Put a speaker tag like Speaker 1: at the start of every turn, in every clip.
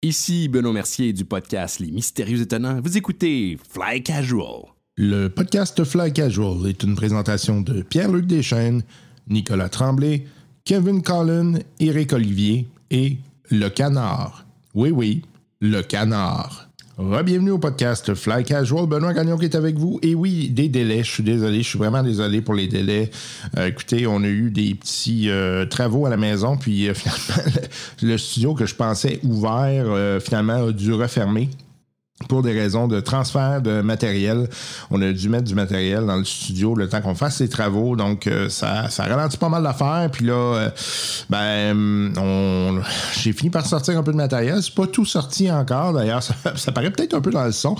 Speaker 1: Ici Benoît Mercier du podcast Les Mystérieux Étonnants. Vous écoutez Fly Casual.
Speaker 2: Le podcast Fly Casual est une présentation de Pierre-Luc Deschênes, Nicolas Tremblay, Kevin Collin, Éric Olivier et Le Canard. Oui, oui, Le Canard. Bienvenue au podcast Fly Casual. Benoît Gagnon qui est avec vous. Et oui, des délais. Je suis désolé. Je suis vraiment désolé pour les délais. Euh, écoutez, on a eu des petits euh, travaux à la maison. Puis euh, finalement, le, le studio que je pensais ouvert, euh, finalement, a dû refermer pour des raisons de transfert de matériel. On a dû mettre du matériel dans le studio le temps qu'on fasse les travaux, donc euh, ça, ça ralentit pas mal l'affaire. Puis là, euh, ben, on, j'ai fini par sortir un peu de matériel. C'est pas tout sorti encore, d'ailleurs. Ça, ça paraît peut-être un peu dans le son.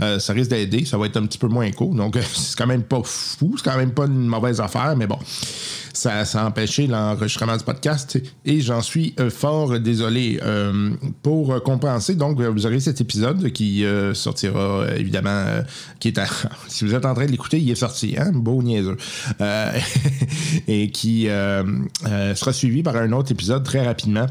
Speaker 2: Euh, ça risque d'aider. Ça va être un petit peu moins court. Donc, c'est quand même pas fou. C'est quand même pas une mauvaise affaire, mais bon ça, ça a empêché l'enregistrement du podcast et j'en suis euh, fort désolé. Euh, pour compenser, donc, euh, vous aurez cet épisode qui euh, sortira évidemment, euh, qui est à, si vous êtes en train de l'écouter, il est sorti, hein, beau niaiseux, Euh, et qui euh, sera suivi par un autre épisode très rapidement.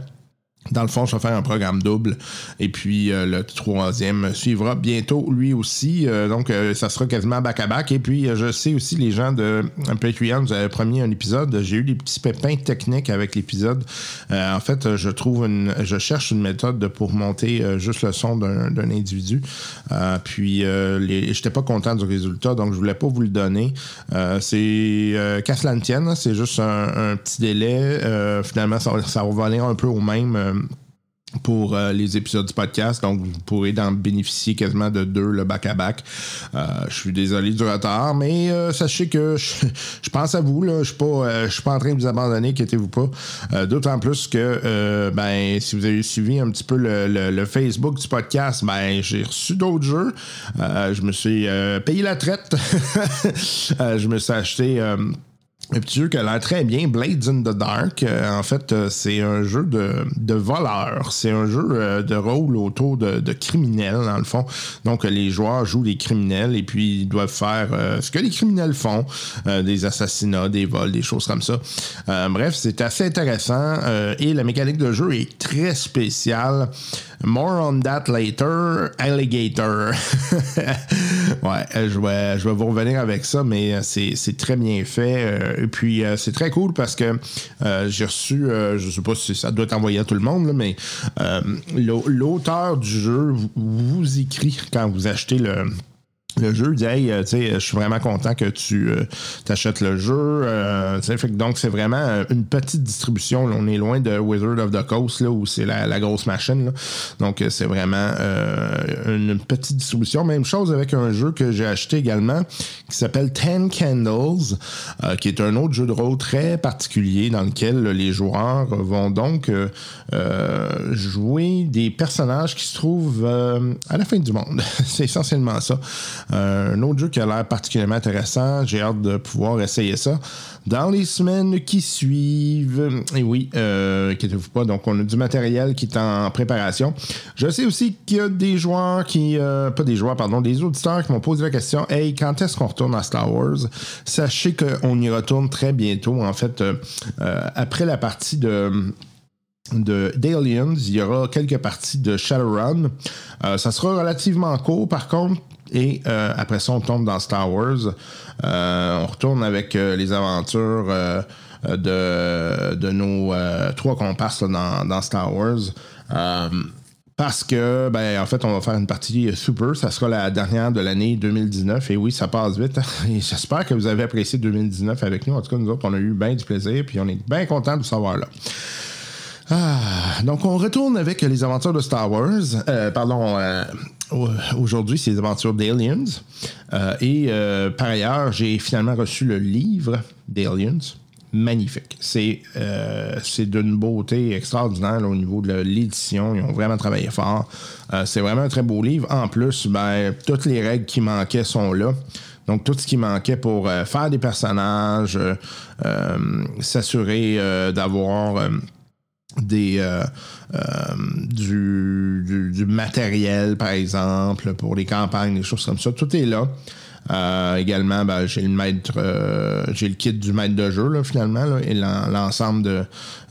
Speaker 2: Dans le fond, je vais faire un programme double. Et puis, euh, le troisième suivra bientôt lui aussi. Euh, donc, euh, ça sera quasiment back-à-back. -back. Et puis, euh, je sais aussi, les gens de Patreon, vous avez promis un épisode. J'ai eu des petits pépins techniques avec l'épisode. Euh, en fait, je trouve une, je cherche une méthode pour monter juste le son d'un individu. Euh, puis, je n'étais pas content du résultat, donc je voulais pas vous le donner. Euh, c'est qu'à cela ne tienne, c'est juste un, un, petit délai. Euh, finalement, ça, ça va valer un peu au même euh, pour euh, les épisodes du podcast. Donc, vous pourrez d'en bénéficier quasiment de deux, le back-à-back. Euh, je suis désolé du retard, mais euh, sachez que je, je, pense à vous. Là. Je ne suis pas en train de vous abandonner, inquiétez-vous pas. Euh, D'autant plus que, ben, si vous avez suivi un petit peu le, le, le Facebook du podcast, ben, j'ai reçu d'autres jeux. Euh, je me suis payé la traite. Euh, je me suis acheté... Un petit jeu qui a l'air très bien, Blades in the Dark. Euh, en fait, euh, c'est un jeu de, de voleur. C'est un jeu euh, de rôle autour de, de, criminels, dans le fond. Donc, euh, les joueurs jouent des criminels et puis ils doivent faire euh, ce que les criminels font, euh, des assassinats, des vols, des choses comme ça. Euh, bref, c'est assez intéressant euh, et la mécanique de jeu est très spéciale. More on that later, Alligator. ouais, euh, je vais, je vais vous revenir avec ça, mais euh, c'est très bien fait et puis euh, c'est très cool parce que euh, j'ai reçu, euh, je sais pas si ça doit être envoyé à tout le monde, là, mais euh, l'auteur du jeu vous écrit quand vous achetez le, le jeu, dit Hey, euh, tu sais, je suis vraiment content que tu euh, t'achètes le jeu. Euh, fait que donc, c'est vraiment euh, une petite distribution. Là, on est loin de Wizard of the Coast, là, où c'est la, la, grosse machine. Là. Donc, c'est vraiment euh, une petite distribution. Même chose avec un jeu que j'ai acheté également, qui s'appelle Ten Candles, euh, qui est un autre jeu de rôle très particulier dans lequel les joueurs vont donc euh, jouer des personnages qui se trouvent à la fin du monde. c'est essentiellement ça. Euh, un autre jeu qui a l'air particulièrement intéressant. J'ai hâte de pouvoir essayer ça dans les semaines qui suivent. Et oui, euh, inquiétez-vous pas, donc on a du matériel qui est en préparation. Je sais aussi qu'il y a des joueurs qui. Euh, pas des joueurs, pardon, des auditeurs qui m'ont posé la question Hey, quand est-ce qu'on retourne à Star Wars Sachez qu'on y retourne très bientôt. En fait, euh, après la partie de de d'Aliens, il y aura quelques parties de Shadowrun. Euh, ça sera relativement court par contre, et euh, après ça, on tombe dans Star Wars. Euh, on retourne avec euh, les aventures euh, de, de, nos euh, trois comparses dans, dans, Star Wars. Euh, parce que, ben, en fait, on va faire une partie euh, super. Ça sera la dernière de l'année 2019. Et oui, ça passe vite. Et j'espère que vous avez apprécié 2019 avec nous. En tout cas, nous autres, on a eu bien du plaisir. Puis on est bien content de vous savoir là. Ah, donc, on retourne avec les aventures de Star Wars. Euh, pardon, euh, aujourd'hui, c'est les aventures d'Aliens. Euh, et par ailleurs, j'ai finalement reçu le livre d'Aliens. Magnifique. C'est euh, d'une beauté extraordinaire là, au niveau de l'édition. Ils ont vraiment travaillé fort. Euh, c'est vraiment un très beau livre. En plus, ben, toutes les règles qui manquaient sont là. Donc, tout ce qui manquait pour euh, faire des personnages, euh, s'assurer euh, d'avoir des euh, euh, du, du, du, matériel, par exemple, pour les campagnes, des choses comme ça. Tout est là.
Speaker 3: Euh, également, ben, j'ai le maître, euh, j'ai le kit du maître de jeu là, finalement là, et l'en- l'ensemble de,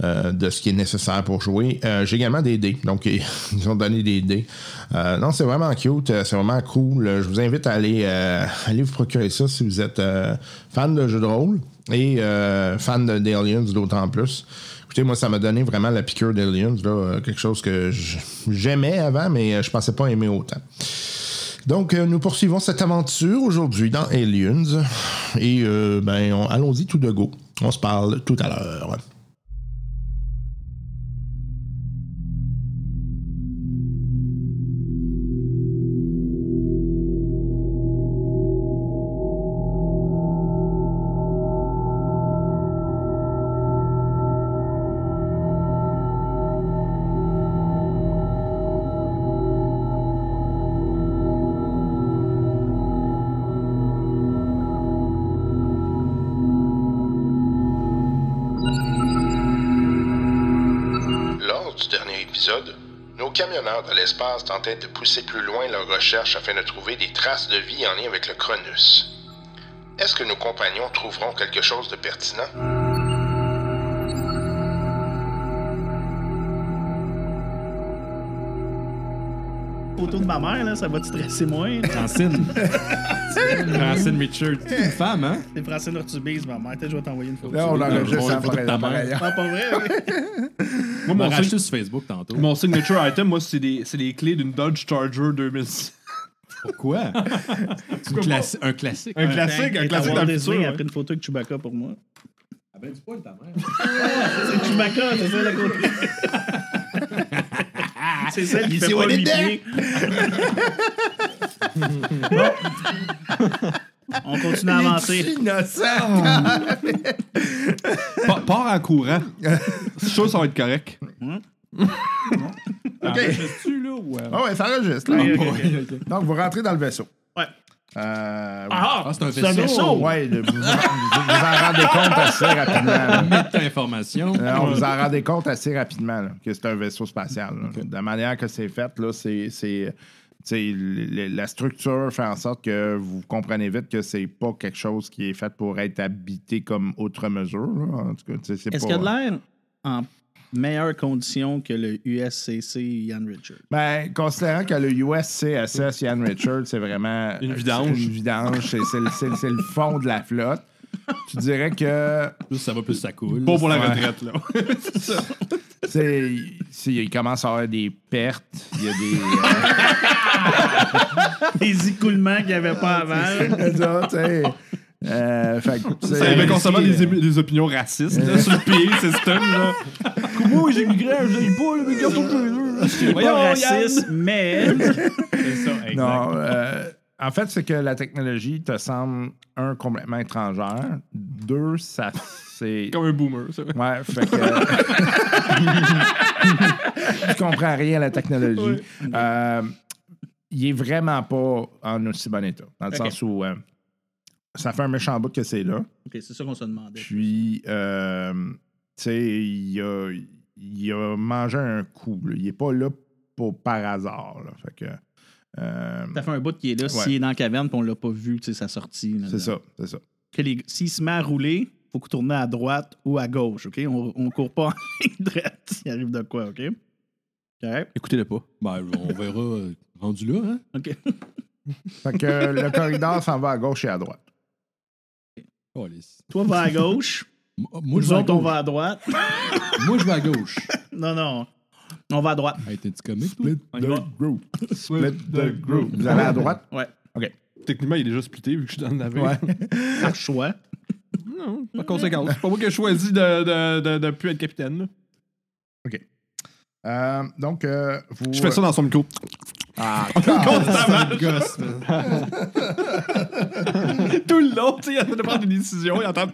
Speaker 3: euh, de ce qui est nécessaire pour jouer. Euh, j'ai également des dés, donc ils ont donné des dés. Euh, non, c'est vraiment cute, euh, c'est vraiment cool. Je vous invite à aller, euh, aller vous procurer ça si vous êtes euh, fan de jeux de rôle et euh, fan de d'Aliens d'autant plus. Écoutez, moi, ça m'a donné vraiment la piqûre d'Aliens, là, euh, quelque chose que j- j'aimais avant, mais euh, je pensais pas aimer autant. Donc, euh, nous poursuivons cette aventure aujourd'hui dans Aliens. Et, euh, ben, on- allons-y tout de go. On se parle tout à l'heure. Lors du dernier épisode, nos camionneurs de l'espace tentaient de pousser plus loin leurs recherches afin de trouver des traces de vie en lien avec le Cronus. Est-ce que nos compagnons trouveront quelque chose de pertinent?
Speaker 4: photo de ma mère, là, ça va te stresser moins.
Speaker 5: Francine. Francine Richard. C'est une femme, hein?
Speaker 4: C'est Francine Lortubise, ma mère. Peut-être que je vais t'envoyer une photo.
Speaker 2: Là, on enregistre
Speaker 5: bon,
Speaker 2: ça
Speaker 5: il faut que
Speaker 2: après.
Speaker 5: ta
Speaker 2: pareil.
Speaker 4: Ah, pas vrai? ok.
Speaker 5: Moi,
Speaker 1: On
Speaker 5: mon,
Speaker 1: va
Speaker 5: sig-
Speaker 1: rajouter sur Facebook tantôt.
Speaker 5: mon signature item, moi, c'est des, c'est les clés d'une Dodge Charger 2006.
Speaker 1: Pourquoi? C'est une classi- un classique.
Speaker 5: Un
Speaker 4: Fait
Speaker 5: classique,
Speaker 4: que
Speaker 5: un classique
Speaker 4: Walt
Speaker 5: dans le
Speaker 4: Disney
Speaker 5: futur.
Speaker 4: a
Speaker 5: ouais.
Speaker 4: pris une photo avec Chewbacca pour moi.
Speaker 1: Ah ben, du poil, ta mère.
Speaker 4: C'est Chewbacca, c'est ça la côté. c'est ça qui fait pas huit pieds. On continue à avancer.
Speaker 2: Innocent!
Speaker 5: Pa- Pars en courant. Je suis sûr que ça va être correct.
Speaker 2: OK.
Speaker 5: Tu, là, ouais.
Speaker 2: Ah ouais, ça enregistre. là.
Speaker 4: Ok, ok, ok.
Speaker 2: Donc, vous rentrez dans le vaisseau.
Speaker 4: Ouais.
Speaker 2: Euh,
Speaker 1: Ah, c'est un
Speaker 4: C'est un
Speaker 1: vaisseau.
Speaker 4: vaisseau.
Speaker 2: ouais, le- vous, vous- vous en rendez compte assez rapidement. là.
Speaker 1: Mettre information.
Speaker 2: Euh, on vous en rendez compte assez rapidement là, que c'est un vaisseau spatial. là. De la manière que c'est fait, là, c'est. c'est- tu sais, le- le- la structure fait en sorte que vous comprenez vite que c'est pas quelque chose qui est fait pour être habité comme autre mesure. là. En tout cas, tu sais, c'est
Speaker 4: Est-ce
Speaker 2: pas-
Speaker 4: qu'il y a de l'air en meilleure condition que le USCC Ian Richard?
Speaker 2: Ben, considérant que le USCSS, Ian Richard, c'est vraiment. euh,
Speaker 5: Une vidange.
Speaker 2: c'est Une vidange, c'est- c'est le- c'est le- c'est le fond de la flotte. Tu dirais que
Speaker 1: Plus ça va, plus ça coule.
Speaker 5: Pas pour la
Speaker 2: Ouais.
Speaker 5: retraite, là.
Speaker 2: c'est, c'est- il commence à avoir des pertes. Il y a des. euh,
Speaker 4: Les écoulements qu'il n'y avait pas avant.
Speaker 2: C'est ça, tu sais. Euh, fait que, tu sais,
Speaker 5: Ça avait constamment
Speaker 2: ici,
Speaker 5: des, émi- des opinions racistes là, sur le pays, c'est ce thème, là. Comment j'ai migré, j'ai pas, mais regarde ton jeu.
Speaker 4: Pas raciste, mais
Speaker 2: euh, Non, euh, en fait, c'est que la technologie te semble, un, complètement étrangère. Deux, ça. C'est.
Speaker 5: Comme un boomer, ça.
Speaker 2: Ouais, fait que. tu comprends rien à la technologie. Euh, il est vraiment pas en aussi bon état. Dans le
Speaker 4: Ok.
Speaker 2: sens où. euh, ça fait un méchant bout que c'est là.
Speaker 4: Ok, c'est ça qu'on se demandait.
Speaker 2: Puis, euh, tu sais, il a, il a mangé un coup. là. Il est pas là pour, par hasard. là. Fait que, euh,
Speaker 4: Ça fait un bout qui est là.
Speaker 2: Ouais.
Speaker 4: S'il est dans la caverne puis on l'a pas vu, tu sais, sa sortie. là,
Speaker 2: c'est
Speaker 4: là.
Speaker 2: ça, c'est ça.
Speaker 4: Que les- S'il se met à rouler, faut qu'il tourne à droite ou à gauche, OK? On, on court pas en ligne droite. Il arrive de quoi, OK? OK.
Speaker 1: Écoutez-le pas. Ben, on verra euh, rendu là, hein?
Speaker 4: OK.
Speaker 2: Fait que le corridor s'en va à gauche et à droite.
Speaker 1: Oh, les-
Speaker 4: Toi, va à gauche.
Speaker 1: M- Moi, je
Speaker 4: Nous
Speaker 1: vais à
Speaker 4: autres, on
Speaker 1: gauche.
Speaker 4: va à droite.
Speaker 1: Moi, je vais à gauche.
Speaker 4: Non, non. On va à droite.
Speaker 1: Hey, T'es-tu comique, toi?
Speaker 5: On y va.
Speaker 2: group. Split the group. Vous allez à droite.
Speaker 4: Ouais.
Speaker 5: Techniquement, il est déjà splitté vu que je suis dans le navire.
Speaker 2: Ouais.
Speaker 4: Par choix.
Speaker 5: Non, par conséquence. C'est pas moi qui ai choisi de, de, de, de plus être capitaine. là.
Speaker 2: Euh, donc, euh, vous.
Speaker 5: Je fais ça dans son micro.
Speaker 2: Ah,
Speaker 5: Constamment.
Speaker 1: Gosse, man.
Speaker 5: Tout le long, tu sais, il est en train de prendre des décisions, il entend.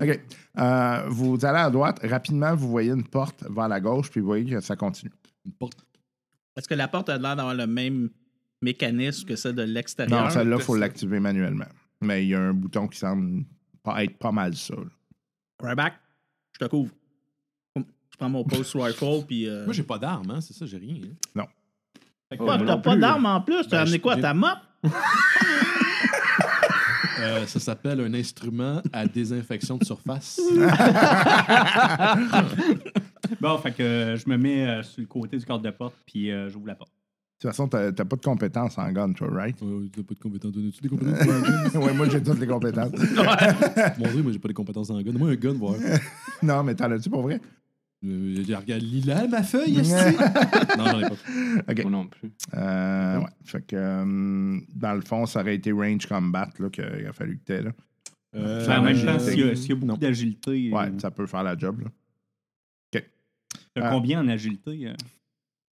Speaker 2: OK. Euh, vous allez à droite. Rapidement, vous voyez une porte vers la gauche, puis vous voyez que ça continue.
Speaker 1: Une porte. euh,
Speaker 4: Est-ce que la porte a l'air d'avoir le même mécanisme que celle de l'extérieur?
Speaker 2: Non, celle-là, il faut
Speaker 5: c'est-
Speaker 2: l'activer manuellement. Mais il y a un bouton qui semble pas être pas mal ça. là.
Speaker 4: Right back. Je te couvre. Je prends mon post rifle, puis... euh,
Speaker 1: Moi, j'ai pas d'arme, hein? C'est ça, j'ai rien. hein.
Speaker 2: Non.
Speaker 4: Fait que quoi, t'as pas d'arme en plus? T'as
Speaker 5: Ben,
Speaker 4: amené
Speaker 5: je-
Speaker 4: quoi,
Speaker 5: j'ai-
Speaker 4: ta mop?
Speaker 5: Euh, ça s'appelle un instrument à désinfection de surface.
Speaker 6: Bon, fait que euh, je me mets euh, sur le côté du cadre de porte, puis euh, j'ouvre la porte.
Speaker 2: toute façon, t'as t'as pas de compétences en gun, toi, right?
Speaker 5: Euh, t'as pas de compétences. T'as-tu des compétences pour un gun?
Speaker 2: ouais, moi, j'ai toutes les compétences.
Speaker 5: Mon Dieu, moi, j'ai pas de compétences en gun. Moi, un gun, voir.
Speaker 2: non, mais t'en as-tu pour vrai?
Speaker 5: Euh, regarde, Lila, ma feuille, est Non, j'en ai pas.
Speaker 2: Ok.
Speaker 7: Moi non plus.
Speaker 2: Euh, ouais. Fait que, euh, dans le fond, ça aurait été range combat là, qu'il a fallu que t'aies. là.
Speaker 5: Euh,
Speaker 6: en même temps,
Speaker 2: euh,
Speaker 6: s'il y, a- s'il y a
Speaker 2: non.
Speaker 6: beaucoup d'agilité,
Speaker 2: Ouais,
Speaker 6: euh,
Speaker 2: ça peut faire la job. Là.
Speaker 6: t'as
Speaker 2: ah.
Speaker 6: combien en agilité? euh?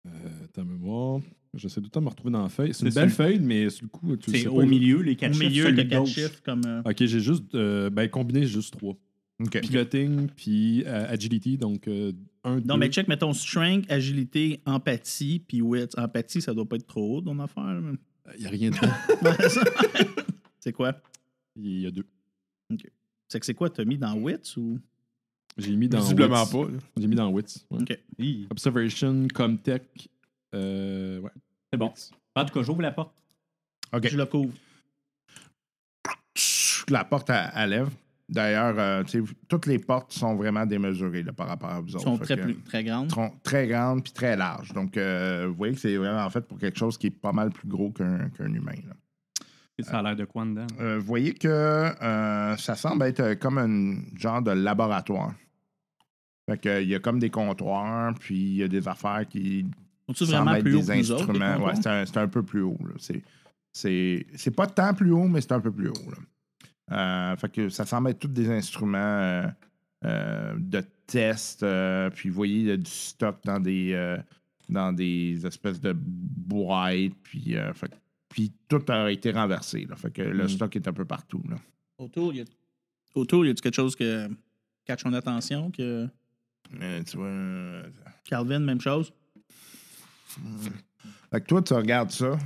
Speaker 5: euh, ta mémoire. J'essaie tout le temps de me retrouver dans la feuille. C'est une
Speaker 6: C'est
Speaker 5: belle
Speaker 6: sur-
Speaker 5: feuille, mais sur le coup, tu le sais
Speaker 6: C'est
Speaker 5: pas.
Speaker 6: au milieu, les
Speaker 4: Au
Speaker 6: quatre chiffres,
Speaker 4: milieu,
Speaker 6: celui
Speaker 4: t'as
Speaker 6: de
Speaker 4: quatre
Speaker 6: gauche.
Speaker 4: chiffres comme. euh,
Speaker 5: Ok, j'ai juste. euh, ben, combiné, j'ai juste trois.
Speaker 2: OK.
Speaker 5: Piloting, puis euh, agility, donc euh, un.
Speaker 4: Non,
Speaker 5: deux.
Speaker 4: mais check, mettons strength, agilité, empathie, puis wits. Empathie, ça doit pas être trop haut, ton affaire. là, mais-
Speaker 5: Il n'y a rien dedans.
Speaker 4: C'est quoi?
Speaker 5: Il y a deux.
Speaker 4: C'est que c'est quoi, t'as mis dans wits ou.
Speaker 5: J'ai mis dans.
Speaker 8: Visiblement
Speaker 5: Wits.
Speaker 8: pas.
Speaker 5: J'ai mis dans Wits. ouais.
Speaker 4: Ok.
Speaker 6: Hi.
Speaker 5: Observation, Comtech. Euh, ouais.
Speaker 6: C'est bon. En tout cas, j'ouvre la porte.
Speaker 2: Ok.
Speaker 4: Je le couvre.
Speaker 2: Tchouk, La porte à, à lèvres. D'ailleurs, euh, tu sais, toutes les portes sont vraiment démesurées là, par rapport à vous
Speaker 4: Ils
Speaker 2: autres.
Speaker 4: sont
Speaker 2: Fait
Speaker 4: très,
Speaker 2: que,
Speaker 4: plus, très grandes.
Speaker 2: tron- très grandes puis très larges. Donc, euh, vous voyez que c'est vraiment en fait pour quelque chose qui est pas mal plus gros qu'un qu'un humain. là.
Speaker 6: Ça a l'air de quoi en dedans?
Speaker 2: Euh, vous voyez que euh, ça semble être euh, comme un genre de laboratoire. Fait que, euh, il y a comme des comptoirs, puis il y a des affaires qui
Speaker 4: Sont-tu
Speaker 2: semblent
Speaker 4: vraiment
Speaker 2: être
Speaker 4: plus haut
Speaker 2: des
Speaker 4: que nous autres? les
Speaker 2: instruments.
Speaker 4: comptoirs?
Speaker 2: Ouais, c'est un, c'est un peu plus haut. là. C'est- C'est c'est pas tant plus haut, mais c'est un peu plus haut. là. Euh, fait que ça semble être tous des instruments euh, euh, de test, euh, puis vous voyez, il y a du stock dans des, euh, dans des espèces de boîtes, puis, euh, fait que- puis tout a été renversé. là. Fait que le
Speaker 5: Mm.
Speaker 2: stock est un peu partout. là.
Speaker 4: Autour, il y a. Autour, il y a quelque chose que. Catch son attention, que.
Speaker 2: Euh, tu vois, euh,
Speaker 4: Calvin, même chose.
Speaker 2: Fait que toi, tu regardes ça.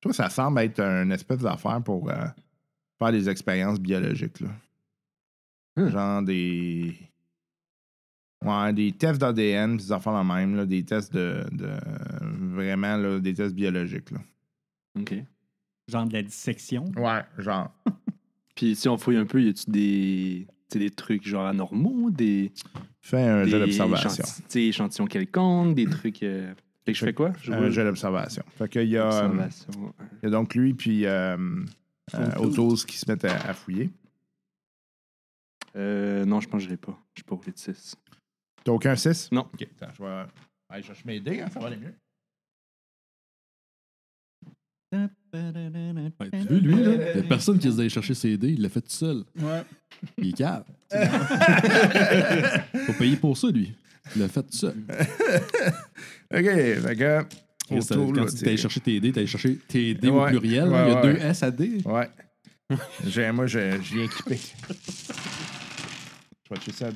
Speaker 2: Toi, ça semble être une espèce d'affaire pour euh, faire des expériences biologiques. Là.
Speaker 7: Hmm.
Speaker 2: Genre des. Ouais, des tests d'ADN, des affaires la même, là, des tests de. de- vraiment, là, des tests biologiques. Là.
Speaker 7: OK.
Speaker 6: Genre de la dissection.
Speaker 2: Ouais, genre.
Speaker 7: Puis si on fouille un peu, y a-tu des, tu sais, des trucs genre anormaux, des,
Speaker 2: Fais un
Speaker 7: des
Speaker 2: jeu d'observation.
Speaker 7: échantillons- tu sais, échantillons quelconques, des trucs. euh, Fait que je fais quoi? Je
Speaker 2: Un
Speaker 7: roule.
Speaker 2: jeu d'observation. Fait qu'il y a. euh,
Speaker 7: Observation.
Speaker 2: il y a donc lui, puis euh, euh, Autos qui se mettent à- à fouiller.
Speaker 7: Euh, non, je pense que je l'ai pas. Je peux rouler de 6.
Speaker 2: T'as aucun 6?
Speaker 7: Non.
Speaker 2: Ok, attends, je vais aller chercher mes dés, hein, ça va aller mieux.
Speaker 5: Ouais, tu veux, lui, là? Il y a personne qui est allé chercher ses dés. Il l'a fait tout seul.
Speaker 4: Ouais.
Speaker 5: Il est cave. Faut payer pour ça, lui. Il l'a fait tout seul.
Speaker 2: Ok, fait que.
Speaker 5: Chris, ça-
Speaker 2: autour,
Speaker 5: quand
Speaker 2: là,
Speaker 5: tu
Speaker 2: t'sais-
Speaker 5: t'es allé chercher tes dés, t'es allé chercher tes dés au
Speaker 2: Ouais,
Speaker 5: pluriel.
Speaker 2: ouais,
Speaker 5: là. il y a
Speaker 2: ouais,
Speaker 5: deux S à D.
Speaker 2: Ouais. J'ai- moi, je je l'ai équipé. Je vais tuer ça.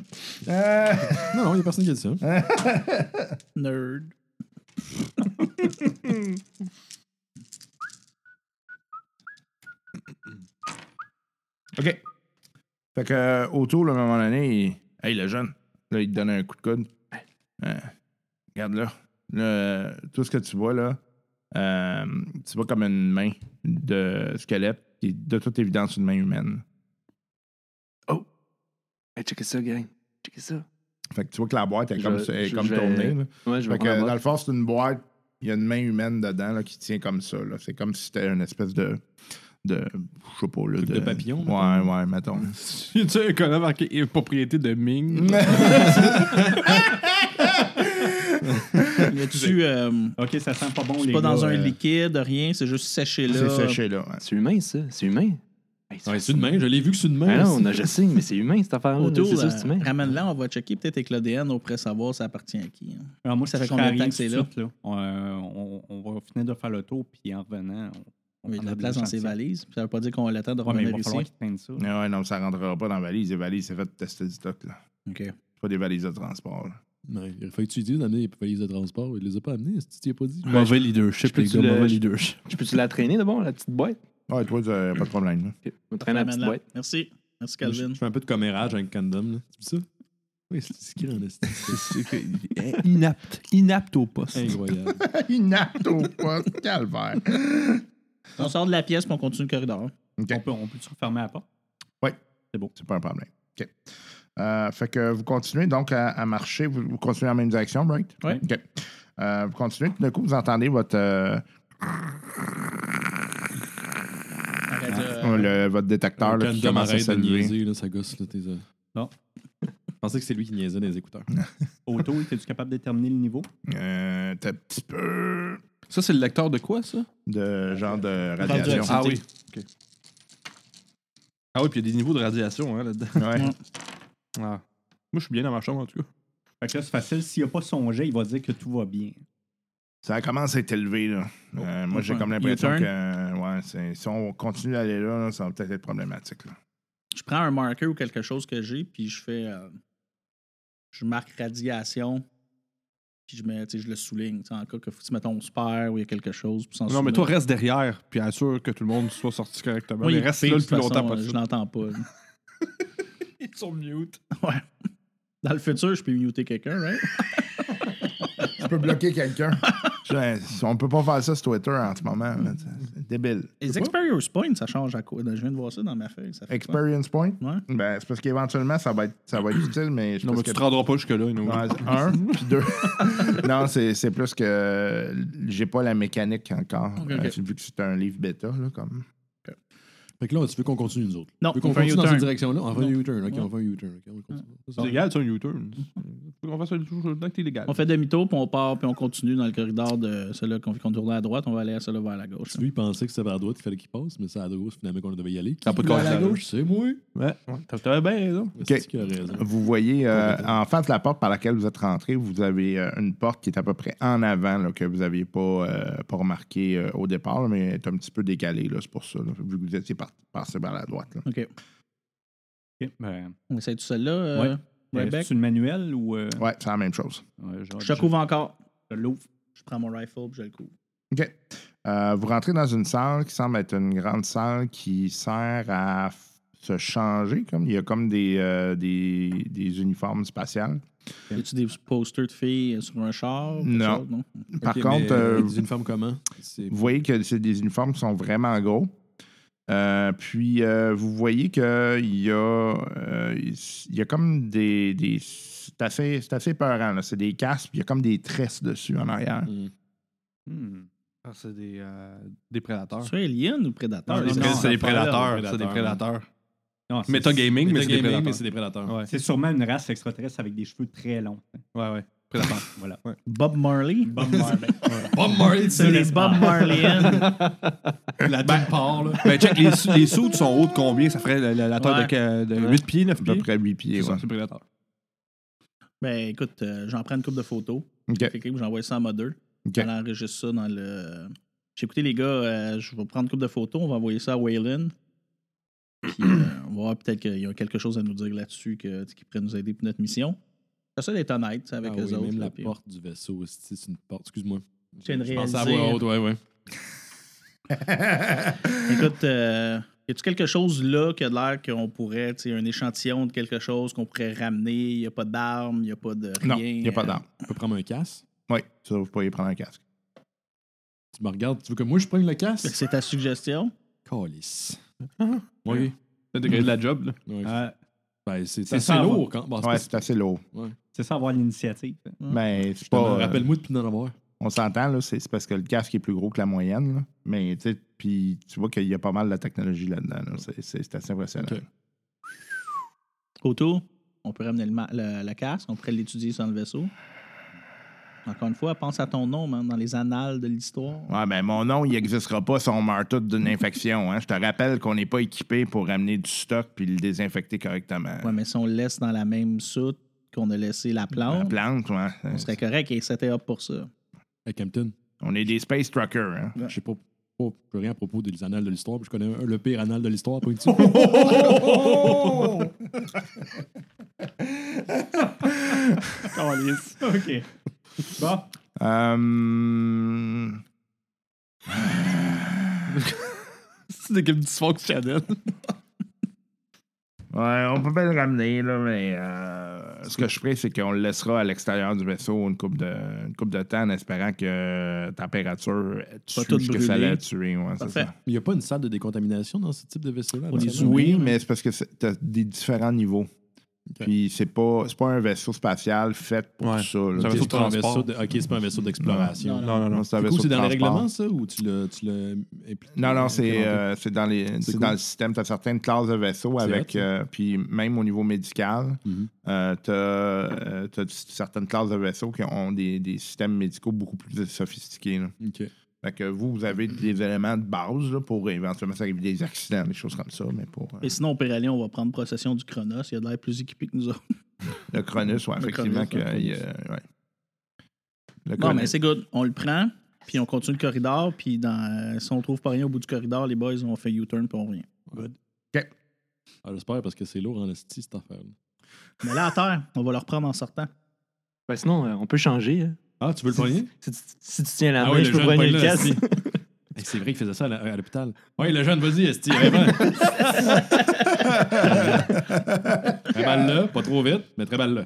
Speaker 2: Euh,
Speaker 5: Non, non, il y a personne qui a dit ça.
Speaker 4: Nerd.
Speaker 2: ok. Fait que, autour, là, à un moment donné, il- hey, le jeune, là, il te donne un coup de coude. Euh, regarde là. Là, Tout ce que tu vois, là, euh, tu vois comme une main de squelette qui est de toute évidence une main humaine.
Speaker 7: Hey, check ça, gang. Check ça.
Speaker 2: Fait que tu vois que la boîte est
Speaker 7: Je-
Speaker 2: comme, est
Speaker 7: je-
Speaker 2: comme
Speaker 7: je-
Speaker 2: tournée. là.
Speaker 7: Ouais, je vais
Speaker 2: Fait que,
Speaker 7: prendre la
Speaker 2: dans
Speaker 7: boîte.
Speaker 2: le fond, c'est une boîte, il y a une main humaine dedans là, qui tient comme ça. là. C'est comme si c'était une espèce de. de je sais pas. Là,
Speaker 5: Truc de papillon,
Speaker 2: Ouais, ouais, mettons.
Speaker 5: Tu sais, un connard marqué propriété de Ming.
Speaker 4: Y a-tu. euh,
Speaker 6: OK, ça sent pas bon,
Speaker 4: c'est
Speaker 6: les
Speaker 4: pas
Speaker 6: gars,
Speaker 4: dans un
Speaker 6: euh,
Speaker 4: liquide, rien, c'est juste séché là.
Speaker 2: c'est séché là. ouais.
Speaker 7: C'est humain, ça. C'est humain. Hey,
Speaker 5: Ouais, c'est une main. Je l'ai vu que c'est une
Speaker 7: Ah
Speaker 5: main.
Speaker 7: non, on a, je sais, mais c'est humain cette affaire-là.
Speaker 4: Autour, euh,
Speaker 7: C'est ça, c'est humain.
Speaker 4: ramène-la, on va checker peut-être avec l'ADN, on pourrait savoir ça appartient à qui. hein.
Speaker 6: Alors ah, moi,
Speaker 4: Ça
Speaker 6: ça
Speaker 4: fait
Speaker 6: fait
Speaker 4: combien de temps
Speaker 6: rien
Speaker 4: que c'est
Speaker 6: tout de
Speaker 4: là?
Speaker 6: suite, On, euh, on- on va finir de faire le tour, puis en revenant, on, on
Speaker 4: Il y a de
Speaker 6: prendra
Speaker 4: la
Speaker 6: des
Speaker 4: place dans ses
Speaker 6: échantillons.
Speaker 4: valises, puis ça veut pas dire qu'on va l'attendre de
Speaker 6: Ouais, mais
Speaker 4: revenir
Speaker 6: il va falloir
Speaker 4: ici.
Speaker 6: qu'ils traînent ça.
Speaker 2: Ah ouais, non, ça rentrera pas dans la valise. Les valises, c'est fait de tester du stock. là.
Speaker 4: OK.
Speaker 2: C'est pas des valises de transport. là.
Speaker 5: Ouais, il fallait étudier d'amener les valises de transport. Il les a pas amenées. Si tu t'y as pas dit.
Speaker 7: Mauvais
Speaker 5: leadership,
Speaker 7: les gars,
Speaker 9: euh,
Speaker 7: mauvais
Speaker 5: leadership.
Speaker 7: Je peux-tu la traîner d'abord, la petite boîte?
Speaker 2: Ouais, toi, t'as pas de problème. là.
Speaker 7: Ok, On traîne la petite
Speaker 4: Ramène-la.
Speaker 7: boîte.
Speaker 4: Merci. Merci,
Speaker 5: Je
Speaker 4: Calvin.
Speaker 5: je fais un peu de commérage avec Condom. là. Tu dis ça?
Speaker 9: Oui, c'est ce qu'il en est.
Speaker 1: C'est- c'est- Inapte. Inapte au poste.
Speaker 9: Incroyable.
Speaker 2: Inapte au poste, calvaire.
Speaker 4: On sort de la pièce puis on continue le corridor.
Speaker 2: OK.
Speaker 6: On peut, on peut refermer la porte.
Speaker 2: C'est pas un problème. OK. Euh, fait que vous continuez donc à, à marcher. Vous, vous continuez en même direction, right?
Speaker 4: Ouais.
Speaker 2: OK. Euh, vous continuez. Tout d'un coup, vous entendez votre, euh,
Speaker 4: Arrête de-
Speaker 2: euh, le- votre détecteur là,
Speaker 9: Quand
Speaker 2: qui
Speaker 9: Dom
Speaker 2: commence à
Speaker 9: arrête de
Speaker 2: s'allumer.
Speaker 9: niaiser, là, ça gosse là, tes oreilles.
Speaker 6: Non.
Speaker 9: Je pensais que c'est lui qui niaisait dans les écouteurs.
Speaker 6: Auto, es-tu capable de déterminer le niveau?
Speaker 2: Euh, T'as un petit peu
Speaker 9: Ça, c'est le lecteur de quoi, ça?
Speaker 2: de genre de radiation.
Speaker 4: Radioactivité.
Speaker 9: Ah oui. OK. Ah oui, puis il y a des niveaux de radiation hein, là-dedans.
Speaker 2: Ouais.
Speaker 9: Ah. Moi, je suis bien dans ma chambre, en tout cas.
Speaker 6: Fait que là, c'est facile. S'il n'a pas songé, il va dire que tout va bien.
Speaker 2: Ça commence à être élevé, là. Euh, moi, j'ai
Speaker 4: Ouais.
Speaker 2: comme l'impression
Speaker 4: U-turn.
Speaker 2: que euh, ouais, c'est- si on continue d'aller là, là, ça va peut-être être problématique. là.
Speaker 4: Je prends un marqueur ou quelque chose que j'ai, puis je fais. euh, je marque radiation, puis je, mets, tu sais, je le souligne. tu sais, En cas que, si, mettons, on se perd ou il y a quelque chose. puis s'en
Speaker 1: Non, mais
Speaker 4: souvenir.
Speaker 1: toi, reste derrière, puis assure que tout le monde soit sorti correctement.
Speaker 4: Moi, il
Speaker 1: mais
Speaker 4: est
Speaker 1: reste
Speaker 4: coupé,
Speaker 1: là
Speaker 4: de
Speaker 1: le
Speaker 4: toute
Speaker 1: plus
Speaker 4: façon,
Speaker 1: longtemps
Speaker 4: euh, Je
Speaker 1: possible.
Speaker 4: l'entends pas. là.
Speaker 1: Ils sont mute.
Speaker 4: Dans le futur, je peux muter quelqu'un, right?
Speaker 2: Tu peux bloquer quelqu'un. Je- on peut pas faire ça sur Twitter en ce moment. là. C'est c'est débile.
Speaker 4: Les experience points, ça change à quoi? Je viens de voir ça dans ma feuille. Ça fait quoi?
Speaker 2: Experience point?
Speaker 4: Ouais.
Speaker 2: Ben, c'est parce qu'éventuellement, ça va être, ça va être utile, mais je
Speaker 1: Non, mais
Speaker 2: pense
Speaker 1: tu
Speaker 2: que...
Speaker 1: te rendras pas jusque-là. Ino.
Speaker 2: Ouais, c'est un, puis deux. non, c'est c'est plus que j'ai pas la mécanique encore.
Speaker 4: Ok, ok.
Speaker 2: Euh, Vu que c'est un livre bêta, là, comme.
Speaker 9: Fait que là, tu veux qu'on continue, nous autres?
Speaker 4: Non,
Speaker 9: Tu veux qu'on
Speaker 4: on fait un
Speaker 9: continue dans cette
Speaker 4: U-turn.
Speaker 9: direction-là? On fait un
Speaker 4: Non.
Speaker 9: U-turn. OK,
Speaker 4: Ouais.
Speaker 9: on fait un U-turn. OK, on continue. Ça,
Speaker 1: C'est
Speaker 9: c'est-
Speaker 1: légal, c'est un U-turn. Faut qu'on fasse un U-turn là que t'es légal.
Speaker 4: On fait demi-tour, puis on part, puis on continue dans le corridor de celui-là qu'on qu'on tourne à droite. On va aller à celui-là vers la gauche.
Speaker 9: Lui, il pensait que c'était vers la droite qu'il fallait qu'il passe, mais c'est à la gauche, finalement, qu'on devait y aller. Qui
Speaker 1: T'as pas de
Speaker 9: va à
Speaker 1: conscience.
Speaker 9: la gauche, c'est moi.
Speaker 1: Ouais, ouais, t'as- t'avais bien raison.
Speaker 9: C'est qui a raison.
Speaker 2: Vous voyez, euh, en face de la porte par laquelle vous êtes rentré, vous avez euh, une porte qui est à peu près en avant, là, que vous n'aviez pas, euh, pas remarqué euh, au départ, là, mais elle est un petit peu décalée, là, c'est pour ça, là, vu que vous étiez par- passé par la droite. là.
Speaker 4: OK.
Speaker 6: OK. Ben,
Speaker 4: On essaie de celle-là, euh,
Speaker 6: euh,
Speaker 4: Rebecca?
Speaker 6: c'est-tu le manuel ou. euh,
Speaker 2: Ouais, c'est la même chose.
Speaker 6: ouais, genre,
Speaker 4: Je te couvre encore.
Speaker 6: Je l'ouvre.
Speaker 4: Je prends mon rifle, puis je le couvre.
Speaker 2: OK. Euh, vous rentrez dans une salle qui semble être une grande salle qui sert à f- se changer. Comme, il y a comme des, euh, des, des uniformes spatiales.
Speaker 4: Y a-tu des posters de filles sur un char? ou quelque
Speaker 2: Non.
Speaker 4: chose, non?
Speaker 2: Par
Speaker 9: OK,
Speaker 2: contre,
Speaker 9: mais,
Speaker 2: euh,
Speaker 9: il dit une femme comment? C'est
Speaker 2: Vous voyez que c'est des uniformes qui sont vraiment gros. Euh, puis euh, vous voyez qu'il y, a, euh, il y a comme des. des- c'est assez, c'est assez peurant, là. C'est des casques, puis il y a comme des tresses dessus en arrière.
Speaker 9: Hmm.
Speaker 6: Hmm.
Speaker 1: Ah, C'est des, euh, des prédateurs.
Speaker 4: Tu es alien ou prédateur?
Speaker 6: Non, les
Speaker 4: Non,
Speaker 6: pré-
Speaker 4: non,
Speaker 1: c'est des
Speaker 4: pas là.
Speaker 1: prédateurs. C'est des prédateurs.
Speaker 6: Ah,
Speaker 1: Metagaming, mais c'est des
Speaker 9: Metagaming, mais
Speaker 1: prédateurs.
Speaker 9: c'est des prédateurs.
Speaker 1: Ouais,
Speaker 6: C'est sûrement une race extraterrestre avec des cheveux très longs.
Speaker 1: ouais, ouais. Prédateurs.
Speaker 6: Voilà.
Speaker 4: Bob Marley?
Speaker 6: Bob Marley.
Speaker 9: Bob Marley,
Speaker 4: C'est les Bob Marleyan.
Speaker 9: la dame part, là.
Speaker 1: ben, check, les, sou- les soudes sont hauts de combien Ça ferait la, la- la taille
Speaker 4: Ouais.
Speaker 1: de, ca- de
Speaker 4: Ouais.
Speaker 1: 8 pieds, 9
Speaker 2: À peu
Speaker 1: pieds.
Speaker 2: près 8 pieds.
Speaker 1: C'est ça,
Speaker 2: ouais.
Speaker 1: c'est prédateur.
Speaker 4: ben écoute, euh, j'en prends une coupe de photos.
Speaker 2: OK.
Speaker 4: Fait que j'envoie ça à Mother.
Speaker 2: OK.
Speaker 4: Elle enregistre ça dans le. J'ai écouté les gars, euh, je vais prendre une coupe de photos, on va envoyer ça à Waylon. Puis euh, on va voir peut-être qu'il y a quelque chose à nous dire là-dessus que- qui pourrait nous aider pour notre mission. J'essaie d'être honnête tu sais, avec
Speaker 9: Ah
Speaker 4: eux
Speaker 9: oui,
Speaker 4: autres.
Speaker 9: même
Speaker 4: là,
Speaker 9: la
Speaker 4: puis- euh,
Speaker 9: porte du vaisseau aussi, c'est une porte. Excuse-moi.
Speaker 4: Tu viens de
Speaker 9: Je pensais à
Speaker 4: réaliser.
Speaker 9: voix haute, ouais, ouais.
Speaker 4: Écoute, euh, y a-tu quelque chose là qui a l'air qu'on pourrait, tu sais, un échantillon de quelque chose qu'on pourrait ramener? Y a pas d'armes, y a pas de rien. euh,
Speaker 2: Non, il n'y a pas d'arme.
Speaker 9: On peut prendre un casse.
Speaker 2: Oui, ça, vous pouvez prendre un casque.
Speaker 9: Tu me regardes, tu veux que moi je prenne le
Speaker 4: Fait
Speaker 9: casse?
Speaker 4: que C'est ta suggestion?
Speaker 9: Calice.
Speaker 4: Ah.
Speaker 1: Ouais.
Speaker 9: Oui.
Speaker 1: Le degré de la job, là.
Speaker 9: Ouais.
Speaker 6: Euh,
Speaker 9: Ben, c'est
Speaker 6: c'est
Speaker 9: assez
Speaker 6: ça,
Speaker 9: lourd quand. Bon, c'est
Speaker 2: Ouais,
Speaker 9: pas-
Speaker 2: c'est assez lourd.
Speaker 6: c'est ça, avoir l'initiative.
Speaker 4: Hmm.
Speaker 2: Mais c'est
Speaker 9: Justement,
Speaker 2: pas. euh,
Speaker 9: Rappelle-moi depuis d'en avoir.
Speaker 2: On s'entend, là, c'est c'est parce que le casque est plus gros que la moyenne. là. Mais tu sais, puis tu vois qu'il y a pas mal de technologie là-dedans. là. C'est- C'est c'est assez impressionnant.
Speaker 9: OK.
Speaker 4: Autour, on peut ramener le, ma- le- le casque, on pourrait l'étudier sur le vaisseau. Encore une fois, pense à ton nom man, dans les annales de l'histoire.
Speaker 2: Ouais, ben mon nom, il n'existera pas si on meurt tous d'une infection. Hein. Je te rappelle qu'on n'est pas équipé pour amener du stock puis le désinfecter correctement.
Speaker 4: Ouais, mais si on le laisse dans la même soute qu'on a laissé la
Speaker 2: La
Speaker 4: plante,
Speaker 2: plante, ouais.
Speaker 4: on serait correct et c'était up pour ça.
Speaker 9: Hey, Campton,
Speaker 2: On est des space truckers. Hein.
Speaker 9: je sais pas. pas- je sais rien à propos des annales de l'histoire, puis je connais un- le pire annal de l'histoire, pas une petite-
Speaker 6: Calice. OK. Bon.
Speaker 2: Euh,
Speaker 1: C'est une équipe dysfonctionnelle.
Speaker 2: Ouais, on peut bien le ramener, là, mais. euh, ce que je ferai, c'est qu'on le laissera à l'extérieur du vaisseau une coupe de, une coupe de temps en espérant que la température tue
Speaker 4: tout
Speaker 2: ce que ça
Speaker 4: brûler.
Speaker 2: l'a tué. ouais, c'est
Speaker 4: Parfait.
Speaker 2: ça.
Speaker 5: Il n'y a pas une salle de décontamination dans ce type de vaisseau-là?
Speaker 4: On est
Speaker 5: absolument?
Speaker 2: Oui, mais c'est parce que tu as des différents niveaux.
Speaker 5: Ok.
Speaker 2: Puis c'est pas, c'est pas un vaisseau spatial fait pour
Speaker 9: Ouais.
Speaker 2: ça. là.
Speaker 9: C'est un
Speaker 5: Ok,
Speaker 9: vaisseau
Speaker 5: c'est pas un
Speaker 9: de
Speaker 5: vaisseau
Speaker 9: transport.
Speaker 5: de- ok, c'est pas un vaisseau d'exploration.
Speaker 9: Non, non, non.
Speaker 2: Non, c'est un
Speaker 5: Du
Speaker 2: vaisseau
Speaker 5: coup, c'est
Speaker 2: de
Speaker 5: dans les
Speaker 2: transport.
Speaker 5: règlements, ça, ou tu l'as tu l'as impliqué?
Speaker 2: Non, non, c'est euh, c'est dans, les, c'est
Speaker 5: cool.
Speaker 2: dans le système. Tu as certaines classes de vaisseaux
Speaker 5: C'est
Speaker 2: avec.
Speaker 5: hot, ça.
Speaker 2: euh, puis même au niveau médical, euh, tu as, certaines classes de vaisseaux qui ont des, des systèmes médicaux beaucoup plus sophistiqués. là.
Speaker 5: Ok.
Speaker 2: Fait que vous, vous avez des éléments de base là, pour éventuellement s'arriver des accidents, des choses comme ça. Mais pour euh,
Speaker 4: Et sinon, on peut y aller, on va prendre possession du Chronos. Il a de l'air plus équipé que nous autres.
Speaker 2: le Cronus, ouais,
Speaker 4: Le
Speaker 2: effectivement.
Speaker 4: Cronus,
Speaker 2: que,
Speaker 4: le
Speaker 2: il, euh, ouais. Le
Speaker 4: Bon, mais
Speaker 2: Cronus.
Speaker 4: c'est good. On le prend, puis on continue le corridor, puis dans, euh, si on trouve pas rien au bout du corridor, les boys, on fait U-turn, puis on revient.
Speaker 5: Ah, J'espère, parce que c'est lourd en esti, cette affaire-là.
Speaker 4: Mais là, à terre, on va le reprendre en sortant.
Speaker 7: Ben, sinon, euh, on peut changer. hein.
Speaker 5: Ah, tu veux le poignet?
Speaker 7: Si, tu- si tu tiens la
Speaker 1: Ah
Speaker 7: main,
Speaker 1: oui,
Speaker 7: je
Speaker 1: le
Speaker 7: peux
Speaker 1: jeune
Speaker 7: prendre
Speaker 1: pogne
Speaker 7: le
Speaker 1: là,
Speaker 7: casque.
Speaker 1: si.
Speaker 5: Hey, c'est vrai qu'il faisait ça à la- à l'hôpital.
Speaker 1: Oui, le jeune, vas-y, Esti, vraiment. très mal là, pas trop vite, mais très mal là.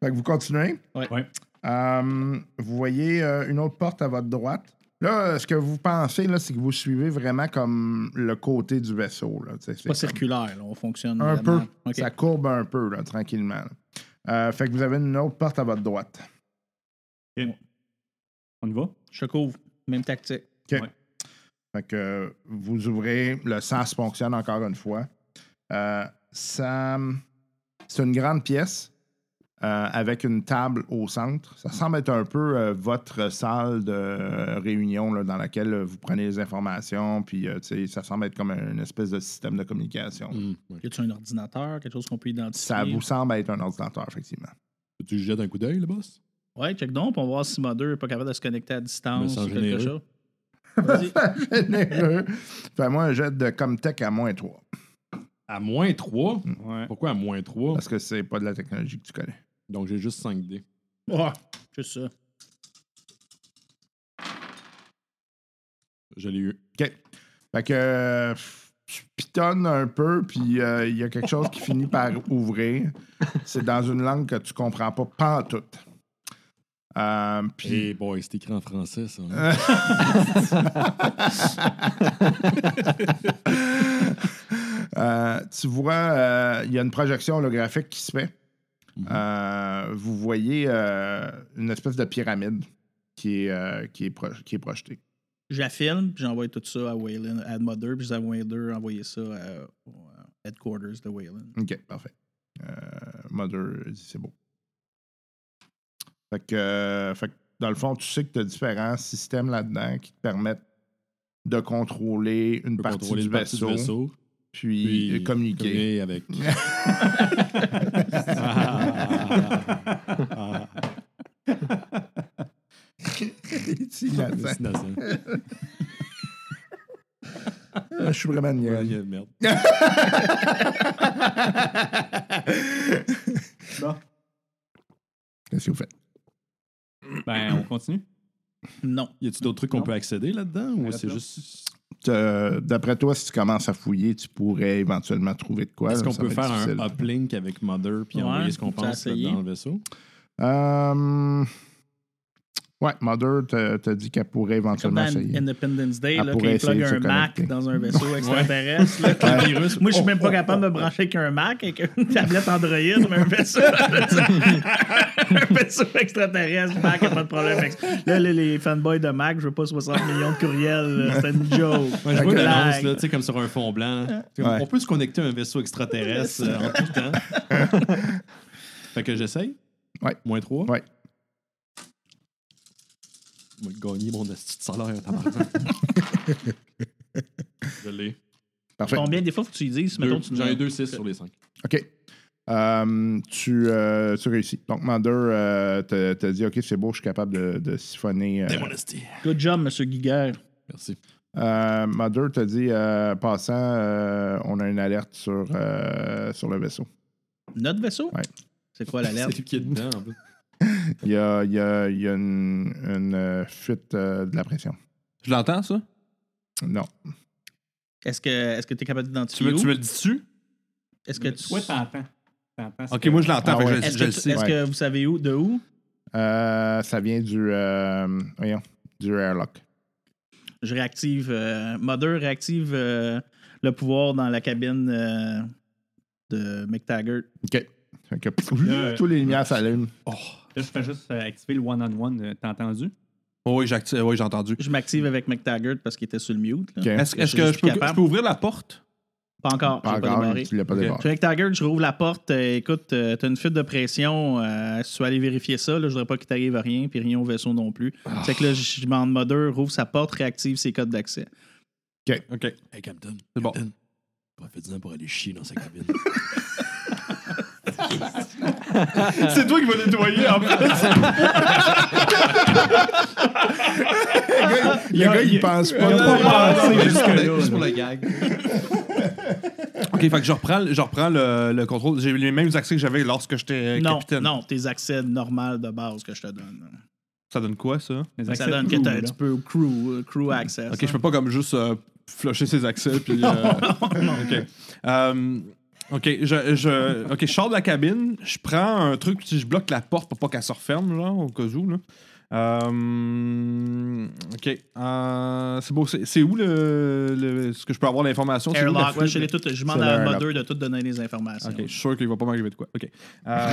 Speaker 2: Fait que vous continuez.
Speaker 4: Ouais.
Speaker 6: Ouais.
Speaker 2: Euh, vous voyez euh, une autre porte à votre droite. Là, euh, ce que vous pensez, là, c'est que vous suivez vraiment comme le côté du vaisseau. là. Tu sais,
Speaker 4: Pas
Speaker 2: c'est comme-
Speaker 4: circulaire, là, on fonctionne.
Speaker 2: Un peu.
Speaker 4: vraiment. OK.
Speaker 2: Ça courbe un peu, là, tranquillement. là. Euh, fait que vous avez une autre porte à votre droite.
Speaker 6: On y va?
Speaker 4: Je couvre. Même tactique.
Speaker 2: Fait que euh, vous ouvrez, le sens fonctionne encore une fois. Euh, ça, c'est une grande pièce euh, avec une table au centre. Ça semble être un peu euh, votre salle de euh, réunion là, dans laquelle euh, vous prenez les informations. Puis euh, tu sais, ça semble être comme une espèce de système de communication.
Speaker 4: Y a-tu un ordinateur, quelque chose qu'on peut identifier?
Speaker 2: Ça vous semble être un ordinateur, effectivement.
Speaker 5: Tu jettes un coup d'œil, le boss?
Speaker 4: Ouais, check donc, puis on va voir si Mother n'est pas capable de se connecter à
Speaker 5: Me
Speaker 4: distance
Speaker 5: sens
Speaker 4: ou quelque
Speaker 5: généreux.
Speaker 4: chose. Vas-y.
Speaker 2: Fais-moi un jet de Comtech à moins 3
Speaker 5: À moins 3?
Speaker 6: Ouais.
Speaker 5: Pourquoi à moins 3?
Speaker 2: parce que c'est pas de la technologie que tu connais.
Speaker 5: Donc, j'ai juste 5 dés.
Speaker 4: Ouais, juste ça.
Speaker 5: Je l'ai eu.
Speaker 2: OK. Fait que euh, tu pitonnes un peu, puis euh, il y a quelque chose qui finit par ouvrir. C'est dans une langue que tu comprends pas pantoute. Euh, puis...
Speaker 5: Hey Eh, boy, c'est écrit en français, ça. hein.
Speaker 2: Euh, tu vois, euh, il y a une projection holographique qui se fait. Euh, vous voyez euh, une espèce de pyramide qui est, euh, qui est, pro- qui est projetée.
Speaker 4: Je la filme, puis j'envoie tout ça à Waylon, à Mother, puis à Waylon, envoyer ça à- au euh, headquarters de Waylon.
Speaker 2: OK, parfait. Euh, Mother dit c'est beau. Fait que, euh, fait que, dans le fond, tu sais que tu as différents systèmes là-dedans qui te permettent de contrôler une
Speaker 5: On peut
Speaker 2: partie,
Speaker 5: contrôler
Speaker 2: du,
Speaker 5: une partie
Speaker 2: vaisseau,
Speaker 5: du vaisseau.
Speaker 2: puis, euh,
Speaker 5: Puis
Speaker 2: communiquer.
Speaker 5: avec. Ah. Ah.
Speaker 2: Attends,
Speaker 5: C'est innocent.
Speaker 2: Je suis vraiment une gueule.
Speaker 5: Ouais, merde.
Speaker 2: Qu'est-ce que vous faites?
Speaker 6: Ben, on continue.
Speaker 4: Non.
Speaker 5: Y a-tu d'autres trucs qu'on peut accéder là-dedans? Ou
Speaker 6: Arrête
Speaker 5: c'est
Speaker 6: Ben, là.
Speaker 5: juste.
Speaker 2: Euh, D'après toi, si tu commences à fouiller, tu pourrais éventuellement trouver de quoi.
Speaker 5: Est-ce
Speaker 2: là,
Speaker 5: qu'on
Speaker 2: ça
Speaker 5: peut
Speaker 2: va être
Speaker 5: faire
Speaker 2: difficile.
Speaker 5: un uplink avec Mother puis
Speaker 4: Ouais,
Speaker 5: envoyer ce qu'on
Speaker 4: t'as
Speaker 5: pense
Speaker 4: essayé.
Speaker 5: là, dans le vaisseau?
Speaker 2: Euh, Ouais, Mother te, te dit qu'elle pourrait
Speaker 4: Comme
Speaker 2: éventuellement
Speaker 4: dans
Speaker 2: essayer.
Speaker 4: Independence Day,
Speaker 2: Elle
Speaker 4: là,
Speaker 2: pourrait
Speaker 4: qu'il
Speaker 2: essayer
Speaker 4: plug
Speaker 2: de se
Speaker 4: un Mac
Speaker 2: connecter.
Speaker 4: dans un vaisseau extraterrestre. là, que le virus- Moi, je suis même
Speaker 2: Oh,
Speaker 4: pas capable de me brancher avec un Mac, avec une tablette Android, mais un vaisseau. un vaisseau extraterrestre, Mac, y a pas de problème. avec ça. Là, les, les fanboys de Mac, je veux pas 60 millions de courriels. là, C'est une joke.
Speaker 5: Ouais, je vois
Speaker 2: Fait
Speaker 5: une
Speaker 2: que-
Speaker 5: annonce, là, tu sais, comme sur un fond blanc. Tu sais,
Speaker 2: Ouais.
Speaker 5: On peut se connecter à un vaisseau extraterrestre euh, en tout temps. fait que j'essaye.
Speaker 2: Ouais.
Speaker 5: Moins
Speaker 4: E
Speaker 5: 3.
Speaker 2: Ouais.
Speaker 5: Je vais gagner mon astuce de salaire, tabarnak. Je l'ai.
Speaker 2: Parfait.
Speaker 4: Combien des fois faut que tu y dises?
Speaker 5: Deux.
Speaker 4: Mettons, tu
Speaker 5: J'en ai 2-6 sur les 5.
Speaker 2: OK. Euh, tu, euh, tu réussis. Donc, Mander euh, te, te dit OK, c'est beau, je suis capable de, de siphonner. euh,
Speaker 4: Good job, monsieur Guiguerre.
Speaker 5: Merci.
Speaker 2: euh, Mander te dit euh, passant, euh, on a une alerte sur, euh, sur le vaisseau.
Speaker 4: Notre vaisseau?
Speaker 2: Ouais.
Speaker 4: C'est quoi l'alerte?
Speaker 5: C'est lui qui est dedans, en plus.
Speaker 2: Il y a, il y a- il y a une, une, euh, fuite euh, de la pression.
Speaker 9: Je l'entends, ça?
Speaker 2: Non.
Speaker 4: Est-ce que est-ce que tu es capable
Speaker 9: Tu
Speaker 4: d'identifier
Speaker 9: me,
Speaker 4: où?
Speaker 9: tu me le dis-tu?
Speaker 4: Est-ce que tu.
Speaker 6: Toi, t'entends. T'entends ce
Speaker 9: Ok,
Speaker 6: que-
Speaker 9: moi je
Speaker 2: Ah
Speaker 9: l'entends, fait que
Speaker 2: ouais.
Speaker 9: je-
Speaker 4: Est-ce
Speaker 9: je,
Speaker 4: que,
Speaker 9: le
Speaker 4: tu-
Speaker 9: sais.
Speaker 4: est-ce
Speaker 2: ouais.
Speaker 4: que vous savez où, de où?
Speaker 2: Euh, ça vient du. euh, voyons, du airlock.
Speaker 4: Je réactive. euh, Mother réactive euh, le pouvoir dans la cabine euh, de McTaggart.
Speaker 2: OK. Fait que, pff,
Speaker 6: Là,
Speaker 2: tous les lumières s'allument.
Speaker 6: Là, je fais juste euh, activer le one-on-one. euh, T'as entendu?
Speaker 9: Oh, oui, j'active- oui, j'ai entendu.
Speaker 4: Je m'active avec McTaggart parce qu'il était sur le mute. là.
Speaker 2: OK.
Speaker 9: Est-ce est-ce
Speaker 4: suis
Speaker 9: que
Speaker 4: juste
Speaker 9: je peux,
Speaker 4: plus capable.
Speaker 9: je peux ouvrir la porte?
Speaker 4: Pas encore.
Speaker 2: Pas
Speaker 4: j'ai pas
Speaker 2: encore,
Speaker 4: démarré.
Speaker 2: tu l'as pas
Speaker 9: Ok.
Speaker 2: débarré.
Speaker 4: Je suis avec Tiger, je rouvre la porte. euh, écoute, euh, t'as une fuite de pression. euh, si tu veux aller vérifier ça, là, je voudrais pas qu'il t'arrive à rien, puis rien au vaisseau non plus.
Speaker 2: Ah.
Speaker 4: C'est que là, je demande Mother, rouvre sa porte, réactive ses codes d'accès.
Speaker 9: Ok.
Speaker 5: Hey, Captain.
Speaker 9: C'est bon.
Speaker 5: Captain, Profite-en pour aller chier dans sa cabine.
Speaker 9: C'est toi qui vas nettoyer en fait.
Speaker 2: Le gars, il pense pas trop.
Speaker 5: Ah,
Speaker 9: Juste pour la gag. ok, fait que je reprends, je reprends le, le contrôle. J'ai les mêmes accès que j'avais lorsque j'étais euh,
Speaker 4: non,
Speaker 9: capitaine.
Speaker 4: non, tes accès normaux de base que je te donne.
Speaker 9: Ça donne quoi ça?
Speaker 6: Les
Speaker 4: ça
Speaker 6: accès
Speaker 4: donne que
Speaker 6: cool,
Speaker 4: t'as-
Speaker 6: là.
Speaker 4: tu peux crew, euh, crew access.
Speaker 9: Ok, je peux pas comme juste euh, flusher ses accès puis. euh, ok. Euh, ok, je, je, ok, je sors de la cabine, je prends un truc puis je bloque la porte pour pas qu'elle se referme là, au cas où là. Euh, ok, Euh, c'est beau. C'est c'est où le, le- ce que je peux avoir l'information C'est où la
Speaker 4: Airlock,
Speaker 9: fouille?
Speaker 4: ouais, je l'ai tout- je demande
Speaker 2: C'est le
Speaker 4: à
Speaker 2: airlock.
Speaker 4: Mother de tout donner les informations.
Speaker 9: Ok, je suis sûr qu'il va pas m'arriver de quoi. Ok. Euh,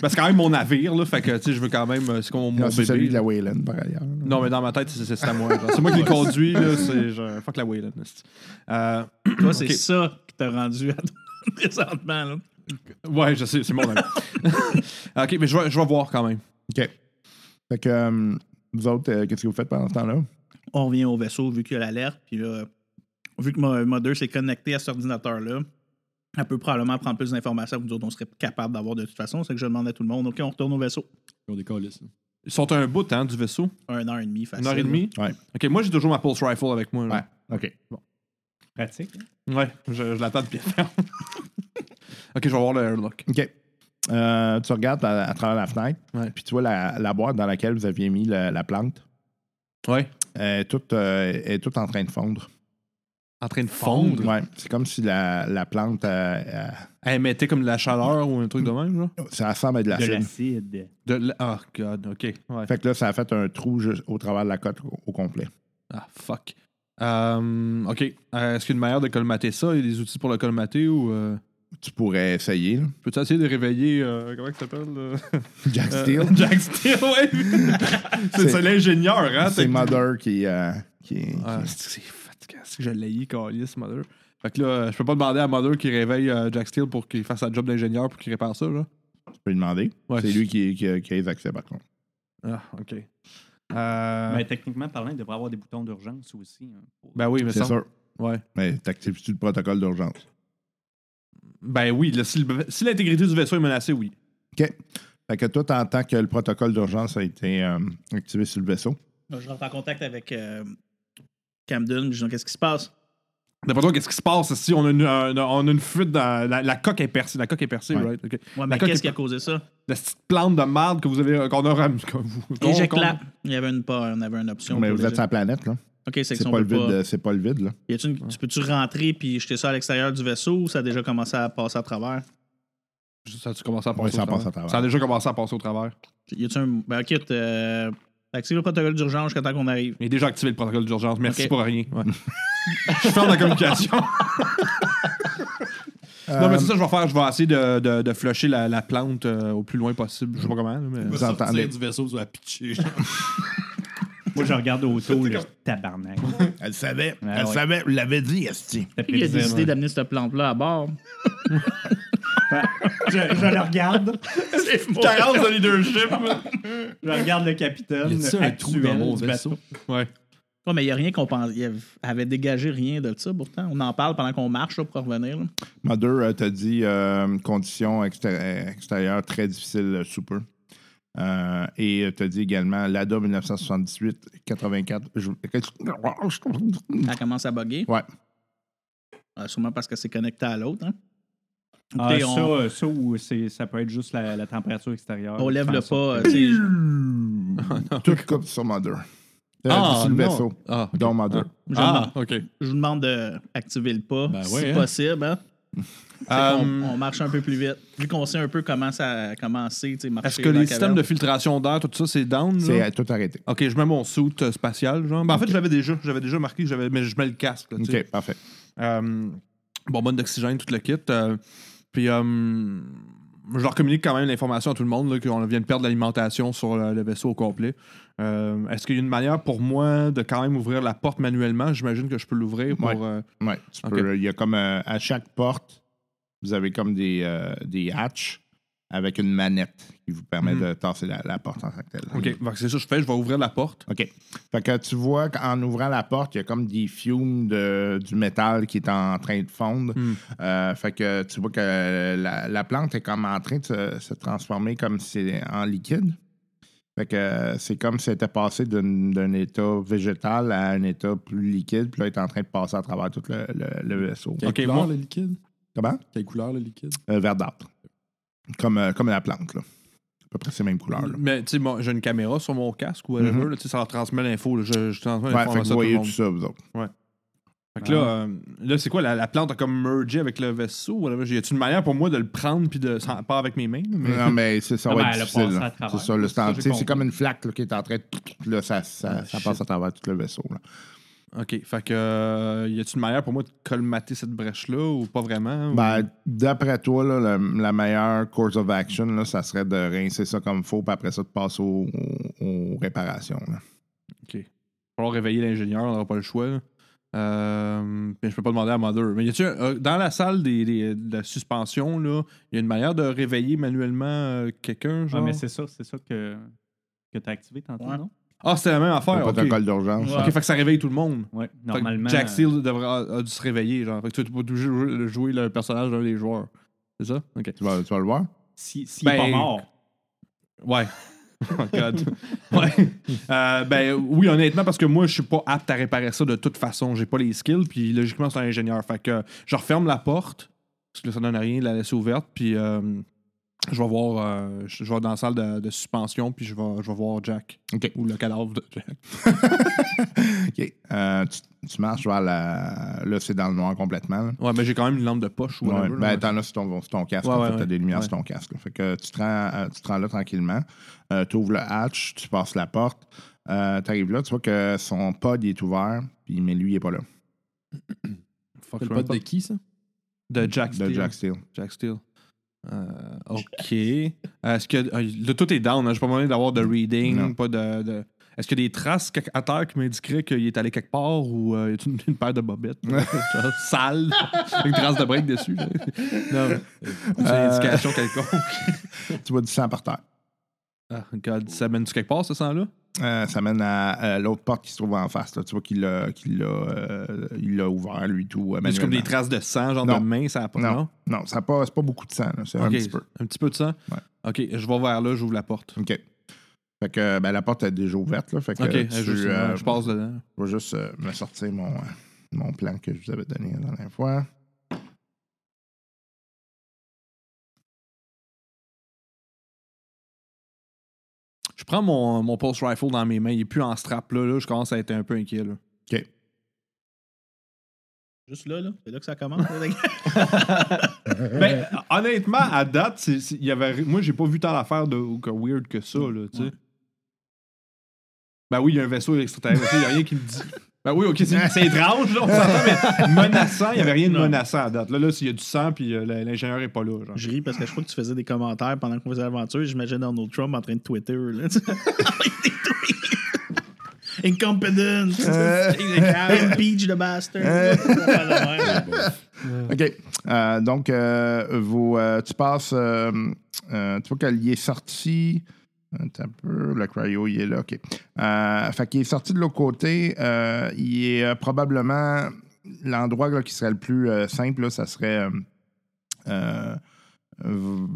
Speaker 9: parce que quand même mon navire, là, fait que tu sais, je veux quand même. euh, C'est comme mon
Speaker 2: Non,
Speaker 9: bébé.
Speaker 2: c'est celui de
Speaker 9: là.
Speaker 2: la Wayland, par ailleurs.
Speaker 9: Non, mais dans ma tête, c'est- c'est c'est à moi. genre. C'est moi qui le conduis, là. C'est genre, fuck la Wayland. esti. Euh,
Speaker 4: Toi, c'est
Speaker 9: Ok.
Speaker 4: ça qui t'a rendu à ton présentement. là.
Speaker 9: ouais, je sais, c'est mon ami. ok, mais je vais, je vais voir quand même.
Speaker 2: OK. Fait que, euh, vous autres, euh, qu'est-ce que vous faites pendant ce temps-là?
Speaker 4: on revient au vaisseau vu qu'il y a l'alerte. Puis là, vu que Mo- Mother s'est connecté à cet ordinateur-là, elle peut probablement prendre plus d'informations que nous autres, on serait capable d'avoir de toute façon. C'est que je demande à tout le monde. OK, on retourne au vaisseau.
Speaker 5: Ils ont des calices, là.
Speaker 9: Ils sont à un bout, hein, du vaisseau.
Speaker 4: Un heure et demie, facile.
Speaker 9: Une heure et demie.
Speaker 2: Ben, Ouais.
Speaker 9: Ok, moi, j'ai toujours ma pulse rifle avec moi. là.
Speaker 2: OK.
Speaker 6: Pratique.
Speaker 9: Ouais, je, je l'attends depuis la ferme. ok, je vais voir le airlock.
Speaker 2: OK. Euh, tu regardes à, à travers la fenêtre,
Speaker 9: Ouais.
Speaker 2: puis tu vois la, la boîte dans laquelle vous aviez mis la, la plante.
Speaker 9: Ouais.
Speaker 2: Elle est toute, euh, elle est toute en train de fondre.
Speaker 9: En train de fondre.
Speaker 2: Ouais. C'est comme si la, la plante, euh, euh,
Speaker 9: Elle mettait comme de la chaleur ou un truc de même, genre.
Speaker 2: ça ressemble à de
Speaker 6: De
Speaker 2: l'acide.
Speaker 6: l'acide.
Speaker 9: De la- Ah, God, ok. Ouais.
Speaker 2: Fait que là, ça a fait un trou juste au travers de la côte au, au complet.
Speaker 9: Ah, fuck. Euh, OK. Euh, Est-ce qu'il y a une manière de colmater ça? Il y a des outils pour le colmater ou... euh,
Speaker 2: Tu pourrais essayer. là.
Speaker 9: Peux-tu essayer de réveiller... euh, comment il s'appelle? euh,
Speaker 2: Jack
Speaker 9: euh,
Speaker 2: Steele.
Speaker 9: Jack Steele, ouais. C'est
Speaker 2: C'est-
Speaker 9: c'est l'ingénieur, hein?
Speaker 2: C'est
Speaker 9: t'es-
Speaker 2: Mother qui. euh, qui,
Speaker 9: Ah,
Speaker 2: qui-
Speaker 9: c'est c'est fatigant. C'est que je l'ai Calis, Mother. Fait que là, euh, je peux pas demander à Mother qu'il réveille euh, Jack Steele pour qu'il fasse sa job d'ingénieur pour qu'il répare ça, là?
Speaker 2: Tu peux lui demander.
Speaker 9: Ouais.
Speaker 2: C'est lui qui, qui, qui a les accès, par contre.
Speaker 9: Ah, OK. Euh,
Speaker 6: Mais Ben, techniquement parlant, il devrait avoir des boutons d'urgence aussi. hein, pour-
Speaker 9: Ben oui, mais
Speaker 2: C'est
Speaker 9: ça...
Speaker 2: sûr.
Speaker 9: Ouais.
Speaker 2: Mais t'actives-tu le protocole d'urgence?
Speaker 9: Ben oui, là, si le- si l'intégrité du vaisseau est menacée, oui.
Speaker 2: Fait que toi, t'entends que le protocole d'urgence a été euh, activé sur le vaisseau.
Speaker 4: Là, Je rentre en contact avec euh, Camden. Je dis Qu'est-ce qui se passe
Speaker 9: D'après toi, qu'est-ce qui se passe si on a une, un- on a une fuite dans la, la coque est percée? La coque est percée,
Speaker 2: Ouais.
Speaker 9: right? OK.
Speaker 4: Ouais,
Speaker 9: La
Speaker 4: mais
Speaker 9: coque
Speaker 4: qu'est-ce
Speaker 9: est-
Speaker 4: qui a causé ça
Speaker 9: La petite plante de merde que vous avez euh, qu'on a ram- que vous- qu'on-
Speaker 4: Éjecte-la. Il y avait une pas, on avait une option.
Speaker 2: Mais
Speaker 4: pour
Speaker 2: vous
Speaker 4: les-
Speaker 2: êtes sur la planète, là.
Speaker 4: OK, c'est que
Speaker 2: C'est
Speaker 4: si on
Speaker 2: pas, le
Speaker 4: peut
Speaker 2: vide,
Speaker 4: pas.
Speaker 2: euh, c'est pas le vide, là.
Speaker 4: Y a-tu une- Tu peux-tu rentrer puis jeter ça à l'extérieur du vaisseau ou ça a déjà commencé à passer à travers
Speaker 9: qu'on- Ça a-tu commencé à passer
Speaker 2: Ouais, ça
Speaker 9: au
Speaker 2: passe à
Speaker 9: travers?
Speaker 2: travers.
Speaker 9: Ça a déjà commencé à passer au travers.
Speaker 4: Y a-tu un. Ben, OK, euh, active le protocole d'urgence jusqu'à temps qu'on arrive.
Speaker 9: Il a déjà activé le protocole d'urgence. Merci
Speaker 4: Ok.
Speaker 9: pour rien. Ouais. je ferme la communication. non, mais c'est ça que je vais faire. Je vais essayer de, de, de flusher la, la plante euh, au plus loin possible. Je sais pas comment, là, mais...
Speaker 5: Vous
Speaker 2: entendez.
Speaker 5: sortir du vaisseau, tu vas pitcher.
Speaker 6: Moi, je regarde autour, le tabarnak.
Speaker 2: Elle savait.
Speaker 6: Ah ouais.
Speaker 2: savait. Vous l'avez dit, Esti.
Speaker 6: T'as
Speaker 4: Il a
Speaker 6: plaisir,
Speaker 4: décidé
Speaker 6: hein.
Speaker 4: d'amener cette plante-là à bord.
Speaker 6: je, je le regarde.
Speaker 4: C'est moi.
Speaker 9: Carence de leadership.
Speaker 6: Je regarde le capitaine.
Speaker 5: Y a-tu un
Speaker 6: actuel
Speaker 5: trou dans mon
Speaker 6: du
Speaker 5: vaisseau?
Speaker 9: ouais.
Speaker 4: Ouais, mais il n'y a rien qu'on pense. Il avait- avait dégagé rien de ça, pourtant. On en parle pendant qu'on marche là, pour revenir. là.
Speaker 2: Mother euh, t'a dit euh, conditions exté- extérieures très difficiles euh, sous peu. Euh, et euh, t'a dit également l'ADA 1978-84. je-
Speaker 4: Elle commence à bugger.
Speaker 2: Ouais.
Speaker 4: Euh, sûrement parce que c'est connecté à l'autre. hein.
Speaker 6: Ah,
Speaker 4: Écoutez,
Speaker 6: ça,
Speaker 4: on,
Speaker 6: euh, ça, ou c'est- ça peut être juste la, la température extérieure.
Speaker 4: on lève
Speaker 6: Enfin,
Speaker 4: le
Speaker 6: ça-
Speaker 4: pas. euh, tu sais,
Speaker 2: Tout coupe sur Mother. T'as
Speaker 4: Ah,
Speaker 2: dit sur le
Speaker 9: non.
Speaker 2: vaisseau.
Speaker 9: Ah,
Speaker 2: Dont Mother.
Speaker 4: je,
Speaker 9: ah, ok.
Speaker 4: je vous demande d'activer le pas,
Speaker 5: Ben
Speaker 4: si
Speaker 5: ouais, hein.
Speaker 4: possible. hein.
Speaker 9: Euh,
Speaker 4: on, on marche un peu plus vite. Vu qu'on sait un peu comment ça a commencé, tu sais, marcher
Speaker 9: Est-ce que
Speaker 4: dans la
Speaker 9: les systèmes
Speaker 4: caverne.
Speaker 9: de filtration d'air, tout ça, c'est down?
Speaker 2: C'est
Speaker 9: là?
Speaker 2: euh, tout arrêté.
Speaker 9: Ok, je mets mon suit euh, spatial. Genre. Ben, en fait, je l'avais déjà. J'avais déjà marqué que j'avais, mais je mets le casque. Là, tu sais.
Speaker 2: OK, parfait.
Speaker 9: Euh, bonbonne d'oxygène, tout le kit. euh, puis, euh, je leur communique quand même l'information à tout le monde là, qu'on vient de perdre l'alimentation sur le, le vaisseau au complet. Euh, est-ce qu'il y a une manière pour moi de quand même ouvrir la porte manuellement? J'imagine que je peux l'ouvrir pour.
Speaker 2: Ouais.
Speaker 9: euh,
Speaker 2: Ouais, tu
Speaker 9: OK.
Speaker 2: peux- il y a comme euh, à chaque porte, vous avez comme des, euh, des hatches avec une manette qui vous permet
Speaker 9: Mhm.
Speaker 2: de tasser la, la porte en tant que telle.
Speaker 9: OK, fait que c'est ça que je fais. Je vais ouvrir la porte.
Speaker 2: OK. Fait que tu vois qu'en ouvrant la porte, il y a comme des fumes de, du métal qui est en train de fondre.
Speaker 9: Mm.
Speaker 2: Euh, fait que tu vois que la, la plante est comme en train de se, se transformer comme si c'est en liquide. Fait que euh, c'est comme si elle était passée d'un d'un état végétal à un état plus liquide, puis là, elle est en train de passer à travers tout le, le- le vaisseau.
Speaker 9: Ok,
Speaker 5: couleur,
Speaker 9: moi-
Speaker 5: le liquide?
Speaker 2: Comment?
Speaker 5: Quelle couleur, le liquide?
Speaker 2: Euh, verdâtre. Comme, euh, comme la plante, là. À peu près ces mêmes couleurs,
Speaker 5: Mm-hmm.
Speaker 2: là.
Speaker 9: Mais, tu sais, moi, j'ai une caméra sur mon casque ou whatever.
Speaker 2: Mhm.
Speaker 9: là, tu sais, ça leur transmet l'info. là. Je, je transmets
Speaker 2: Ouais, fait que vous
Speaker 9: l'information à tout
Speaker 2: voyez
Speaker 9: le
Speaker 2: tout
Speaker 9: monde.
Speaker 2: ça, Ah. vous autres.
Speaker 9: Fait que là, euh, là c'est quoi? La, la plante a comme mergé avec le vaisseau? whatever. Y a-tu une manière pour moi de le prendre puis de. sans- Pas avec mes mains? là, mais-
Speaker 2: Non, mais c'est ça,
Speaker 6: Non,
Speaker 2: va
Speaker 6: mais
Speaker 2: être
Speaker 6: Ah ben, elle a
Speaker 2: difficile.
Speaker 6: passé à
Speaker 2: là.
Speaker 6: travers.
Speaker 2: C'est ça, le
Speaker 6: C'est ça,
Speaker 2: stand.
Speaker 6: j'ai
Speaker 2: C'est
Speaker 6: compris.
Speaker 2: comme une flaque là, qui est en train de. puis Là, ça, ça, ça passe à travers tout le vaisseau. Là.
Speaker 9: OK. Fait que euh, y a-t-il une manière pour moi de colmater cette brèche-là ou pas vraiment? ou-
Speaker 2: Ben, D'après toi, là, le- la meilleure course of action, là, ça serait de rincer ça comme faut, puis après ça, de passer au- au- aux réparations. là.
Speaker 9: Il va falloir réveiller l'ingénieur, on n'aura pas le choix. là. Euh, mais je peux pas demander à Mother. Mais y a-tu un- euh, dans la salle des, des- de la suspension, là, y a une manière de réveiller manuellement euh, quelqu'un?
Speaker 6: Ouais,
Speaker 9: Genre?
Speaker 6: Ah, mais c'est ça, c'est ça que, que t'as activé tantôt,
Speaker 4: Ouais.
Speaker 6: non?
Speaker 9: ah, c'était la même
Speaker 2: Au
Speaker 9: affaire. ok.
Speaker 2: protocole d'urgence.
Speaker 4: Ouais.
Speaker 9: Ok, fait que ça réveille tout le monde.
Speaker 6: Ouais,
Speaker 9: Fait que
Speaker 6: normalement. euh,
Speaker 9: Jack Seal devrait, a, a dû se réveiller. Genre. Fait que tu n'es pas obligé de jouer- de jouer le personnage d'un des joueurs. C'est ça? Ok.
Speaker 2: Tu vas, tu vas le voir?
Speaker 6: Si, si
Speaker 9: Ben,
Speaker 6: il est pas mort.
Speaker 9: Ouais. Oh God. Ouais. Euh, ben oui, honnêtement, parce que moi, je suis pas apte à réparer ça de toute façon. J'ai pas les skills, puis logiquement, c'est un ingénieur. Fait que je referme la porte, parce que là, ça donne à rien de la laisser ouverte, puis euh, je vais voir, euh, je je vais dans la salle de, de suspension, puis je vais, je vais voir Jack.
Speaker 2: Ok.
Speaker 9: Ou le cadavre de Jack.
Speaker 2: OK. Euh, tu, tu marches vers la. Là, c'est dans le noir complètement. là.
Speaker 9: Ouais, mais j'ai quand même une lampe de poche ou
Speaker 2: Ouais,
Speaker 9: whatever, là.
Speaker 2: ben, t'en as sur ton, sur ton casque.
Speaker 9: Ouais,
Speaker 2: en
Speaker 9: ouais,
Speaker 2: fait, t'as
Speaker 9: ouais.
Speaker 2: des lumières
Speaker 9: Ouais.
Speaker 2: sur ton casque. là. Fait que tu te rends, euh, tu te rends là tranquillement. tu ouvres le hatch, tu passes la porte. tu arrives là, tu vois que son pod il est ouvert, puis, mais lui, il n'est pas là.
Speaker 9: Fuck,
Speaker 5: C'est
Speaker 9: je
Speaker 5: le
Speaker 9: sais
Speaker 5: pote de
Speaker 9: même
Speaker 5: qui, ça?
Speaker 9: pas. de Jack
Speaker 2: De
Speaker 9: Steele.
Speaker 2: Jack Steele.
Speaker 9: Jack Steele. Euh, OK. Est-ce que. euh, là, tout est down. hein. J'ai pas moyen d'avoir de reading,
Speaker 2: Non.
Speaker 9: pas de. de- Est-ce qu'il y a des traces quelque- à terre qui m'indiqueraient qu'il est allé quelque part ou euh, y a une, une paire de bobettes genre, sale, une trace de break dessus? là. Non. C'est une
Speaker 2: Euh.
Speaker 9: indication quelconque.
Speaker 2: Tu vois du sang par terre.
Speaker 9: Ah, God, ça mène-tu quelque part, ce sang-là?
Speaker 2: Euh, ça mène à, à l'autre porte qui se trouve en face. là. Tu vois qu'il l'a qu'il l'a, euh, il l'a ouvert, lui, tout. euh,
Speaker 9: C'est comme
Speaker 2: manuellement.
Speaker 9: des traces de sang, genre
Speaker 2: Non.
Speaker 9: de main, ça a pas.
Speaker 2: Non. Non, ça n'a pas, c'est pas beaucoup de sang. là. C'est un
Speaker 9: Ok,
Speaker 2: petit peu.
Speaker 9: Un petit peu de sang?
Speaker 2: Ouais.
Speaker 9: OK, je vais vers là, j'ouvre la porte.
Speaker 2: OK. Fait que ben, la porte est déjà ouverte. Là, fait que
Speaker 9: OK,
Speaker 2: tu,
Speaker 9: je,
Speaker 2: euh,
Speaker 9: je passe dedans.
Speaker 2: Je vais juste euh, me sortir mon, euh, mon plan que je vous avais donné la dernière fois.
Speaker 9: Je prends mon, mon pulse rifle dans mes mains. Il est plus en strap là. là. Je commence à être un peu inquiet. Là.
Speaker 4: Juste là, là. C'est là que ça commence. là, les gars.
Speaker 9: Ben, honnêtement, à date, c'est- c'est- il y avait, moi, j'ai pas vu tant d'affaires de que weird que ça. Là, tu sais. Ben oui, il y a un vaisseau extraterrestre. Il y a rien qui me dit. Ben oui, ok, c'est c'est étrange, là, on s'entend, mais menaçant, il y avait rien de
Speaker 4: Non.
Speaker 9: menaçant à date. Là, là s'il y a du sang, puis euh, la- l'ingénieur est pas là. genre.
Speaker 4: Je ris parce que je crois que tu faisais des commentaires pendant qu'on faisait l'aventure. J'imagine Donald Trump en train de Twitter. Là, tu sais. Incompetent. Euh. Impeach the bastard.
Speaker 2: OK. Euh, donc, euh, vous, euh, tu passes. euh, euh, tu vois qu'elle y est sortie. Attends un peu, le cryo, il est là, OK. Euh, fait qu'il est sorti de l'autre côté. euh, il est euh, probablement. L'endroit là, qui serait le plus euh, simple, là, ça serait. euh, euh, v-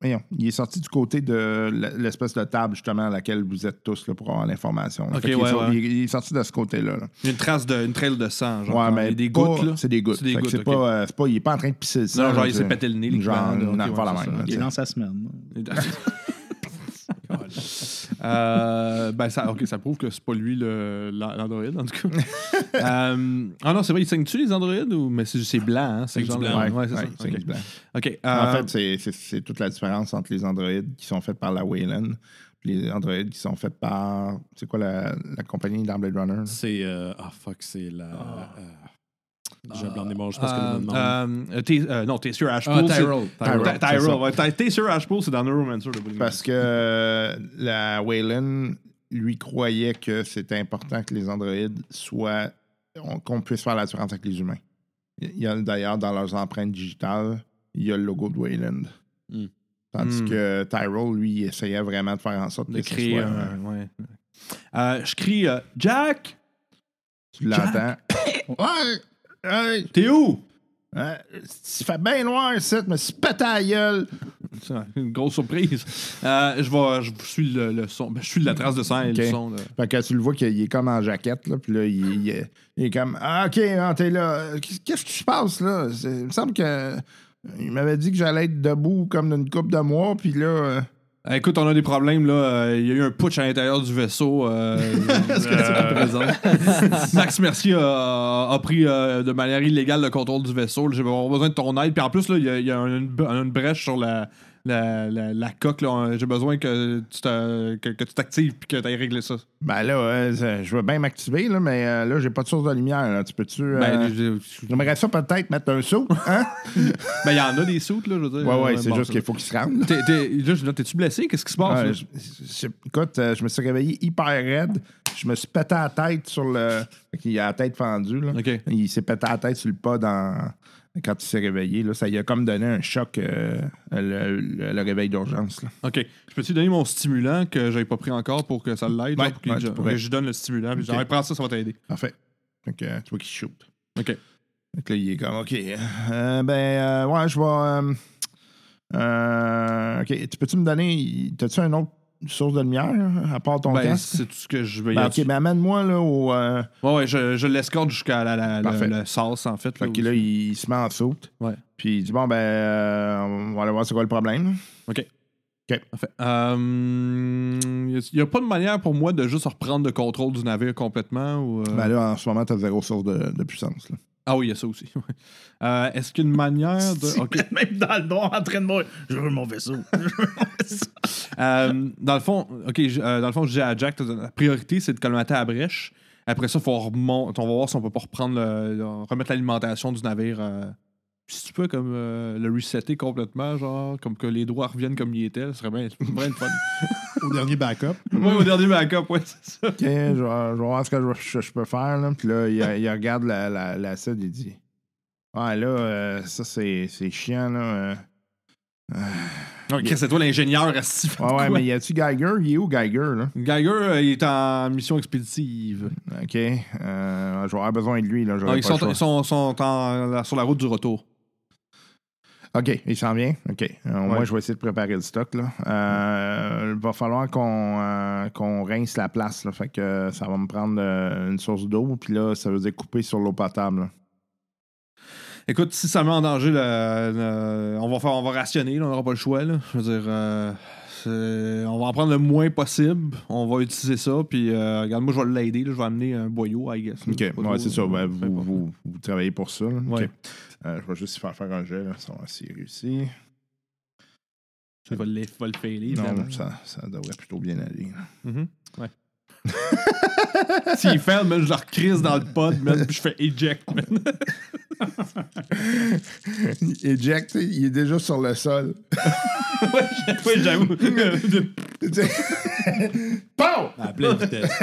Speaker 2: voyons, il est sorti du côté de l- l'espèce de table, justement, à laquelle vous êtes tous là, pour avoir l'information. là.
Speaker 9: OK,
Speaker 2: Fait qu'il est
Speaker 9: ouais,
Speaker 2: sorti-
Speaker 9: ouais.
Speaker 2: il, est- il est sorti de ce côté-là. là.
Speaker 9: Il y a une trace de, une trail de sang. Genre,
Speaker 2: Ouais,
Speaker 9: quand il y
Speaker 2: mais
Speaker 9: a des
Speaker 2: pas-
Speaker 9: gouttes. Là.
Speaker 2: C'est des gouttes.
Speaker 9: C'est des
Speaker 2: Fait que
Speaker 9: gouttes,
Speaker 2: C'est
Speaker 9: ok.
Speaker 2: pas, euh, c'est pas, il est pas en train de pisser le sang.
Speaker 9: Non, genre,
Speaker 2: là,
Speaker 9: il
Speaker 2: tu
Speaker 9: s'est
Speaker 2: sais.
Speaker 9: pété le nez.
Speaker 2: Genre,
Speaker 9: l'équivalent, là.
Speaker 2: non,
Speaker 9: Ok,
Speaker 2: voilà
Speaker 9: ouais,
Speaker 2: même,
Speaker 9: c'est
Speaker 2: là.
Speaker 4: Il est dans sa semaine.
Speaker 9: ça. Euh, ben ça, ok, ça prouve que c'est pas lui le- la- l'android, en tout cas. Euh, ah non, c'est vrai, ils saignent-tu les androïdes ou. Mais c'est c'est blanc, hein? C'est
Speaker 5: C'est
Speaker 9: le genre
Speaker 5: du
Speaker 9: de-
Speaker 5: blanc.
Speaker 2: Ouais,
Speaker 9: Ouais, c'est
Speaker 2: ouais,
Speaker 9: ça.
Speaker 2: c'est
Speaker 9: ok.
Speaker 2: blanc.
Speaker 9: Ok,
Speaker 2: En
Speaker 9: euh,
Speaker 2: fait, c'est- c'est- c'est toute la différence entre les androïdes qui sont faits par la Wayland et les androïdes qui sont faits par. C'est quoi la, la compagnie dans Blade Runner? là?
Speaker 5: C'est. euh, Ah, fuck, c'est la. euh, J'ai un blanc des morts, je pense que
Speaker 9: euh,
Speaker 5: le nom.
Speaker 9: euh, T- euh, non, t'es sûr Ashpool.
Speaker 5: Ah,
Speaker 9: c'est-
Speaker 5: Tyrell.
Speaker 9: Tyrell.
Speaker 2: Tyrell,
Speaker 9: Tyrell,
Speaker 2: c'est ça.
Speaker 9: ouais. Ty- T'es sûr Ashpool, c'est dans Neuromancer de William.
Speaker 2: Parce que euh, la Wayland, lui, croyait que c'était important que les androïdes soient. on- qu'on puisse faire la différence avec les humains. Il y a d'ailleurs dans leurs empreintes digitales, il y a le logo de Wayland.
Speaker 5: Hmm.
Speaker 2: Tandis
Speaker 9: Hmm.
Speaker 2: que Tyrell, lui, il essayait vraiment de faire en sorte
Speaker 9: de
Speaker 2: que ce
Speaker 9: créer
Speaker 2: soit,
Speaker 9: un- ouais. Euh, je crie euh, Jack,
Speaker 2: Tu l'entends. ouais! Ouais!
Speaker 9: t'es où?
Speaker 2: Hein? Il fait bien noir ici, mais c'est pas ta gueule!
Speaker 9: C'est Une grosse surprise. Euh, je vais, je suis le, le son. Ben, je suis la trace de sang et le
Speaker 2: Ok.
Speaker 9: son. là.
Speaker 2: Fait que tu le vois qu'il est comme en jaquette, là, puis là, il, il est- il est comme Ah, ok, non, t'es là. Qu'est-ce qui se passe, là? C'est- Il me semble que. Il m'avait dit que j'allais être debout comme d'une coupe de mois, puis là. euh,
Speaker 9: Euh, Écoute, on a des problèmes là. Euh, Il y a eu un putsch à l'intérieur du vaisseau. euh, euh, Max Mercier a, a pris euh, de manière illégale le contrôle du vaisseau. J'ai vraiment besoin de ton aide. Puis en plus, là, il y a, il y a une, une brèche sur la, la, la- la coque. là. Euh, J'ai besoin que tu te- que- que tu t'actives puis que tu ailles régler ça.
Speaker 2: Ben là, euh, ça- je veux bien m'activer, là, mais euh, là, j'ai pas de source de lumière. là. Tu peux-tu. euh,
Speaker 9: Ben, je-
Speaker 2: J'aimerais ça peut-être mettre un saut, hein?
Speaker 9: ben, il y en a des soutes, là, je veux dire. Euh,
Speaker 2: ouais, ouais, c'est
Speaker 9: bon,
Speaker 2: juste
Speaker 9: ça-
Speaker 2: qu'il faut qu'il se rende. là.
Speaker 9: T'es- t'es- là, je- là, T'es-tu blessé? Qu'est-ce qui se passe?
Speaker 2: Ah,
Speaker 9: là?
Speaker 2: je- je- je- écoute, euh, je me suis réveillé hyper raide. Je me suis pété la tête sur le. Il a la tête fendue. Là.
Speaker 9: Ok.
Speaker 2: Il s'est pété la tête sur le pas dans... quand il s'est réveillé. Là. Ça lui a comme donné un choc, euh, le, le- le réveil d'urgence. là.
Speaker 9: OK. Je peux-tu donner mon stimulant que j'avais pas pris encore pour que ça l'aide? là,
Speaker 2: Ouais,
Speaker 9: pour qu'il-
Speaker 2: ouais, tu
Speaker 9: pour
Speaker 2: pourrais.
Speaker 9: que je lui donne le stimulant. Puis je dis,
Speaker 2: OK.
Speaker 9: Ah, prends ça, ça va t'aider.
Speaker 2: Parfait. Donc, euh, tu vois qu'il shoot.
Speaker 9: OK.
Speaker 2: Donc là, il est comme, OK. euh, ben, euh, ouais, je vais. euh, euh, OK. Tu peux-tu me donner. T'as-tu une autre source de lumière, hein, à part ton
Speaker 9: Ben,
Speaker 2: casque?
Speaker 9: c'est tout ce que je vais y
Speaker 2: Ben,
Speaker 9: aller.
Speaker 2: OK, ben, amène-moi là, au. euh,
Speaker 9: Ouais, ouais, je, je l'escorte jusqu'à la, la-
Speaker 2: Parfait.
Speaker 9: le, le sas, en fait. là,
Speaker 2: Fait que
Speaker 9: où-
Speaker 2: là, il se met en saute.
Speaker 9: Ouais.
Speaker 2: Puis il dit Bon, ben, euh, on va aller voir c'est quoi le problème.
Speaker 9: Parfait. Euh, Il n'y a pas de manière pour moi de juste reprendre le contrôle du navire complètement? Ou, euh,
Speaker 2: Ben là, en ce moment, t'as zéro source de, de puissance. là.
Speaker 9: Ah oui, il y a ça aussi. ouais. Euh, Est-ce qu'il y a une manière de... ben, OK.
Speaker 4: Même dans le noir, en train de mourir. Je veux mon vaisseau. Je veux mon vaisseau.
Speaker 9: Euh, dans le fond, ok, je- euh, dans le fond, je dis à Jack, la priorité c'est de colmater la brèche. Après ça, faut remon- on va voir si on peut pas reprendre le- le- remettre l'alimentation du navire. euh, si tu peux comme euh, le resetter complètement, genre comme que les doigts reviennent comme ils étaient, ce serait bien, ce serait bien le fun.
Speaker 10: Au dernier backup.
Speaker 9: ouais, au dernier backup, ouais, c'est ça.
Speaker 2: OK, je vais, je vais voir ce que je, je- je peux faire. Là. Puis là, il, il regarde la, la, la scène, il dit Ouais, là, euh, ça, c'est c'est chiant. Là. euh.
Speaker 9: Ok, c'est toi l'ingénieur à
Speaker 2: Ouais, ouais, mais y a-tu Geiger Il est où Geiger là?
Speaker 9: Geiger, euh, il est en mission expéditive.
Speaker 2: OK. euh, je vais avoir besoin de lui. Là, j'aurai
Speaker 9: Non, Ah, ils
Speaker 2: pas le choix.
Speaker 9: sont, ils sont- sont en- sur la route du retour.
Speaker 2: OK, il s'en vient. OK. Euh, Au moins,
Speaker 9: Ouais.
Speaker 2: je vais essayer de préparer le stock. là. Euh, Il va falloir qu'on euh, qu'on rince la place. Là. Fait que euh, ça va me prendre euh, une source d'eau. Puis là, ça veut dire couper sur l'eau potable. là.
Speaker 9: Écoute, si ça met en danger, le, le- on, va faire, on va rationner, là, on n'aura pas le choix. là. Je veux dire, euh, c'est- on va en prendre le moins possible, on va utiliser ça, puis euh, regarde, moi je vais l'aider, là, je vais amener un boyau, I guess. là.
Speaker 2: OK.
Speaker 9: Pas trop,
Speaker 2: Ouais, c'est ça.
Speaker 9: euh,
Speaker 2: Ben,
Speaker 9: peu
Speaker 2: vous,
Speaker 9: importe.
Speaker 2: vous, vous travaillez pour ça. là. OK.
Speaker 9: Ouais.
Speaker 2: Euh, je vais juste y faire faire un jet. Là. Ça va s'y réussir.
Speaker 9: Ça va le, va le failer,
Speaker 2: Non,
Speaker 9: finalement.
Speaker 2: ça, ça devrait plutôt bien aller. là.
Speaker 9: Mhm. Ouais. S'il fail, même je leur crise dans le pod, même, puis je fais eject, man.
Speaker 2: Et Jack, tu sais, il est déjà sur le sol.
Speaker 9: Oui, j'avoue.
Speaker 2: Pow!
Speaker 5: À pleine vitesse.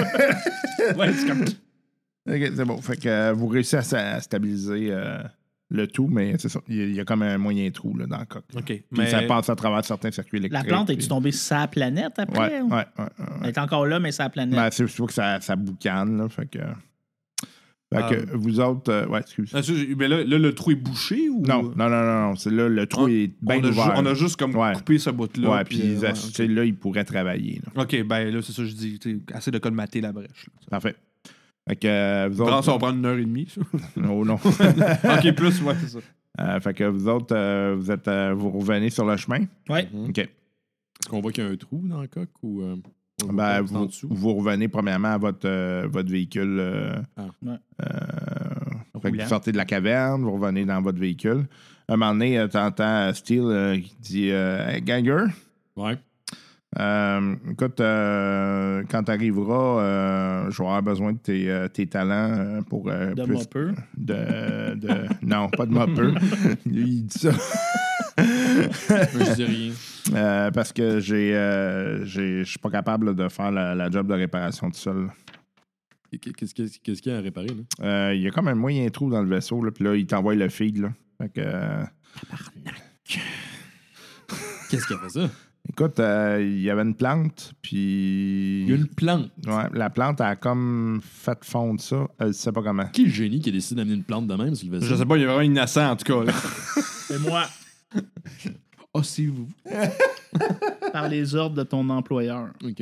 Speaker 6: Ouais, c'est comme.
Speaker 2: OK, c'est bon. Fait que euh, vous réussissez à, sa- à stabiliser euh, le tout, mais c'est ça. Il y, a- il y a comme un moyen trou là, dans le coque.
Speaker 9: ok,
Speaker 2: Puis
Speaker 9: mais
Speaker 2: ça passe à travers certains circuits électriques.
Speaker 4: La plante est-tu
Speaker 2: puis-
Speaker 4: tombée sa planète
Speaker 2: Ouais, ouais,
Speaker 4: après? ou-
Speaker 2: ouais. ouais.
Speaker 4: Elle est encore là, mais sa planète.
Speaker 2: Ben, c'est sûr que ça, ça boucane, là. Fait que. euh, Fait
Speaker 9: Ah.
Speaker 2: que vous autres. euh, ouais, excuse.
Speaker 9: Ah, tu- mais là, là, le trou est bouché ou.
Speaker 2: Non, non, non, non, non. C'est là, le trou
Speaker 9: On-
Speaker 2: est bien
Speaker 9: on, a ju-
Speaker 2: ouvert.
Speaker 9: on a juste comme
Speaker 2: Ouais.
Speaker 9: coupé ce bout-là.
Speaker 2: ouais, puis
Speaker 9: euh,
Speaker 2: ils
Speaker 9: ouais,
Speaker 2: ass- tu sais, là, ils pourraient travailler. Là.
Speaker 9: OK, ben là, c'est ça, je dis, tu sais, assez de colmater la brèche. là.
Speaker 2: Parfait. Fait que euh, vous
Speaker 9: Prends,
Speaker 2: autres.
Speaker 9: ça va prendre une heure et demie. ça.
Speaker 2: Oh non.
Speaker 9: OK, plus, ouais, c'est ça.
Speaker 2: Euh, fait que vous autres, euh, vous êtes euh, vous revenez sur le chemin.
Speaker 4: Ouais.
Speaker 2: OK.
Speaker 5: Est-ce qu'on voit qu'il y a un trou dans le coq ou. euh, On
Speaker 2: Ben,
Speaker 5: le voit pas, c'est en
Speaker 2: vous,
Speaker 5: dessous.
Speaker 2: vous revenez premièrement à votre, euh, votre véhicule. euh,
Speaker 5: Ah.
Speaker 4: Ouais.
Speaker 2: euh, fait que
Speaker 6: Roulant.
Speaker 2: vous sortez de la caverne, vous revenez dans votre véhicule. un moment donné, euh, t'entends Steele euh, qui dit euh, Hey, Ganger,
Speaker 5: Ouais.
Speaker 2: euh, écoute, euh, quand t'arriveras, euh, je vais avoir besoin de tes, euh, tes talents euh, pour. euh,
Speaker 4: De
Speaker 2: plus-
Speaker 4: mopper.
Speaker 2: de, de- Non, pas de mopper. Lui, il dit ça.
Speaker 5: Je dis rien.
Speaker 2: Euh, parce que j'ai, euh, j'ai- je suis pas capable de faire la, la job de réparation tout seul.
Speaker 5: Qu'est-ce qu'est-ce- qu'est-ce qu'il y a à réparer, là?
Speaker 2: Euh, Il y a comme un moyen trou dans le vaisseau, là, puis là, il t'envoie le feed. Là. Fait que, euh,
Speaker 5: Qu'est-ce qu'il a fait ça?
Speaker 2: écoute, euh, il y avait une plante, puis.
Speaker 5: Il y a une plante.
Speaker 2: Ouais, la plante a comme fait fondre ça. Elle sait pas comment.
Speaker 5: Qui est le génie qui a décidé d'amener une plante de même sur le vaisseau?
Speaker 9: Je sais pas, il est vraiment innocent en tout cas. là.
Speaker 4: C'est moi,
Speaker 5: Ah, c'est vous.
Speaker 4: par les ordres de ton employeur.
Speaker 5: OK.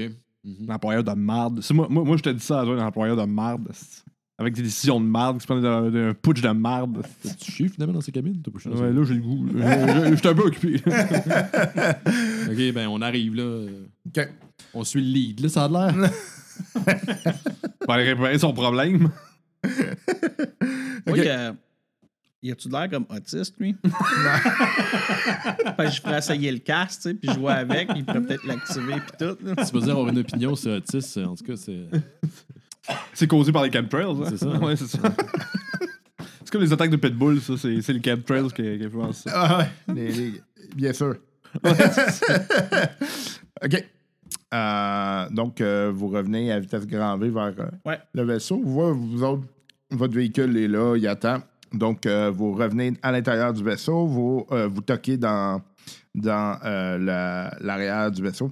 Speaker 9: Un employeur de merde. C'est Moi, moi, moi, je te dis ça à toi, un employeur de merde. c'est- Avec des décisions de merde, qui se prennent d'un d'un putsch de merde.
Speaker 5: Tu chies finalement dans ces cabines? T'as pas chié dans ces
Speaker 9: Ouais, là, j'ai le goût. là. Je je- je suis un peu occupé.
Speaker 5: cabines? OK, ben on arrive, là.
Speaker 2: OK.
Speaker 5: On suit le lead, là, ça a l'air.
Speaker 9: Pour aller réparer son problème.
Speaker 4: Moi, il y a- il a-tu de l'air comme autiste, lui? Fait que je ferais essayer le casque, tu sais, puis jouer avec, puis il pourrait peut-être l'activer, puis tout. là.
Speaker 5: tu peux dire avoir une opinion sur autiste, en tout cas, c'est...
Speaker 9: C'est causé par les chemtrails. hein.
Speaker 5: C'est ça.
Speaker 9: Ouais, c'est ça. C'est comme les attaques de Pitbull, ça. C'est c'est les chemtrails qui, qui font ça.
Speaker 2: Ah ouais, les- les- bien sûr. OK. Euh, donc, euh, vous revenez à vitesse grand V vers euh,
Speaker 4: Ouais.
Speaker 2: le vaisseau. Vous, voyez, vous autres, votre véhicule est là, il attend. Donc, euh, vous revenez à l'intérieur du vaisseau, vous, euh, vous toquez dans, dans euh, la- l'arrière du vaisseau.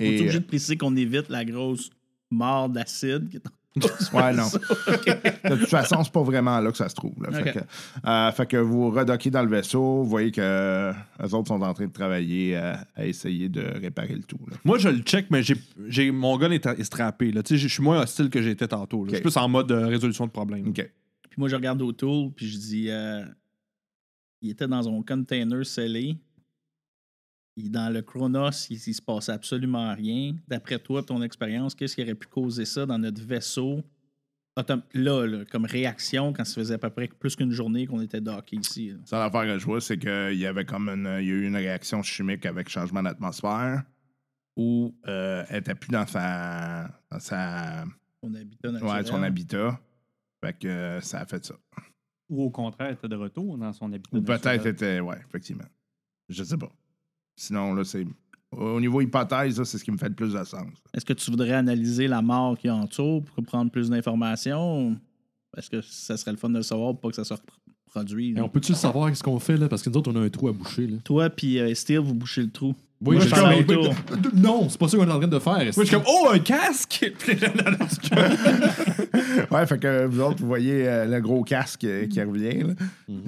Speaker 4: On est
Speaker 2: Et, euh,
Speaker 4: obligé de préciser qu'on évite la grosse mort d'acide. qui est en-
Speaker 2: ouais, non. De toute façon, c'est pas vraiment là que ça se trouve. là. Fait,
Speaker 4: Ok.
Speaker 2: que, euh, fait que vous redoquez dans le vaisseau, vous voyez que euh, eux autres sont en train de travailler à, à essayer de réparer le tout. là.
Speaker 9: Moi, je le check, mais j'ai- j'ai mon gun est, est strappé. là. Tu sais, Je je suis moins hostile que j'étais tantôt. là. Je suis
Speaker 2: Ok.
Speaker 9: plus en mode euh, résolution de problème.
Speaker 2: OK.
Speaker 4: Puis moi, je regarde autour, puis je dis euh, il était dans un container scellé. Il, dans le Chronos, il, il se passe absolument rien. D'après toi, ton expérience, qu'est-ce qui aurait pu causer ça dans notre vaisseau Autom- là, là, comme réaction, quand ça faisait à peu près plus qu'une journée qu'on était docké ici. là.
Speaker 2: Ça l'affaire que je vois, c'est qu'il y avait comme une, il y a eu une réaction chimique avec changement d'atmosphère où euh, elle était plus dans sa, dans sa
Speaker 4: On habitait naturel.
Speaker 2: ouais, son habitat. Fait que euh, ça a fait ça.
Speaker 6: Ou au contraire, était de retour dans son habitat.
Speaker 2: Ou peut-être
Speaker 6: naturel.
Speaker 2: était ouais, effectivement. Je sais pas. Sinon là c'est au niveau hypothèse, là, c'est ce qui me fait le plus de sens.
Speaker 4: Est-ce que tu voudrais analyser la mort qui est en dessous pour prendre plus d'informations? Est-ce que ça serait le fun de le savoir pour pas que ça se reproduise?
Speaker 5: Et on peut-tu le savoir, qu'est-ce qu'on fait, là? Parce que nous autres, on a un trou à boucher, là.
Speaker 4: Toi puis euh, Steve, vous bouchez le trou.
Speaker 5: Oui,
Speaker 4: Moi, je
Speaker 5: je
Speaker 4: parle
Speaker 5: suis
Speaker 4: autour.
Speaker 5: comme- Non, c'est pas ça qu'on est en train de faire.
Speaker 9: Moi, je suis comme, oh, un casque! Puis là, là, là, tu-
Speaker 2: Ouais, fait que vous autres, vous voyez euh, le gros casque euh, qui revient. là.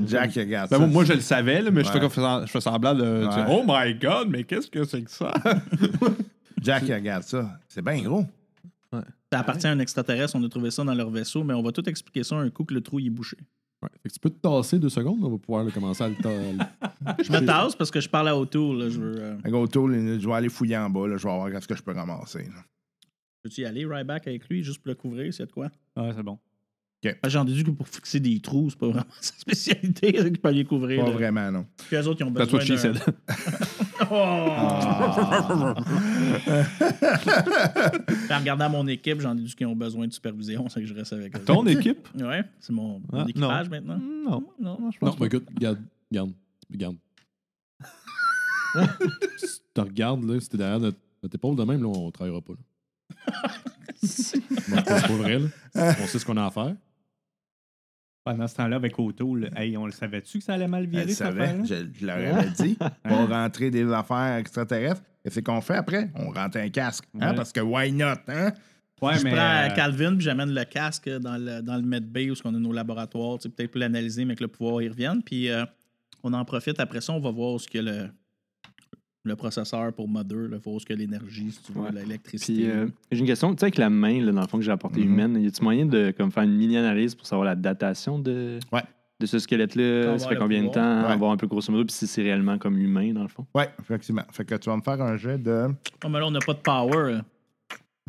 Speaker 2: Jack, il regarde
Speaker 9: Ben,
Speaker 2: ça.
Speaker 9: moi, moi, je le savais, là, mais je, fais
Speaker 2: Ouais.
Speaker 9: comme faisant- je fais semblant de. tu sais,
Speaker 2: Ouais.
Speaker 9: oh my god, mais qu'est-ce que c'est que ça?
Speaker 2: Jack, il regarde ça. C'est bien gros.
Speaker 4: Ça appartient à un extraterrestre, on a trouvé ça dans leur vaisseau, mais on va tout expliquer ça un coup que le trou il est bouché.
Speaker 5: Ouais. Fait que tu peux te tasser deux secondes, on va pouvoir là, commencer à le tasser.
Speaker 4: Je me tasse parce que je parle à autour. Là. Je veux. euh,
Speaker 2: Fait que autour, il- je vais aller fouiller en bas. là. je vais voir ce que je peux ramasser. là.
Speaker 4: Peux-tu y aller right back avec lui juste pour le couvrir, c'est de quoi?
Speaker 6: Ouais, c'est bon.
Speaker 4: Ah, J'ai entendu que pour fixer des trous, c'est pas vraiment sa spécialité qu'il peut les couvrir.
Speaker 2: Pas
Speaker 4: là.
Speaker 2: vraiment, non.
Speaker 4: Puis eux autres, ils ont
Speaker 9: That's what
Speaker 4: besoin
Speaker 9: she
Speaker 4: d'un... Oh.
Speaker 9: said.
Speaker 4: En regardant mon équipe, j'ai entendu qu'ils ont besoin de supervision, c'est que je reste avec eux.
Speaker 9: Ton équipe?
Speaker 4: Ouais, c'est mon, mon
Speaker 9: Ah, non.
Speaker 4: équipage maintenant.
Speaker 9: Non.
Speaker 4: Non.
Speaker 5: Non, mais écoute, regarde, regarde, regarde. si tu regardes, là, si t'es derrière notre, notre épaule de même, là, on travaillera pas. Là. Moi, je pense pas vrai, là.
Speaker 7: Euh.
Speaker 5: On sait ce qu'on a à faire.
Speaker 6: Pendant ce temps-là, avec Auto, le- hey, on le savait-tu que ça allait mal
Speaker 2: Elle
Speaker 6: virer, cette
Speaker 2: savait,
Speaker 6: affaire-là?
Speaker 2: je, je leur avais dit, pour rentrer des affaires extraterrestres. Et c'est qu'on fait après? On rentre un casque. Hein,
Speaker 6: Ouais.
Speaker 2: Parce que why not? Hein?
Speaker 6: Ouais,
Speaker 4: je
Speaker 6: mais.
Speaker 4: prends
Speaker 6: euh,
Speaker 4: Calvin puis j'amène le casque dans le, dans le medbay où on a nos laboratoires, tu sais, peut-être pour l'analyser, mais que le pouvoir y revienne. Puis euh, on en profite après ça, on va voir ce que le, le processeur pour Mother, là, voir ce que l'énergie, si tu veux,
Speaker 7: Ouais. Puis
Speaker 4: l'électricité.
Speaker 7: euh, j'ai une question. Tu sais, avec la main, là, dans le fond, que j'ai apportée
Speaker 2: Mhm.
Speaker 7: humaine, y a-tu moyen de comme, faire une mini-analyse pour savoir la datation de,
Speaker 2: Ouais.
Speaker 7: de ce squelette-là?
Speaker 4: Avoir
Speaker 7: Ça fait
Speaker 4: le
Speaker 7: combien de
Speaker 4: pouvoir.
Speaker 7: temps?
Speaker 2: Ouais.
Speaker 7: Avoir un peu grosso modo, puis si c'est réellement comme humain, dans le fond.
Speaker 2: Oui, effectivement. Fait que tu vas me faire un jet de.
Speaker 4: Oh, mais là, on n'a pas de power.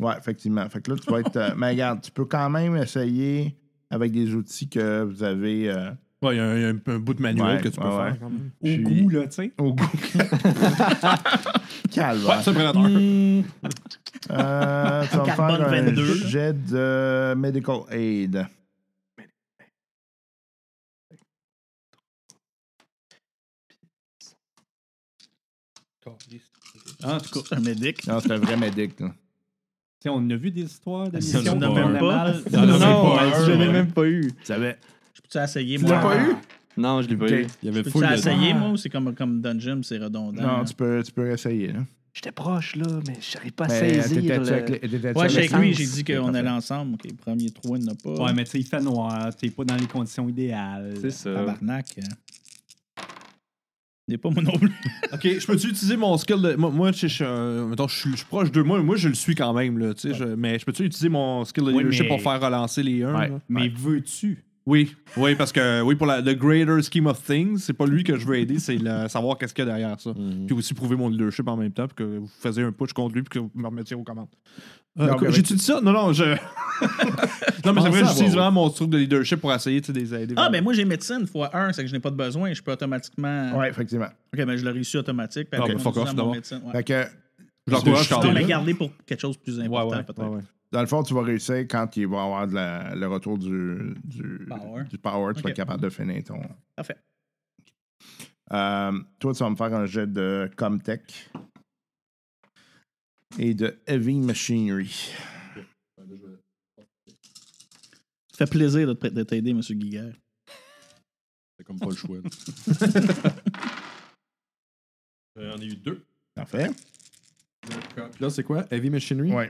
Speaker 2: Ouais, effectivement. Fait que là, tu vas être. euh, mais regarde, tu peux quand même essayer avec des outils que vous avez euh,
Speaker 9: Ouais, il y a, un- il y a un, un bout de manuel
Speaker 2: Ouais,
Speaker 9: que tu peux
Speaker 2: ouais,
Speaker 9: faire
Speaker 2: ouais.
Speaker 9: quand même.
Speaker 6: Au
Speaker 2: Puis-
Speaker 6: goût, là, tu sais.
Speaker 2: au goût. Calvaire.
Speaker 9: Ouais, c'est un prédateur.
Speaker 2: Euh, tu vas me
Speaker 4: Carbone
Speaker 2: faire un
Speaker 4: 22.
Speaker 2: jet de medical aid.
Speaker 6: En tout cas,
Speaker 4: un médic.
Speaker 2: Non, c'est un vrai medic. là.
Speaker 6: tu sais, on a vu des histoires de
Speaker 5: Ça,
Speaker 6: missions
Speaker 5: j'en ai
Speaker 4: même pas.
Speaker 6: gouvernementales.
Speaker 5: J'en ai
Speaker 7: Non,
Speaker 5: pas un,
Speaker 7: je l'ai
Speaker 5: ouais.
Speaker 7: même pas eu.
Speaker 2: Tu savais.
Speaker 4: Je peux-tu essayer,
Speaker 2: Tu
Speaker 4: moi?
Speaker 2: l'as pas eu?
Speaker 7: Non, je l'ai pas
Speaker 2: Ok.
Speaker 7: eu.
Speaker 5: Il y avait
Speaker 4: Peux-tu
Speaker 5: full de-
Speaker 4: essayer, moi, ou c'est comme, comme Dungeon, c'est redondant?
Speaker 2: Non, tu peux, tu peux essayer. là.
Speaker 7: J'étais proche, là, mais j'arrive pas à
Speaker 2: Mais
Speaker 7: saisir.
Speaker 2: t'étais-tu
Speaker 7: le-
Speaker 2: avec les- t'étais-tu
Speaker 4: Ouais,
Speaker 2: avec
Speaker 4: j'ai
Speaker 2: les-
Speaker 4: lui, j'ai dit qu'on
Speaker 2: Ok,
Speaker 4: allait ensemble. OK, premier trou, il n'y en a pas.
Speaker 6: Ouais, mais tu sais, il fait noir, t'es pas dans les conditions idéales.
Speaker 7: C'est
Speaker 9: euh,
Speaker 4: Ah,
Speaker 7: ça.
Speaker 4: Tabarnak. hein. N'est pas mon non plus.
Speaker 9: Ok, je peux-tu utiliser mon skill de. Moi, moi, je suis- je suis un- mettons, je suis je suis proche de moi, moi je le suis quand même, là, tu sais, je- mais je peux-tu utiliser mon skill de
Speaker 6: Oui,
Speaker 9: leadership
Speaker 6: mais-
Speaker 9: pour faire relancer les 1
Speaker 2: Ouais.
Speaker 6: Mais veux-tu?
Speaker 9: Oui, oui, parce que oui, pour la, le greater scheme of things, c'est pas lui que je veux aider, c'est le- savoir qu'est-ce qu'il y a derrière ça. Puis aussi prouver mon leadership en même temps, puis que vous faisiez un push contre lui, puis que vous me remettiez aux commandes. Euh,
Speaker 2: Donc,
Speaker 9: quoi,
Speaker 2: avec-
Speaker 9: J'ai-tu dit ça? Non, non, je. non, mais c'est vrai,
Speaker 5: pensais
Speaker 9: j'utilise
Speaker 5: avoir-
Speaker 9: vraiment mon truc de leadership pour essayer tu sais, de les aider.
Speaker 4: Ah, ben moi, j'ai médecine fois 1, c'est que je n'ai pas de besoin. Je peux automatiquement.
Speaker 2: Ouais, effectivement.
Speaker 4: OK, ben je l'ai réussi automatique. puis
Speaker 9: Ah,
Speaker 4: après,
Speaker 9: ben,
Speaker 4: on
Speaker 9: fuck
Speaker 4: dit à
Speaker 9: off,
Speaker 4: mon
Speaker 9: d'abord.
Speaker 4: médecin, ouais.
Speaker 2: Fait que,
Speaker 9: je l'encourage
Speaker 2: je-
Speaker 9: quand
Speaker 4: Non, mais
Speaker 9: même.
Speaker 4: garder pour quelque chose de plus
Speaker 9: Ouais,
Speaker 4: important,
Speaker 9: ouais,
Speaker 4: peut-être.
Speaker 9: ouais, ouais.
Speaker 2: dans le fond, tu vas réussir quand il va y avoir de la- le retour du, du
Speaker 4: Power.
Speaker 2: Du power tu vas
Speaker 4: Ok.
Speaker 2: être capable de finir ton.
Speaker 4: Parfait.
Speaker 2: Euh, toi, tu vas me faire un jet de Comtech et de Heavy Machinery.
Speaker 4: Ça fait plaisir de te- de t'aider, M. Guiguerre.
Speaker 5: C'est comme pas le choix. là.
Speaker 9: Euh, J'en ai eu deux.
Speaker 2: Parfait.
Speaker 5: Puis là, c'est quoi? Heavy Machinery?
Speaker 2: Oui.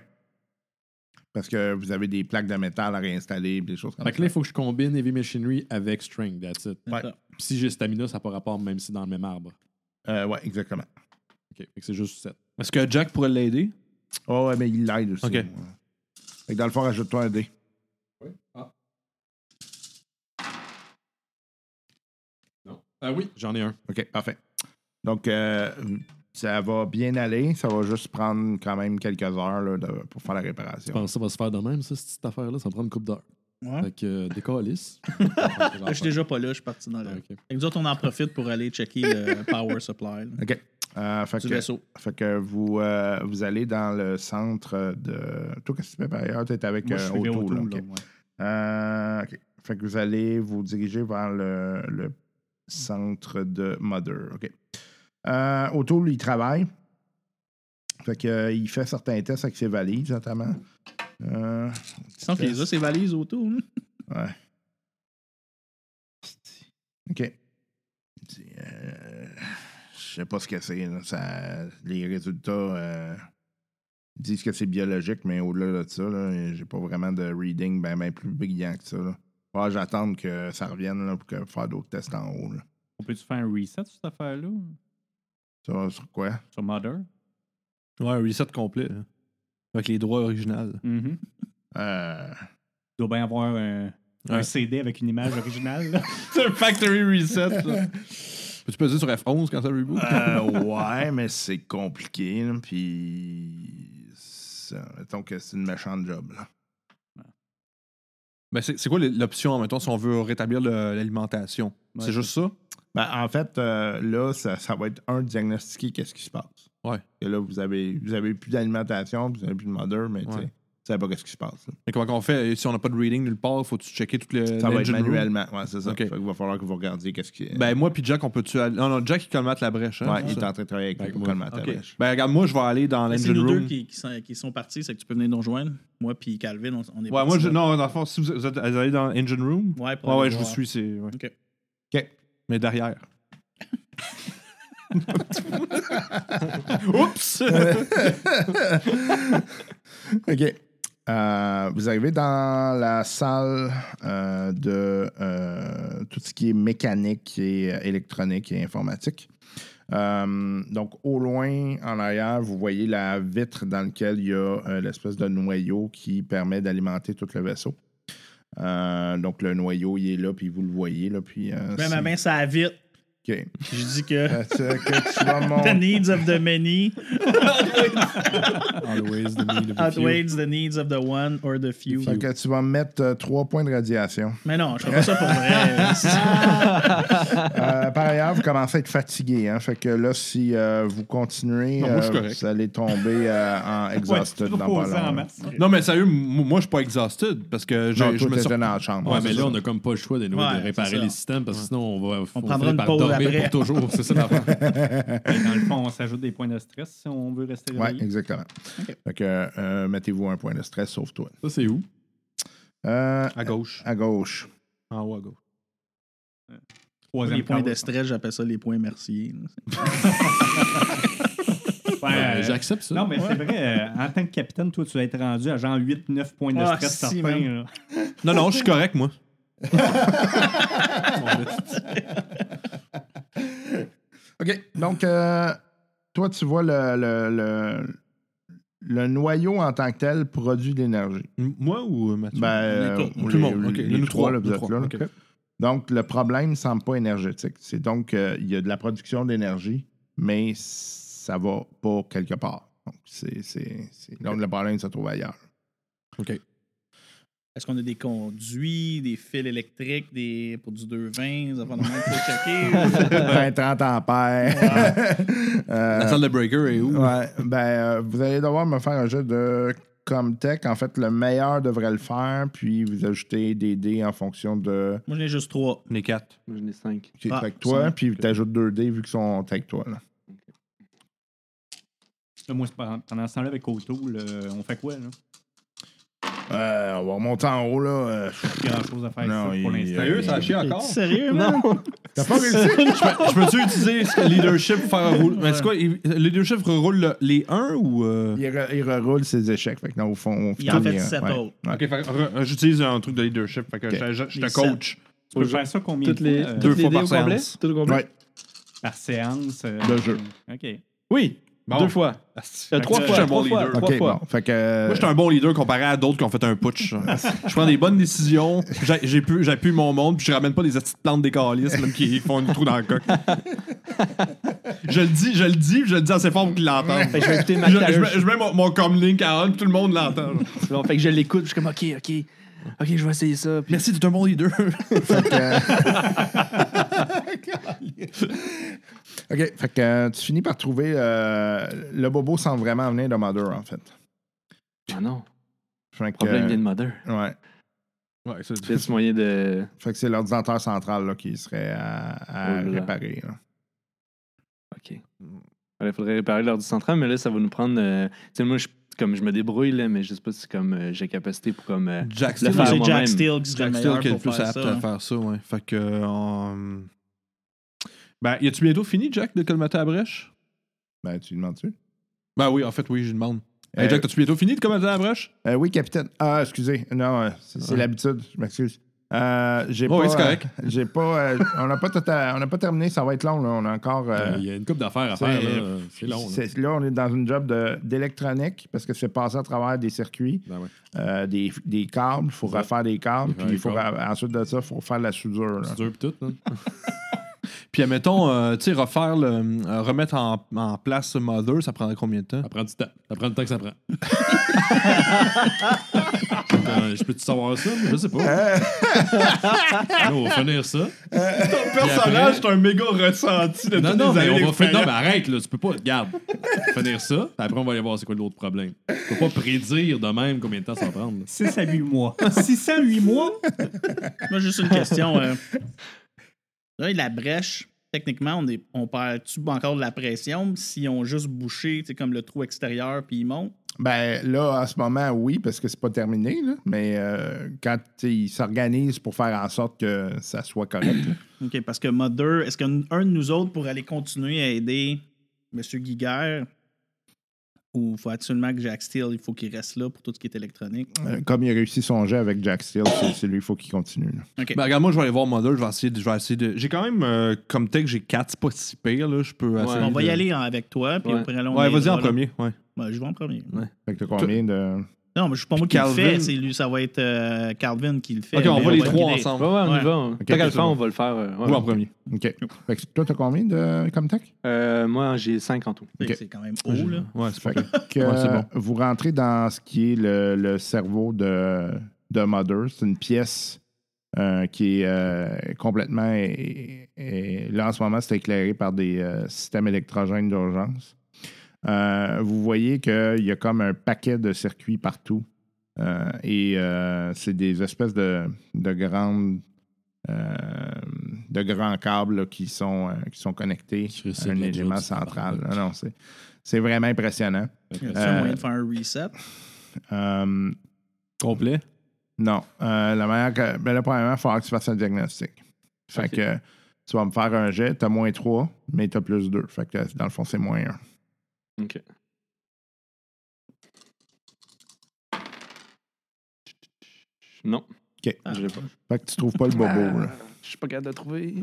Speaker 2: Parce que vous avez des plaques de métal à réinstaller, des choses comme
Speaker 5: Fait que là, il faut que je combine Heavy Machinery avec Strength, that's it.
Speaker 2: Ouais.
Speaker 5: Puis si j'ai Stamina, ça n'a pas rapport, même si dans le même arbre.
Speaker 2: ça. Euh, ouais, exactement.
Speaker 5: OK, fait que c'est juste 7.
Speaker 9: Est-ce que Jack pourrait l'aider?
Speaker 2: Oh, ouais, mais il l'aide aussi.
Speaker 9: Ok.
Speaker 2: Ouais. Fait que dans le fond, ajoute-toi un dé.
Speaker 5: Ah oui, j'en ai un.
Speaker 2: OK, parfait. Donc, euh, ça va bien aller. Ça va juste prendre quand même quelques heures là, de- pour faire la
Speaker 5: Je
Speaker 2: réparation.
Speaker 5: pense que ça va se faire de même, ça, cette petite affaire-là. Ça va me prendre une coupe d'heure.
Speaker 4: Ouais.
Speaker 5: Fait que euh, décalisse.
Speaker 9: Ah,
Speaker 4: Là, je suis déjà pas là, je suis parti dans
Speaker 5: Ah,
Speaker 4: le.
Speaker 5: ok.
Speaker 4: Fait que nous autres, on en profite pour aller checker le power supply là,
Speaker 2: OK. Euh, fait,
Speaker 4: du
Speaker 2: que,
Speaker 4: vaisseau.
Speaker 2: fait que vous, euh, vous allez dans le centre de. Toi, qu'est-ce que tu fais par ailleurs? Tu es avec
Speaker 6: Moi, je
Speaker 2: euh,
Speaker 6: suis
Speaker 2: Otto,
Speaker 6: auto,
Speaker 2: là,
Speaker 6: là.
Speaker 2: OK.
Speaker 6: ouais.
Speaker 2: Euh, OK. Fait que vous allez vous diriger vers le, le centre de Mother. OK. Euh, Otto, lui, il travaille. Fait que, euh, il fait certains tests avec ses valises, notamment. Euh,
Speaker 4: Tu sens qu'il les a, ses valises autour. hein?
Speaker 2: ouais. OK. Il dit, euh, je sais pas ce que c'est. là. Ça- Les résultats euh, disent que c'est biologique, mais au-delà de ça, là, j'ai pas vraiment de reading ben, ben plus brillant que ça. Là. Faut que j'attende que ça revienne là, pour que faire d'autres tests en haut. là.
Speaker 6: On peut-tu faire un reset sur cette affaire-là?
Speaker 2: Sur, sur quoi?
Speaker 6: Sur Mother?
Speaker 9: Ouais, un reset complet. là. Avec les droits originaux.
Speaker 6: Mhm.
Speaker 2: Euh,
Speaker 6: Il doit bien avoir un, un
Speaker 9: Ouais.
Speaker 6: CD avec une image originale. là.
Speaker 9: C'est un factory reset. là. Peux-tu peser sur F11 quand ça reboot?
Speaker 2: euh, ouais, mais c'est compliqué. là, Puis, ça- mettons que c'est une méchante job. là.
Speaker 9: Ben, c'est c'est quoi l'option, mettons, si on veut rétablir le- l'alimentation?
Speaker 6: Ouais.
Speaker 9: C'est juste ça?
Speaker 2: Ben, en fait, euh, là, ça, ça va être un diagnostiquer qu'est-ce qui se passe.
Speaker 9: Ouais.
Speaker 2: Et là, vous avez, vous avez plus d'alimentation, vous avez plus de mother, mais tu sais,
Speaker 9: Ouais.
Speaker 2: vous savez pas qu'est-ce qui se passe. là.
Speaker 9: Mais comment on fait? Si on n'a pas de reading nulle part, faut-tu checker tout le.
Speaker 2: Ça va être
Speaker 9: l'engine room?
Speaker 2: manuellement. Ouais, c'est ça.
Speaker 9: Ok.
Speaker 2: Fait qu'il va falloir que vous regardiez qu'est-ce qui.
Speaker 9: Ben, moi puis Jack, on peut-tu. aller- Non, non, Jack, il colmate la brèche. Hein,
Speaker 2: ouais,
Speaker 9: c'est
Speaker 2: il est
Speaker 9: ça?
Speaker 2: en train de travailler avec
Speaker 5: Avec
Speaker 2: vous
Speaker 5: moi.
Speaker 2: pour le matin.
Speaker 9: Ok. Ben, regarde, moi, je vais aller dans
Speaker 4: C'est
Speaker 9: l'engine
Speaker 4: nous deux
Speaker 9: room.
Speaker 4: qui, qui sont, qui sont partis, c'est que tu peux venir nous rejoindre. Moi puis Calvin, on, on est
Speaker 9: Ouais,
Speaker 4: partis
Speaker 9: moi, je...
Speaker 4: là.
Speaker 9: non, dans le fond, si vous vous êtes vous allez dans l'engine room.
Speaker 4: Ouais, pour
Speaker 9: Ouais, ouais,
Speaker 4: aller
Speaker 9: je vous
Speaker 4: voir.
Speaker 9: suis, c'est. ouais.
Speaker 4: Ok.
Speaker 2: Ok.
Speaker 9: Mais derrière. Oups!
Speaker 2: OK. Euh, vous arrivez dans la salle euh, de euh, tout ce qui est mécanique et euh, électronique et informatique. Euh, donc, au loin, en arrière, vous voyez la vitre dans laquelle il y a euh, l'espèce de noyau qui permet d'alimenter tout le vaisseau. Euh, donc, le noyau, il est là, puis vous le voyez. Là, puis, euh,
Speaker 4: Je mets
Speaker 2: c'est-
Speaker 4: ma main, ça vite.
Speaker 2: OK. OK.
Speaker 4: Je dis que
Speaker 2: Fait que tu vas
Speaker 4: the
Speaker 2: monter.
Speaker 4: needs of the many
Speaker 5: Always the need of a few.
Speaker 4: outweighs the needs of the one or the few.
Speaker 2: Fait que tu vas mettre euh, trois points de radiation.
Speaker 4: Mais non, je fais pas ça pour vrai.
Speaker 2: Euh, par ailleurs, vous commencez à être fatigué. Hein, fait que là, si euh, vous continuez,
Speaker 9: Non, moi, je suis
Speaker 2: euh,
Speaker 9: correct.
Speaker 2: vous allez tomber euh, en exhausted
Speaker 6: Ouais, tu
Speaker 2: dans
Speaker 6: te
Speaker 2: pas
Speaker 6: reposes en
Speaker 2: long.
Speaker 6: masse.
Speaker 9: Non, mais sérieux, m- moi, je suis pas exhausted parce que je,
Speaker 2: Non,
Speaker 9: je
Speaker 2: toi,
Speaker 9: me
Speaker 2: t'es
Speaker 9: sors.
Speaker 2: dans la chambre.
Speaker 5: Ouais,
Speaker 2: Ouais,
Speaker 5: mais là, on a comme pas le choix de, nous,
Speaker 4: Ouais,
Speaker 5: de réparer
Speaker 4: c'est ça.
Speaker 5: les systèmes parce que sinon, on va on
Speaker 4: prendra
Speaker 5: finit
Speaker 4: une
Speaker 5: par
Speaker 4: pause
Speaker 5: dormir
Speaker 4: après.
Speaker 5: pour toujours. C'est ça l'affaire.
Speaker 6: Ben, Dans le fond, on s'ajoute des points de stress si on veut rester
Speaker 2: Ouais,
Speaker 6: réveillé.
Speaker 2: exactement. Fait que euh, mettez-vous un point de stress, sauf toi.
Speaker 5: Ça, c'est où?
Speaker 2: Euh,
Speaker 9: À gauche.
Speaker 2: à gauche.
Speaker 9: En haut à gauche.
Speaker 6: Troisième
Speaker 4: les points
Speaker 6: corde.
Speaker 4: de stress, j'appelle ça les points merciers. là.
Speaker 6: Ouais,
Speaker 5: Euh,
Speaker 6: euh,
Speaker 5: J'accepte ça.
Speaker 6: Non, mais c'est vrai, euh, en tant que capitaine, toi, tu vas être rendu à genre 8-9 points de
Speaker 4: Ah,
Speaker 6: stress
Speaker 4: si,
Speaker 6: certains.
Speaker 4: man.
Speaker 6: là.
Speaker 9: Non, non, je suis correct, moi.
Speaker 2: OK. Donc, euh, toi, tu vois le, le, le, le noyau en tant que tel produit de l'énergie.
Speaker 9: M- Moi ou euh, Mathieu?
Speaker 2: Ben, euh,
Speaker 4: tous.
Speaker 2: ou
Speaker 9: Tout le
Speaker 2: les-
Speaker 9: monde, ok.
Speaker 2: les
Speaker 9: Nous trois,
Speaker 2: là, vous
Speaker 9: nous
Speaker 2: êtes
Speaker 9: trois,
Speaker 2: là, là.
Speaker 9: ok.
Speaker 2: Donc, le problème ne semble pas énergétique. C'est donc euh, il y a de la production d'énergie, mais ça ne va pas quelque part. Donc, c'est, c'est- c'est- donc, le problème se trouve ailleurs.
Speaker 4: Est-ce qu'on a des conduits, des fils électriques, des pour du 220, des affaires de même pour checker?
Speaker 2: 20, 30 ampères. Euh,
Speaker 9: La salle de breaker est où?
Speaker 2: ouais, ben, euh, vous allez devoir me faire un jeu de Comtech. En fait, le meilleur devrait le faire, puis vous ajoutez des dés en fonction de.
Speaker 4: Moi, j'en ai juste trois.
Speaker 9: On est quatre.
Speaker 7: Moi, j'en ai cinq.
Speaker 2: qui est
Speaker 4: Ah,
Speaker 2: avec toi,
Speaker 4: ça.
Speaker 2: puis tu ajoutes deux dés vu qu'ils sont avec toi. là.
Speaker 6: Là, moi, c'est pendant- pendant ce temps-là, avec Auto, là, on fait quoi, là?
Speaker 2: Euh, on va remonter en haut, là. euh,
Speaker 6: Pas grand-chose à faire
Speaker 2: Non,
Speaker 6: ici pour
Speaker 2: il-
Speaker 6: l'instant.
Speaker 9: Sérieux, ça chie encore?
Speaker 4: Sérieux, man?
Speaker 2: T'as pas réussi?
Speaker 9: Ben, Je peux-tu utiliser ce leadership pour faire rouler? Mais ben, c'est quoi? il- Leadership reroule le- les 1 ou. euh?
Speaker 2: Il, re- il reroule ses échecs. Fait que non, au fond, on
Speaker 4: Il en
Speaker 2: finit,
Speaker 4: fait
Speaker 2: euh,
Speaker 4: sept
Speaker 2: ouais.
Speaker 4: autres.
Speaker 2: Ouais.
Speaker 9: Ok, fait que, re- j'utilise un truc de leadership. Fait que
Speaker 2: Ok.
Speaker 9: je, je- je
Speaker 4: Les
Speaker 9: te coach
Speaker 6: Tu peux faire ça combien
Speaker 7: Toutes
Speaker 6: de
Speaker 7: les,
Speaker 6: fois, euh,
Speaker 9: deux
Speaker 7: toutes
Speaker 9: fois
Speaker 7: les dés
Speaker 9: par
Speaker 7: au complet?
Speaker 9: séance.
Speaker 7: Tout au complet?
Speaker 2: Ouais.
Speaker 6: par séance? euh,
Speaker 2: De jeu.
Speaker 6: OK.
Speaker 7: Oui,
Speaker 9: Bon.
Speaker 7: deux fois. Euh, trois
Speaker 9: que
Speaker 7: fois,
Speaker 9: je suis un
Speaker 7: trois
Speaker 9: bon
Speaker 7: fois,
Speaker 9: leader.
Speaker 7: trois
Speaker 2: Ok,
Speaker 7: fois.
Speaker 2: bon. Fait que. euh,
Speaker 9: ben, Moi, j'étais un bon leader comparé à d'autres qui ont fait un putsch. je prends des bonnes décisions, j'a- j'ai pu- j'appuie mon monde, puis je ramène pas les petites plantes des calices même, qui font un trou dans le coq. je le dis, je le dis, puis je le dis assez fort pour qu'ils l'entendent.
Speaker 7: Fait que je vais écouter
Speaker 9: Je,
Speaker 7: Matt
Speaker 9: je, mets-
Speaker 7: Taller.
Speaker 9: je mets mon, mon comlink à on, puis tout le monde l'entend.
Speaker 7: Bon, fait que je l'écoute, puis je suis comme, OK, OK. OK, je vais essayer ça. Puis
Speaker 9: Merci, t'es un bon leader.
Speaker 2: OK, fait que euh, tu finis par trouver. euh, le bobo semble vraiment venir de Mother, en fait.
Speaker 7: Ah non,
Speaker 2: Fait que.
Speaker 7: problème
Speaker 2: euh,
Speaker 7: vient de Mother.
Speaker 2: Ouais.
Speaker 9: ouais, c'est
Speaker 7: C'est ce moyen de.
Speaker 2: Fait que c'est l'ordinateur central là, qui serait à, à
Speaker 7: Oh là là.
Speaker 2: réparer. là.
Speaker 7: OK. Il faudrait réparer l'heure du central, mais là, ça va nous prendre. euh, Tu sais, moi, je, comme je me débrouille, là, mais je sais pas si comme euh, j'ai capacité pour comme. euh,
Speaker 9: Jack
Speaker 7: Le
Speaker 9: Steele.
Speaker 7: faire
Speaker 4: C'est
Speaker 7: moi-même.
Speaker 4: Jack Steele qui serait le
Speaker 9: Jack Steele
Speaker 4: meilleur
Speaker 9: qui est le
Speaker 4: pour
Speaker 9: plus
Speaker 4: faire
Speaker 9: apte
Speaker 4: ça. hein.
Speaker 9: à faire ça, ouais. Fait que. euh, on- Ben, y a-tu bientôt fini, Jack, de colmater la brèche?
Speaker 2: Ben, tu lui demandes-tu?
Speaker 9: Ben oui, en fait, oui, je lui demande. Hey,
Speaker 2: Euh,
Speaker 9: Ben, Jack, as-tu bientôt fini de colmater la brèche?
Speaker 2: euh, oui, capitaine. Ah, excusez. Non, euh, c'est c'est
Speaker 9: Ouais.
Speaker 2: l'habitude. Je m'excuse. Euh, j'ai
Speaker 9: Oh,
Speaker 2: pas,
Speaker 9: oui, c'est
Speaker 2: euh,
Speaker 9: correct.
Speaker 2: j'ai pas, euh, on n'a pas, tout à- on n'a pas terminé, ça va être long. Là. On a encore. euh,
Speaker 5: Euh, Il y a une coupe d'affaires à
Speaker 2: c'est-
Speaker 5: faire. là. C'est long. là.
Speaker 2: C'est- Là, on est dans une job de- d'électronique parce que c'est passé à travers des circuits,
Speaker 5: Ben ouais.
Speaker 2: euh, des, des câbles. Il faut
Speaker 5: Exact.
Speaker 2: refaire des câbles.
Speaker 5: Refaire
Speaker 2: Puis il
Speaker 5: les
Speaker 2: faut,
Speaker 5: câbles.
Speaker 2: ra- ensuite de ça, il faut faire la soudure. là.
Speaker 5: C'est dur pis tout. hein. là.
Speaker 9: Puis, admettons, euh, tu sais, refaire le, euh, remettre en, en place Mother, ça prendrait combien de temps?
Speaker 5: Ça prend du temps. Ça prend le temps que ça prend. Euh, je peux-tu savoir ça? Je sais pas. Là, on va finir ça.
Speaker 4: Euh,
Speaker 9: Ton
Speaker 5: personnage,
Speaker 9: c'est un méga ressenti de
Speaker 5: Non, non, mais on va finir. Non, mais arrête, là. Tu peux pas. Regarde. On va finir ça. puis Après, on va aller voir c'est quoi l'autre problème. Tu peux pas prédire de même combien de temps ça va prendre. là.
Speaker 6: 6 à 8 mois. 6 à 8 mois?
Speaker 4: Moi, juste une question. euh. Là, la brèche, techniquement, on, est, on perd-tu encore de la pression si on juste bouché, tu sais, comme le trou extérieur, puis il monte?
Speaker 2: Ben là, à ce moment, oui, parce que c'est pas terminé. là. mais euh, quand tu sais, ils s'organisent pour faire en sorte que ça soit correct. là.
Speaker 4: OK, parce que Mother, est-ce qu'un un de nous autres pourrait aller continuer à aider M. Guiguerre? Ou faut absolument que Jack Steele, il faut qu'il reste là pour tout ce qui est électronique?
Speaker 2: Euh, comme il a réussi son jet avec Jack Steele, c'est- c'est lui, il faut qu'il continue. là.
Speaker 9: Ben, regarde, moi, je vais aller voir Mother, je vais essayer de. je vais essayer de- J'ai quand même, euh, comme tech, j'ai 4, c'est pas si pire, là. Je peux essayer
Speaker 4: Ben, on va y
Speaker 9: de-
Speaker 4: aller en- avec toi, puis
Speaker 7: Ouais.
Speaker 4: après, là, Ben, on
Speaker 9: euh, Ouais,
Speaker 4: aidera,
Speaker 9: vas-y en
Speaker 4: là.
Speaker 9: premier, ouais.
Speaker 4: Ouais, je vais en premier.
Speaker 2: Fait que t'as combien de.
Speaker 4: Non, mais je suis pas moi qui
Speaker 9: Puis
Speaker 4: le
Speaker 9: Calvin.
Speaker 4: fais, c'est lui, ça va être euh, Calvin qui le fait. Ben,
Speaker 9: Ok, on
Speaker 4: mais
Speaker 9: va les
Speaker 4: le
Speaker 9: trois
Speaker 4: guider.
Speaker 9: ensemble.
Speaker 7: Ouais, ouais, on
Speaker 4: Ouais.
Speaker 7: y va. hein.
Speaker 2: Ok,
Speaker 7: Tant qu'à le
Speaker 2: c'est
Speaker 7: faire,
Speaker 2: bon.
Speaker 7: on va le faire. euh, ouais.
Speaker 9: Moi en premier.
Speaker 2: OK. Fait que toi, t'as combien de, comme tech?
Speaker 7: Euh, moi, j'ai 50 ans.
Speaker 4: C'est-
Speaker 2: Ok.
Speaker 4: C'est quand même haut, là.
Speaker 9: Ouais, Ah, c'est pas
Speaker 2: Fait que euh,
Speaker 9: Ouais, c'est bon.
Speaker 2: vous rentrez dans ce qui est le, le cerveau de, de Mother. C'est une pièce euh, qui est euh, complètement. é- é- là, en ce moment, c'est éclairé par des euh, systèmes électrogènes d'urgence. Euh, vous voyez qu'il y a comme un paquet de circuits partout. Euh, et euh, c'est des espèces de, de grandes. euh, de grands câbles là, qui, sont, euh, qui sont connectés
Speaker 5: Chris,
Speaker 2: à
Speaker 5: c'est
Speaker 2: un
Speaker 5: de la
Speaker 2: élément
Speaker 5: joute, c'est
Speaker 2: central. Ah
Speaker 5: parfait.
Speaker 2: Non, non, c'est- c'est vraiment impressionnant.
Speaker 4: Y a-t-il
Speaker 2: Euh,
Speaker 4: moyen de faire un reset?
Speaker 2: Euh,
Speaker 5: Complet.
Speaker 2: non. Euh, la manière que. Ben là, premièrement, il faudra que tu fasses un diagnostic. Fait que tu vas me faire un jet, t'as moins 3, mais t'as plus 2. Fait que dans le fond, c'est moins 1.
Speaker 7: OK. Non.
Speaker 2: OK.
Speaker 7: Je l'ai pas.
Speaker 2: Fait que tu trouves pas le
Speaker 9: Ah.
Speaker 2: bobo. là.
Speaker 7: Je suis pas capable de trouver.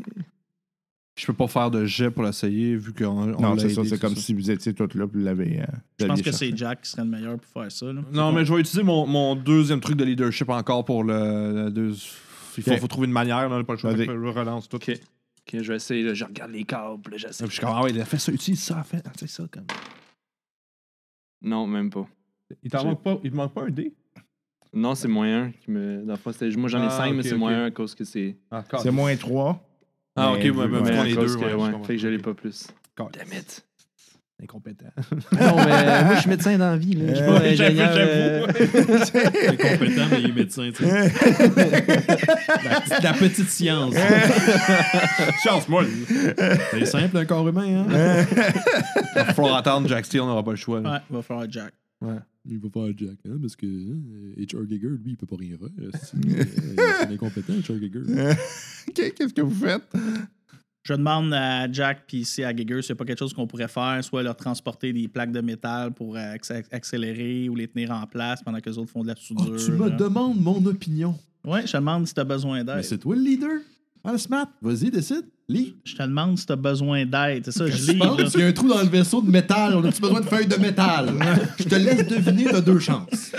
Speaker 9: Je peux pas faire de jet pour l'essayer vu qu'on on
Speaker 2: non,
Speaker 9: l'a
Speaker 2: c'est ça.
Speaker 9: aidé,
Speaker 2: C'est
Speaker 9: tout
Speaker 2: comme si vous étiez tous là puis vous l'avez. euh,
Speaker 4: Je pense
Speaker 2: l'aviez
Speaker 4: que
Speaker 2: cherché.
Speaker 4: c'est Jack qui serait le meilleur pour faire ça. là.
Speaker 9: Non, mais je vais utiliser mon, mon deuxième truc de leadership encore pour le. le deux- il faut,
Speaker 2: Ok.
Speaker 9: faut trouver une manière, là, pas le choix.
Speaker 2: Vas-y.
Speaker 9: Fait que Je relance tout.
Speaker 7: Ok. Ok, je vais essayer. là, je regarde les câbles. là,
Speaker 9: Et
Speaker 7: J'essaie.
Speaker 9: puis je suis comme, ah ouais, il a fait ça, utilise ça, fait, tu sais ça. Comme...
Speaker 7: Non, même pas.
Speaker 9: Il t'en
Speaker 7: J'ai-
Speaker 9: manque pas, il te manque pas un dé?
Speaker 7: Non, c'est moyen qui me. Dans le fond, c'était- moi j'en ai
Speaker 9: Ah,
Speaker 7: 5, mais
Speaker 9: ok,
Speaker 7: c'est
Speaker 9: ok.
Speaker 7: moyen à cause que c'est.
Speaker 9: Encore.
Speaker 2: C'est moins 3.
Speaker 9: Ah, ok,
Speaker 2: mais
Speaker 9: ouais,
Speaker 2: vu-
Speaker 9: ben,
Speaker 2: ouais,
Speaker 9: vu qu'on
Speaker 7: à
Speaker 9: est
Speaker 7: cause
Speaker 9: deux,
Speaker 7: que,
Speaker 9: ouais, je
Speaker 7: ouais,
Speaker 9: comprends.
Speaker 7: fait que je l'ai pas plus.
Speaker 9: Encore.
Speaker 7: Damn it.
Speaker 9: Incompétent.
Speaker 7: Non, mais euh, moi je suis médecin dans la vie. Là. Je suis pas
Speaker 9: J'avoue,
Speaker 7: ingénieur. euh,
Speaker 9: j'avoue.
Speaker 5: Il est compétent, mais il est médecin. tu sais. la, petite- la petite science.
Speaker 9: Chance, moi.
Speaker 5: C'est simple, un corps humain. Hein?
Speaker 9: Il va falloir attendre Jack Steele, on n'aura pas le choix. là.
Speaker 4: Ouais, va falloir Jack.
Speaker 5: Il va faire Jack, hein, parce que hein, H.R. Giger, lui, il peut pas rien faire. C'est euh, c'est incompétent, H.R. Giger.
Speaker 2: OK, qu'est-ce que vous faites?
Speaker 4: Je demande à Jack puis ici à Giger s'il n'y a pas quelque chose qu'on pourrait faire, soit leur transporter des plaques de métal pour euh, acc- accélérer ou les tenir en place pendant que les autres font de la soudure.
Speaker 5: Oh, tu me
Speaker 4: là.
Speaker 5: demandes Eh ben, mon opinion.
Speaker 4: Ouais, je te demande si tu as besoin
Speaker 5: Mais
Speaker 4: d'aide.
Speaker 5: Ben, c'est toi le leader. Ah, le smart. Vas-y, décide. Lis.
Speaker 4: Je te demande si tu as besoin d'aide. C'est ça, je
Speaker 5: Je
Speaker 4: lis.
Speaker 5: pense qu'il
Speaker 4: là.
Speaker 5: y a un trou dans le vaisseau de métal. On a-tu besoin de feuilles de métal? Je te laisse deviner, t'as deux chances.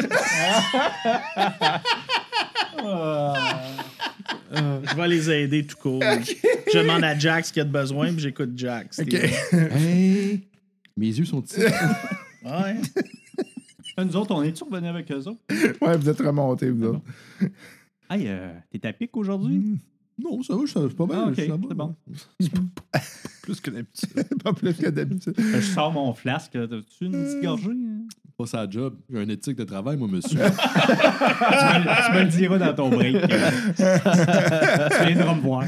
Speaker 4: Ah. Je vais les aider tout court. Je demande à Jack ce qu'il y a de besoin puis j'écoute Jack. C'est-
Speaker 5: Hey, mes yeux sont petits.
Speaker 4: Ouais.
Speaker 6: Nous autres, on est-tu revenus avec eux autres?
Speaker 2: Ouais, vous êtes remontés, vous autres.
Speaker 6: Hey, euh, t'es à pic aujourd'hui?
Speaker 2: Mm.
Speaker 5: Non, ça va, Oh, je savais pas mal.
Speaker 6: Ah, ok,
Speaker 5: je savais
Speaker 6: c'est bon.
Speaker 9: Plus que d'habitude.
Speaker 2: Pas plus que d'habitude.
Speaker 6: Je sors mon flasque. là. T'as-tu une
Speaker 2: Mm.
Speaker 6: petite gorgée? hein?
Speaker 5: Pas sa job. J'ai une éthique de travail, moi, monsieur.
Speaker 6: tu, me, tu me le diras dans ton break. tu viendras me voir.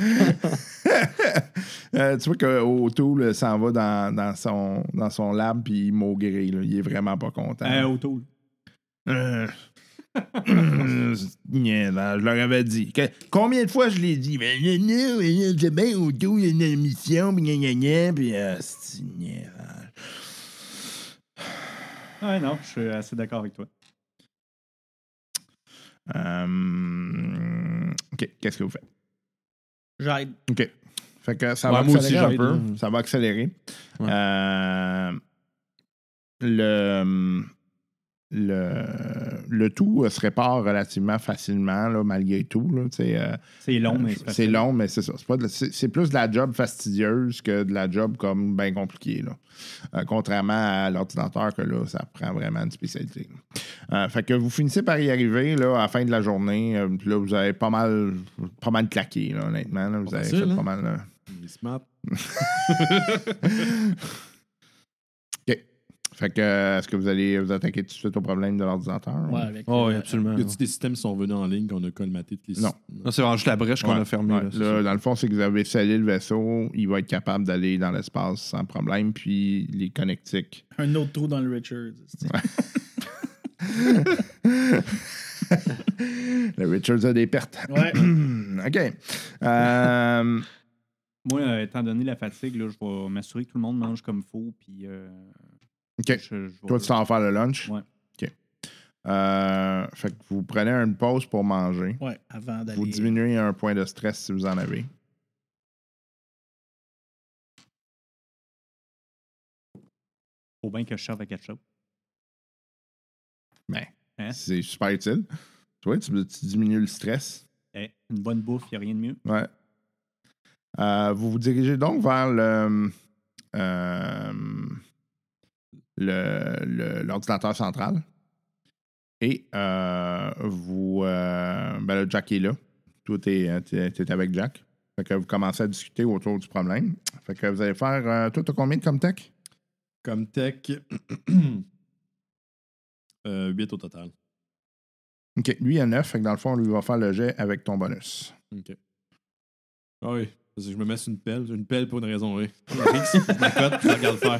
Speaker 2: Euh, tu vois qu'Auto s'en va dans, dans son, dans son lab puis il maugré. là. Il est vraiment pas content.
Speaker 6: Euh, au tour.
Speaker 2: Euh, euh, niaisage, je leur avais dit. Que- combien de fois je l'ai dit? Ben, gna, gna, gna, C'est bien au tout, ben, il y a une émission, puis gna, gna, gna, puis euh, c'est niaisage.
Speaker 6: Ouais, non, je suis assez d'accord avec toi.
Speaker 2: Euh, OK, qu'est-ce que vous faites?
Speaker 4: J'aide.
Speaker 2: OK. Fait que ça va
Speaker 9: Ouais, moi aussi,
Speaker 2: accélérer un
Speaker 9: j'aide,
Speaker 2: peu.
Speaker 9: hein.
Speaker 2: Ça va accélérer.
Speaker 9: Ouais.
Speaker 2: Euh, le, le, le tout euh, se répare relativement facilement, là, malgré tout. là, tu sais, euh,
Speaker 6: C'est long, mais c'est
Speaker 2: c'est
Speaker 6: facile.
Speaker 2: long, mais c'est ça. C'est, pas de la- c'est- c'est plus de la job fastidieuse que de la job comme bien compliquée. là. Euh, contrairement à l'ordinateur, que là, ça prend vraiment une spécialité. là. Euh, fait que vous finissez par y arriver là, à la fin de la journée. euh, puis là, vous avez pas mal, pas mal claqué, là, honnêtement. là. vous
Speaker 5: Pas
Speaker 2: avez
Speaker 5: facile,
Speaker 2: fait
Speaker 5: hein?
Speaker 2: pas mal. euh. là.
Speaker 5: Les smart.
Speaker 2: Fait que, euh, est-ce que vous allez vous attaquer tout de suite au problème de l'ordinateur?
Speaker 4: Ouais, avec,
Speaker 9: Oh, oui,
Speaker 4: euh,
Speaker 9: absolument.
Speaker 5: Y a-tu des systèmes qui sont venus en ligne qu'on a colmaté tous les
Speaker 2: Non.
Speaker 5: systèmes?
Speaker 9: Non, c'est vraiment juste la brèche qu'on
Speaker 2: Ouais,
Speaker 9: a fermée.
Speaker 2: ouais.
Speaker 9: là, c'est
Speaker 2: Là,
Speaker 9: ça.
Speaker 2: dans le fond, c'est que vous avez scellé le vaisseau, il va être capable d'aller dans l'espace sans problème, puis les connectiques.
Speaker 4: euh, un autre trou dans le Richard.
Speaker 2: Le Richards a des pertes. Hmm,
Speaker 4: Ouais.
Speaker 2: OK. Euh,
Speaker 6: Moi, euh, étant donné la fatigue, là, je vais m'assurer que tout le monde mange comme il faut. Puis, euh,
Speaker 2: OK.
Speaker 6: je, je vais-
Speaker 2: Toi, tu t'en vas faire le lunch?
Speaker 6: Ouais.
Speaker 2: OK. Euh, fait que vous prenez une pause pour manger.
Speaker 4: Ouais, avant d'aller.
Speaker 2: Vous diminuez un point de stress si vous en avez.
Speaker 6: faut bien que je serve à ketchup.
Speaker 2: Ben.
Speaker 6: Hein? Hein?
Speaker 2: C'est super utile. Tu vois, tu, tu diminues le stress.
Speaker 6: Eh, une bonne bouffe, il n'y a rien de mieux.
Speaker 2: Ouais. Euh, vous vous dirigez donc vers le. euh, le- le- l'ordinateur central. Et euh, vous. euh, ben là, Jack est là. Toi, t'es es, avec Jack. Fait que vous commencez à discuter autour du problème. Fait que vous allez faire. euh, toi, t'as combien de Comtech?
Speaker 5: Comme tech. 8 au total.
Speaker 2: OK. Lui, il a 9. Fait que dans le fond, lui, il va faire le jet avec ton bonus.
Speaker 5: OK. Ah oui. parce que Je me mets sur une pelle. J'ai Une pelle pour une raison, oui. Je la cote, je la regarde faire.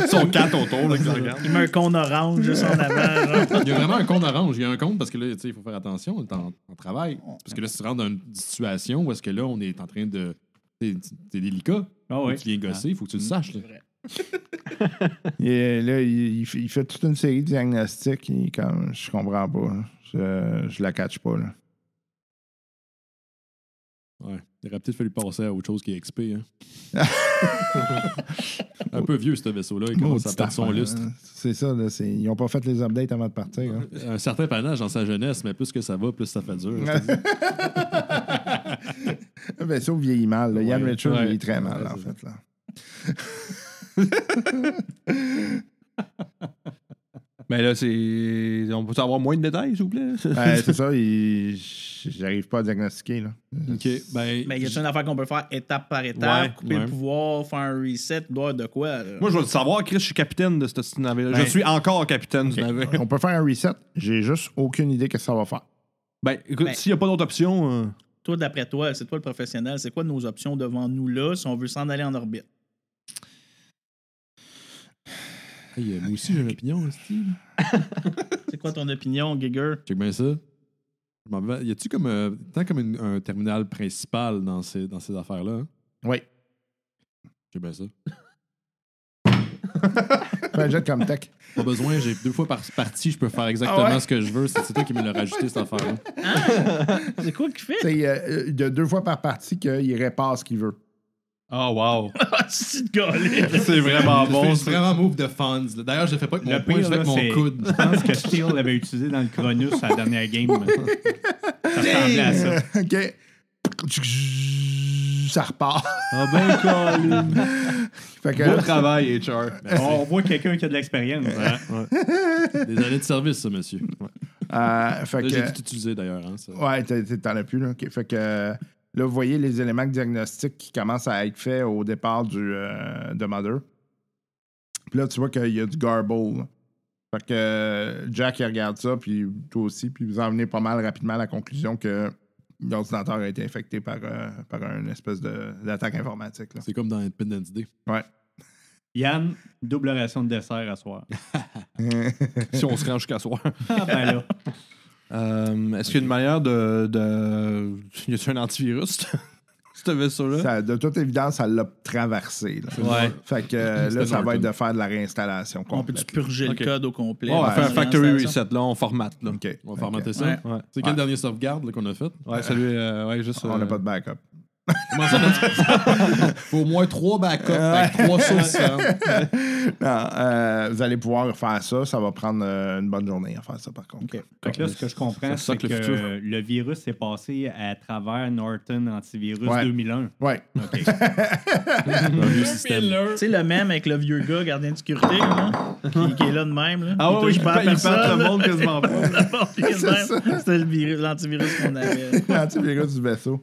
Speaker 9: Ils sont quatre autour, là, qui regardent.
Speaker 4: Il met un con orange juste en avant. genre.
Speaker 5: Il y a vraiment un compte orange. Il y a un compte parce que là, tu sais, il faut faire attention. On est en, en travail. Parce que là, si tu rentres dans une situation où est-ce que là, on est en train de. C'est c'est délicat.
Speaker 6: Ah
Speaker 5: Quand
Speaker 6: oui.
Speaker 5: Tu viens gosser, il faut que tu le saches. là.
Speaker 2: Il est- là, il, il fait- il fait toute une série de diagnostics. Il est comme, je comprends pas. là. Je, je la catch pas. Là.
Speaker 5: Ouais. Il aurait peut-être fallu passer à autre chose qui est XP. Hein. un peu vieux, ce vaisseau-là. Il commence à
Speaker 2: Maudite
Speaker 5: perdre son
Speaker 2: affaire,
Speaker 5: lustre.
Speaker 2: hein. C'est ça. Là, c'est- ils n'ont pas fait les updates avant de partir. hein.
Speaker 5: Un certain panache dans sa jeunesse, mais plus que ça va, plus ça fait dur. je te dis.
Speaker 2: Le vaisseau Ben, vieillit mal. là. Ian
Speaker 5: Ouais,
Speaker 2: Richard
Speaker 5: ouais.
Speaker 2: vieillit très mal,
Speaker 5: Ouais,
Speaker 2: en
Speaker 5: c'est
Speaker 2: fait. Là.
Speaker 9: Mais là, c'est. On peut avoir moins de détails, s'il vous plaît?
Speaker 2: Ouais, Ben, c'est ça. il- J'arrive pas à diagnostiquer. Là.
Speaker 5: OK. Ben,
Speaker 4: Mais y a-t-il une affaire qu'on peut faire étape par étape,
Speaker 9: Ouais,
Speaker 4: couper
Speaker 5: ouais.
Speaker 4: le pouvoir, faire un reset, doit de quoi? là?
Speaker 9: Moi, je veux le savoir, Chris, je suis capitaine de ce petit navire.
Speaker 2: Ben,
Speaker 9: je suis encore capitaine du navire.
Speaker 2: On peut faire un reset. J'ai juste aucune idée que ça va faire.
Speaker 9: Ben, écoute,
Speaker 4: Ben.
Speaker 9: s'il n'y a pas d'autre option. euh,
Speaker 4: Toi, d'après toi, c'est toi le professionnel, c'est quoi nos options devant nous là si on veut s'en aller en orbite?
Speaker 5: hey, euh, moi aussi, j'ai une opinion, Steve.
Speaker 4: C'est quoi ton opinion, Giger?
Speaker 5: Check bien ça. Je m'en vais- Y a-tu comme, euh, tant comme une- un terminal principal dans ces, dans ces affaires-là? hein?
Speaker 2: Oui.
Speaker 5: Check bien ça.
Speaker 2: Fais un jet comme tech.
Speaker 5: Pas besoin, j'ai deux fois par partie, je peux faire exactement
Speaker 2: Ah ouais?
Speaker 5: ce que je veux. C'est c'est toi qui me l'as rajouté, cette affaire-là.
Speaker 4: C'est quoi qu'il fait?
Speaker 2: Tu sais, euh, Il y a deux fois par partie qu'il répare ce qu'il veut.
Speaker 9: Ah, wow.
Speaker 4: C'est de galer.
Speaker 9: c'est vraiment bon.
Speaker 5: c'est vraiment move de fans. là. D'ailleurs, je le fais pas avec
Speaker 6: Le
Speaker 5: mon poing, je
Speaker 6: pire,
Speaker 5: le
Speaker 6: là,
Speaker 5: fais
Speaker 6: c'est.
Speaker 5: avec mon coude.
Speaker 6: Je pense que Steele l'avait utilisé dans le Cronus à la dernière game. ça ressemblait à ça.
Speaker 2: OK. Ça repart.
Speaker 9: Ah, ben, Colin.
Speaker 2: Fait que,
Speaker 9: Beau travail, HR.
Speaker 6: On voit quelqu'un qui a de l'expérience. hein.
Speaker 5: Des années de service, ça, monsieur. Ouais.
Speaker 2: euh, fait
Speaker 5: Là,
Speaker 2: que-
Speaker 5: J'ai tout utilisé, d'ailleurs. hein, ça.
Speaker 2: Ouais, t'as- t'as- t'en as plus, là. OK. Fait que euh, là, vous voyez les éléments de diagnostic qui commencent à être faits au départ du, euh, de Mother. Puis là, tu vois qu'il y a du garble. là. Fait que euh, Jack, il regarde ça, puis toi aussi, puis vous en venez pas mal rapidement à la conclusion que l'ordinateur a été infecté par, euh, par une espèce de- d'attaque informatique. là.
Speaker 5: C'est comme dans Independence Day.
Speaker 6: Yann, double ration de dessert à soir.
Speaker 9: si on se rend jusqu'à soir.
Speaker 6: Ah ben là.
Speaker 9: Euh, Est-ce qu'il y a une manière de. de... Y a-tu un antivirus, ce vaisseau-là?
Speaker 2: Ça, de toute évidence, ça l'a traversé. là.
Speaker 9: Ouais.
Speaker 2: Fait que euh, là,
Speaker 5: C'était
Speaker 2: ça va être
Speaker 5: Norton.
Speaker 2: de faire de la réinstallation
Speaker 4: On peut-tu
Speaker 2: complète.
Speaker 4: purger
Speaker 9: Ok.
Speaker 4: le code au complet?
Speaker 9: on va faire un
Speaker 4: Une
Speaker 9: factory
Speaker 4: installation?
Speaker 9: reset, là, on formate, là.
Speaker 2: OK.
Speaker 5: On va formater ça.
Speaker 4: Ouais.
Speaker 9: Ouais.
Speaker 5: C'est quelle dernière sauvegarde là, qu'on a faite?
Speaker 9: Ouais, celui. euh, ouais, juste.
Speaker 2: On n'a
Speaker 9: euh,
Speaker 2: pas de backup.
Speaker 5: Comment ça, notre- Faut au moins trois backups avec trois sources. hein. différentes.
Speaker 2: Non, euh, vous allez pouvoir faire ça. Ça va prendre euh, une bonne journée à faire ça, par contre.
Speaker 6: Fait que là, ce que je comprends,
Speaker 9: C'est ça
Speaker 6: c'est
Speaker 9: que
Speaker 6: que
Speaker 9: le
Speaker 6: le, virus s'est passé à travers Norton Antivirus
Speaker 2: Ouais.
Speaker 6: 2001.
Speaker 2: Ouais.
Speaker 5: Un vieux système.
Speaker 4: Tu sais, le même avec le vieux gars, gardien de sécurité, là, qui, qui est là de même. Là,
Speaker 9: Ah ouais,
Speaker 4: qui
Speaker 9: oui,
Speaker 4: touche
Speaker 9: il
Speaker 4: pas à
Speaker 9: perd il perd
Speaker 4: personne,
Speaker 9: le
Speaker 4: là.
Speaker 9: monde quasiment pas.
Speaker 4: Bon, puis le même, C'était le virus- l'antivirus qu'on avait.
Speaker 2: L'antivirus du vaisseau.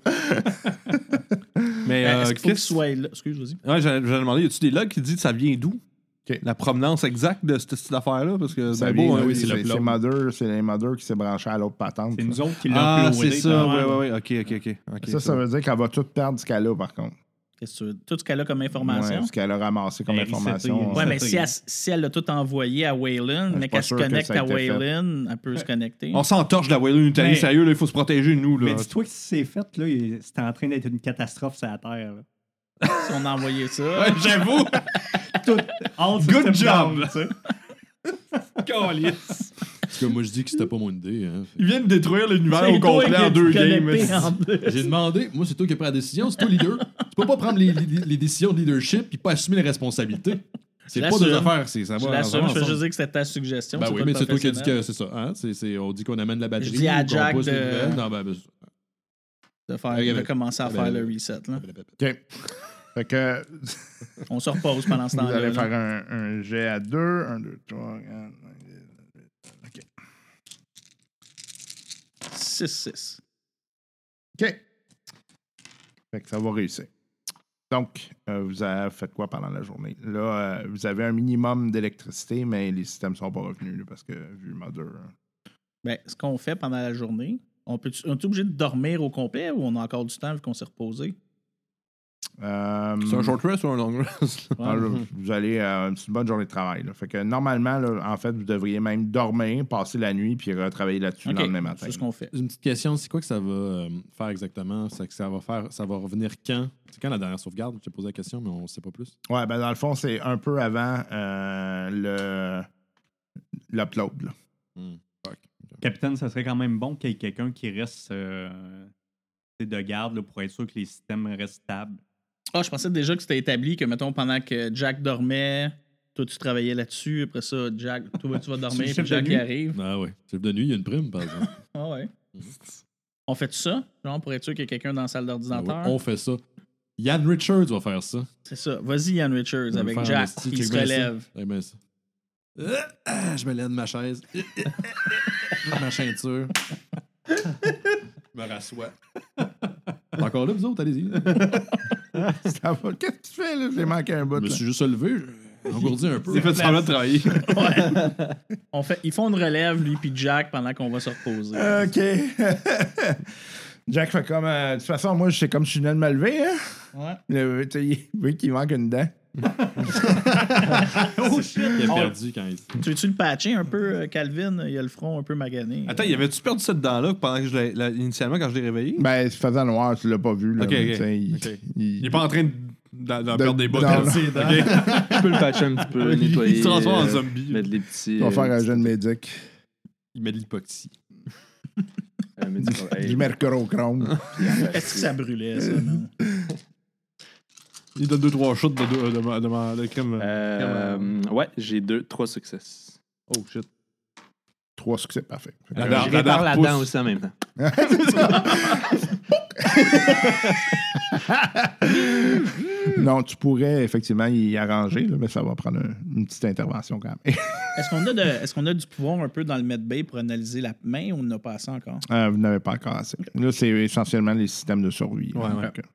Speaker 9: Mais euh,
Speaker 4: Est-ce qu'il faut qu'il
Speaker 9: qu'est-ce
Speaker 4: soit là? Excuse, vas-y.
Speaker 9: Ouais, j'allais j'allais demander, y a-tu des logs qui disent ça vient d'où?
Speaker 2: Ok.
Speaker 9: La provenance exacte de cette, cette affaire-là? Parce que
Speaker 2: Ça
Speaker 9: c'est
Speaker 2: vient,
Speaker 9: beau, hein,
Speaker 2: oui,
Speaker 9: oui, c'est
Speaker 2: c'est
Speaker 9: le
Speaker 2: c'est
Speaker 9: plomb.
Speaker 2: Mother, c'est les Mother qui s'est branché à l'autre patente.
Speaker 6: C'est nous autres qui l'a
Speaker 9: Ah,
Speaker 6: uploadé,
Speaker 9: c'est ça,
Speaker 6: quand
Speaker 9: ouais,
Speaker 6: même.
Speaker 9: ouais, ouais, ok, ok, ok. ok,
Speaker 2: Ça, ça
Speaker 9: c'est
Speaker 2: veut dire qu'elle va tout perdre ce qu'elle a, par contre.
Speaker 4: Qu'est-ce que tu veux? Tout ce qu'elle a comme
Speaker 2: Ouais,
Speaker 4: information.
Speaker 2: ce qu'elle a ramassé comme
Speaker 6: Elle reseté,
Speaker 2: information.
Speaker 6: elle
Speaker 4: Ouais,
Speaker 6: Ça,
Speaker 4: mais
Speaker 6: c'est-
Speaker 4: si elle, si elle l'a tout envoyé à Waylon,
Speaker 2: suis pas
Speaker 4: mais qu'elle se
Speaker 2: sûr que
Speaker 4: connecte
Speaker 2: ça a
Speaker 4: à
Speaker 2: été fait.
Speaker 4: Waylon, elle peut se connecter.
Speaker 9: On s'entorche de la Wayland Italie,
Speaker 6: Mais-
Speaker 9: sérieux, là, il faut se protéger, nous. Là.
Speaker 6: Mais dis-toi que si c'est fait, là, il- c'était en train d'être une catastrophe sur la Terre. là.
Speaker 4: Si on a envoyé ça.
Speaker 9: Ouais, J'avoue!
Speaker 6: Tout, all system
Speaker 9: Good job!
Speaker 6: down, tu sais.
Speaker 9: Câlisse.
Speaker 5: Parce que moi, je dis que c'était pas mon idée. hein. Fait
Speaker 9: Ils viennent détruire l'univers
Speaker 4: C'est
Speaker 9: au
Speaker 4: toi
Speaker 9: complet
Speaker 4: qui
Speaker 9: en
Speaker 4: es
Speaker 9: deux games.
Speaker 4: connecté en deux.
Speaker 5: que J'ai demandé, moi, c'est toi qui as pris la décision, c'est toi le leader. Tu peux pas prendre les, les- les décisions de leadership et pas assumer les responsabilités. C'est
Speaker 4: Je
Speaker 5: pas deux
Speaker 4: l'assume.
Speaker 5: affaires, c'est ça
Speaker 4: Je
Speaker 5: va.
Speaker 4: l'assume, je
Speaker 5: ça
Speaker 4: fais
Speaker 5: va
Speaker 4: juste dire que c'était ta suggestion.
Speaker 5: Ben oui,
Speaker 4: pas
Speaker 5: mais
Speaker 4: le
Speaker 5: c'est toi qui as dit
Speaker 4: professionnel.
Speaker 5: que c'est ça. Hein? C'est- c'est- on dit qu'on amène la batterie.
Speaker 4: dis à
Speaker 5: ou qu'on
Speaker 4: Jack
Speaker 5: pousse
Speaker 4: de-
Speaker 5: les nouvelles. Non, ben, ben,
Speaker 4: De, faire,
Speaker 5: Ouais,
Speaker 4: de
Speaker 5: ben,
Speaker 4: commencer à
Speaker 5: ben,
Speaker 4: faire
Speaker 5: ben,
Speaker 4: le reset. Là.
Speaker 2: Fait que
Speaker 4: On se repose pendant ce
Speaker 2: vous
Speaker 4: temps-là.
Speaker 2: allez
Speaker 4: là.
Speaker 2: faire un, un jet à deux. Un, deux, trois, quatre, cinq, six, sept, huit. OK.
Speaker 4: 6-6.
Speaker 2: OK. Fait que ça va réussir. Donc, euh, vous avez fait quoi pendant la journée? Là, euh, vous avez un minimum d'électricité, mais les systèmes sont pas revenus là, parce que, vu Mother. hein.
Speaker 4: Ben, ce qu'on fait pendant la journée, on peut on est obligé de dormir au complet ou on a encore du temps vu qu'on s'est reposé?
Speaker 2: Euh,
Speaker 5: hmm.
Speaker 9: C'est un short rest ou un long rest?
Speaker 2: ah, là, vous allez. euh, c'est une bonne journée de travail. là. Fait que normalement, là, en fait, vous devriez même dormir, passer la nuit, puis retravailler là-dessus
Speaker 4: Ok,
Speaker 2: le lendemain matin.
Speaker 4: C'est ce qu'on fait.
Speaker 5: Une petite question, c'est quoi que ça va euh, faire exactement? C'est que ça va faire, ça va revenir quand? C'est quand la dernière sauvegarde? J'ai posé la question, mais on sait pas plus.
Speaker 2: Ouais, ben dans le fond, c'est un peu avant euh, le l'upload. là.
Speaker 6: Capitaine, ça serait quand même bon qu'il y ait quelqu'un qui reste euh, de garde là, pour être sûr que les systèmes restent stables.
Speaker 4: Ah, je pensais déjà que c'était établi que, mettons, pendant que Jack dormait, toi, tu travaillais là-dessus. Après ça, Jack, toi, tu vas
Speaker 6: C'est le
Speaker 4: dormir,
Speaker 6: chef
Speaker 4: puis
Speaker 6: de
Speaker 4: Jack, il
Speaker 6: nuit.
Speaker 4: arrive.
Speaker 5: Ah oui. Chef de nuit, il y a une prime, par exemple.
Speaker 4: Ah ouais. On fait ça? Genre, pour être sûr qu'il y a quelqu'un dans la salle
Speaker 5: Ah ouais,
Speaker 4: d'ordinateur?
Speaker 5: on fait ça. Yann Richards va faire ça.
Speaker 4: C'est ça. Vas-y, Ian Richards,
Speaker 5: va
Speaker 4: avec
Speaker 5: le faire en
Speaker 4: Jack.
Speaker 5: esti,
Speaker 4: Il
Speaker 5: check
Speaker 4: se
Speaker 5: bien Eh ben, ça.
Speaker 4: relève.
Speaker 5: Check bien ça. Euh, ah, je me lève de ma chaise. euh, ma ceinture. je me rassois. T'es Encore là, vous autres, allez-y.
Speaker 2: Ça va. Qu'est-ce que tu fais là? J'ai manqué un bout.
Speaker 5: Je me
Speaker 2: là.
Speaker 5: suis juste levé, j'ai engourdi un peu.
Speaker 9: Il fait semblant de travailler.
Speaker 4: On fait, ils font une relève, lui puis Jack, pendant qu'on va se reposer.
Speaker 2: OK. Jack fait comme. euh, de toute façon, moi, je sais comme je suis venu de me lever. Hein?
Speaker 4: Ouais.
Speaker 2: Le- tu sais, il- oui, qu'il manque une dent.
Speaker 5: Il a perdu quand il.
Speaker 4: Tu veux-tu le patcher un peu, euh, Calvin? Il a le front un peu magané.
Speaker 9: Attends, y avait-tu perdu cette dent-là pendant que je l'ai- la- initialement quand je l'ai réveillé?
Speaker 2: Ben, se faisant noir, tu l'as pas vu. Là,
Speaker 9: Ok,
Speaker 2: mais,
Speaker 9: ok.
Speaker 2: tu sais, Il,
Speaker 9: Ok.
Speaker 2: il-
Speaker 9: Il est pas en train de- d'en d'en
Speaker 2: De-
Speaker 9: perdre des bottes.
Speaker 2: non, non.
Speaker 9: Ok.
Speaker 7: Tu peux le patcher un petit peu, nettoyer.
Speaker 9: Il se transforme en
Speaker 7: euh,
Speaker 9: zombie.
Speaker 7: Mettre les petits.
Speaker 2: il va
Speaker 7: euh,
Speaker 2: faire un
Speaker 7: petits-
Speaker 2: jeune médic.
Speaker 5: Il met de l'hypoxie.
Speaker 7: euh,
Speaker 9: Ben,
Speaker 7: médicaments. Hey,
Speaker 2: Du mercurochrome.
Speaker 4: Est-ce que ça brûlait, ça, non?
Speaker 9: Il donne deux, trois shots de, de, de, ma- de ma- de crème.
Speaker 7: euh, ouais, j'ai deux, trois succès.
Speaker 9: oh shit.
Speaker 2: Trois succès, parfait.
Speaker 9: La
Speaker 7: Je
Speaker 9: dent- la
Speaker 7: répare
Speaker 9: dent
Speaker 7: la
Speaker 9: repousse.
Speaker 7: dent aussi en même temps.
Speaker 2: Non, tu pourrais effectivement y arranger, là, mais ça va prendre un- une petite intervention quand même.
Speaker 4: Est-ce qu'on a, de- est-ce qu'on a du pouvoir un peu dans le medbay pour analyser la main ou on n'a pas ça encore?
Speaker 2: Euh, vous n'avez pas encore assez. Là, c'est essentiellement les systèmes de survie. là.
Speaker 9: Ouais, ouais.
Speaker 2: Fait que,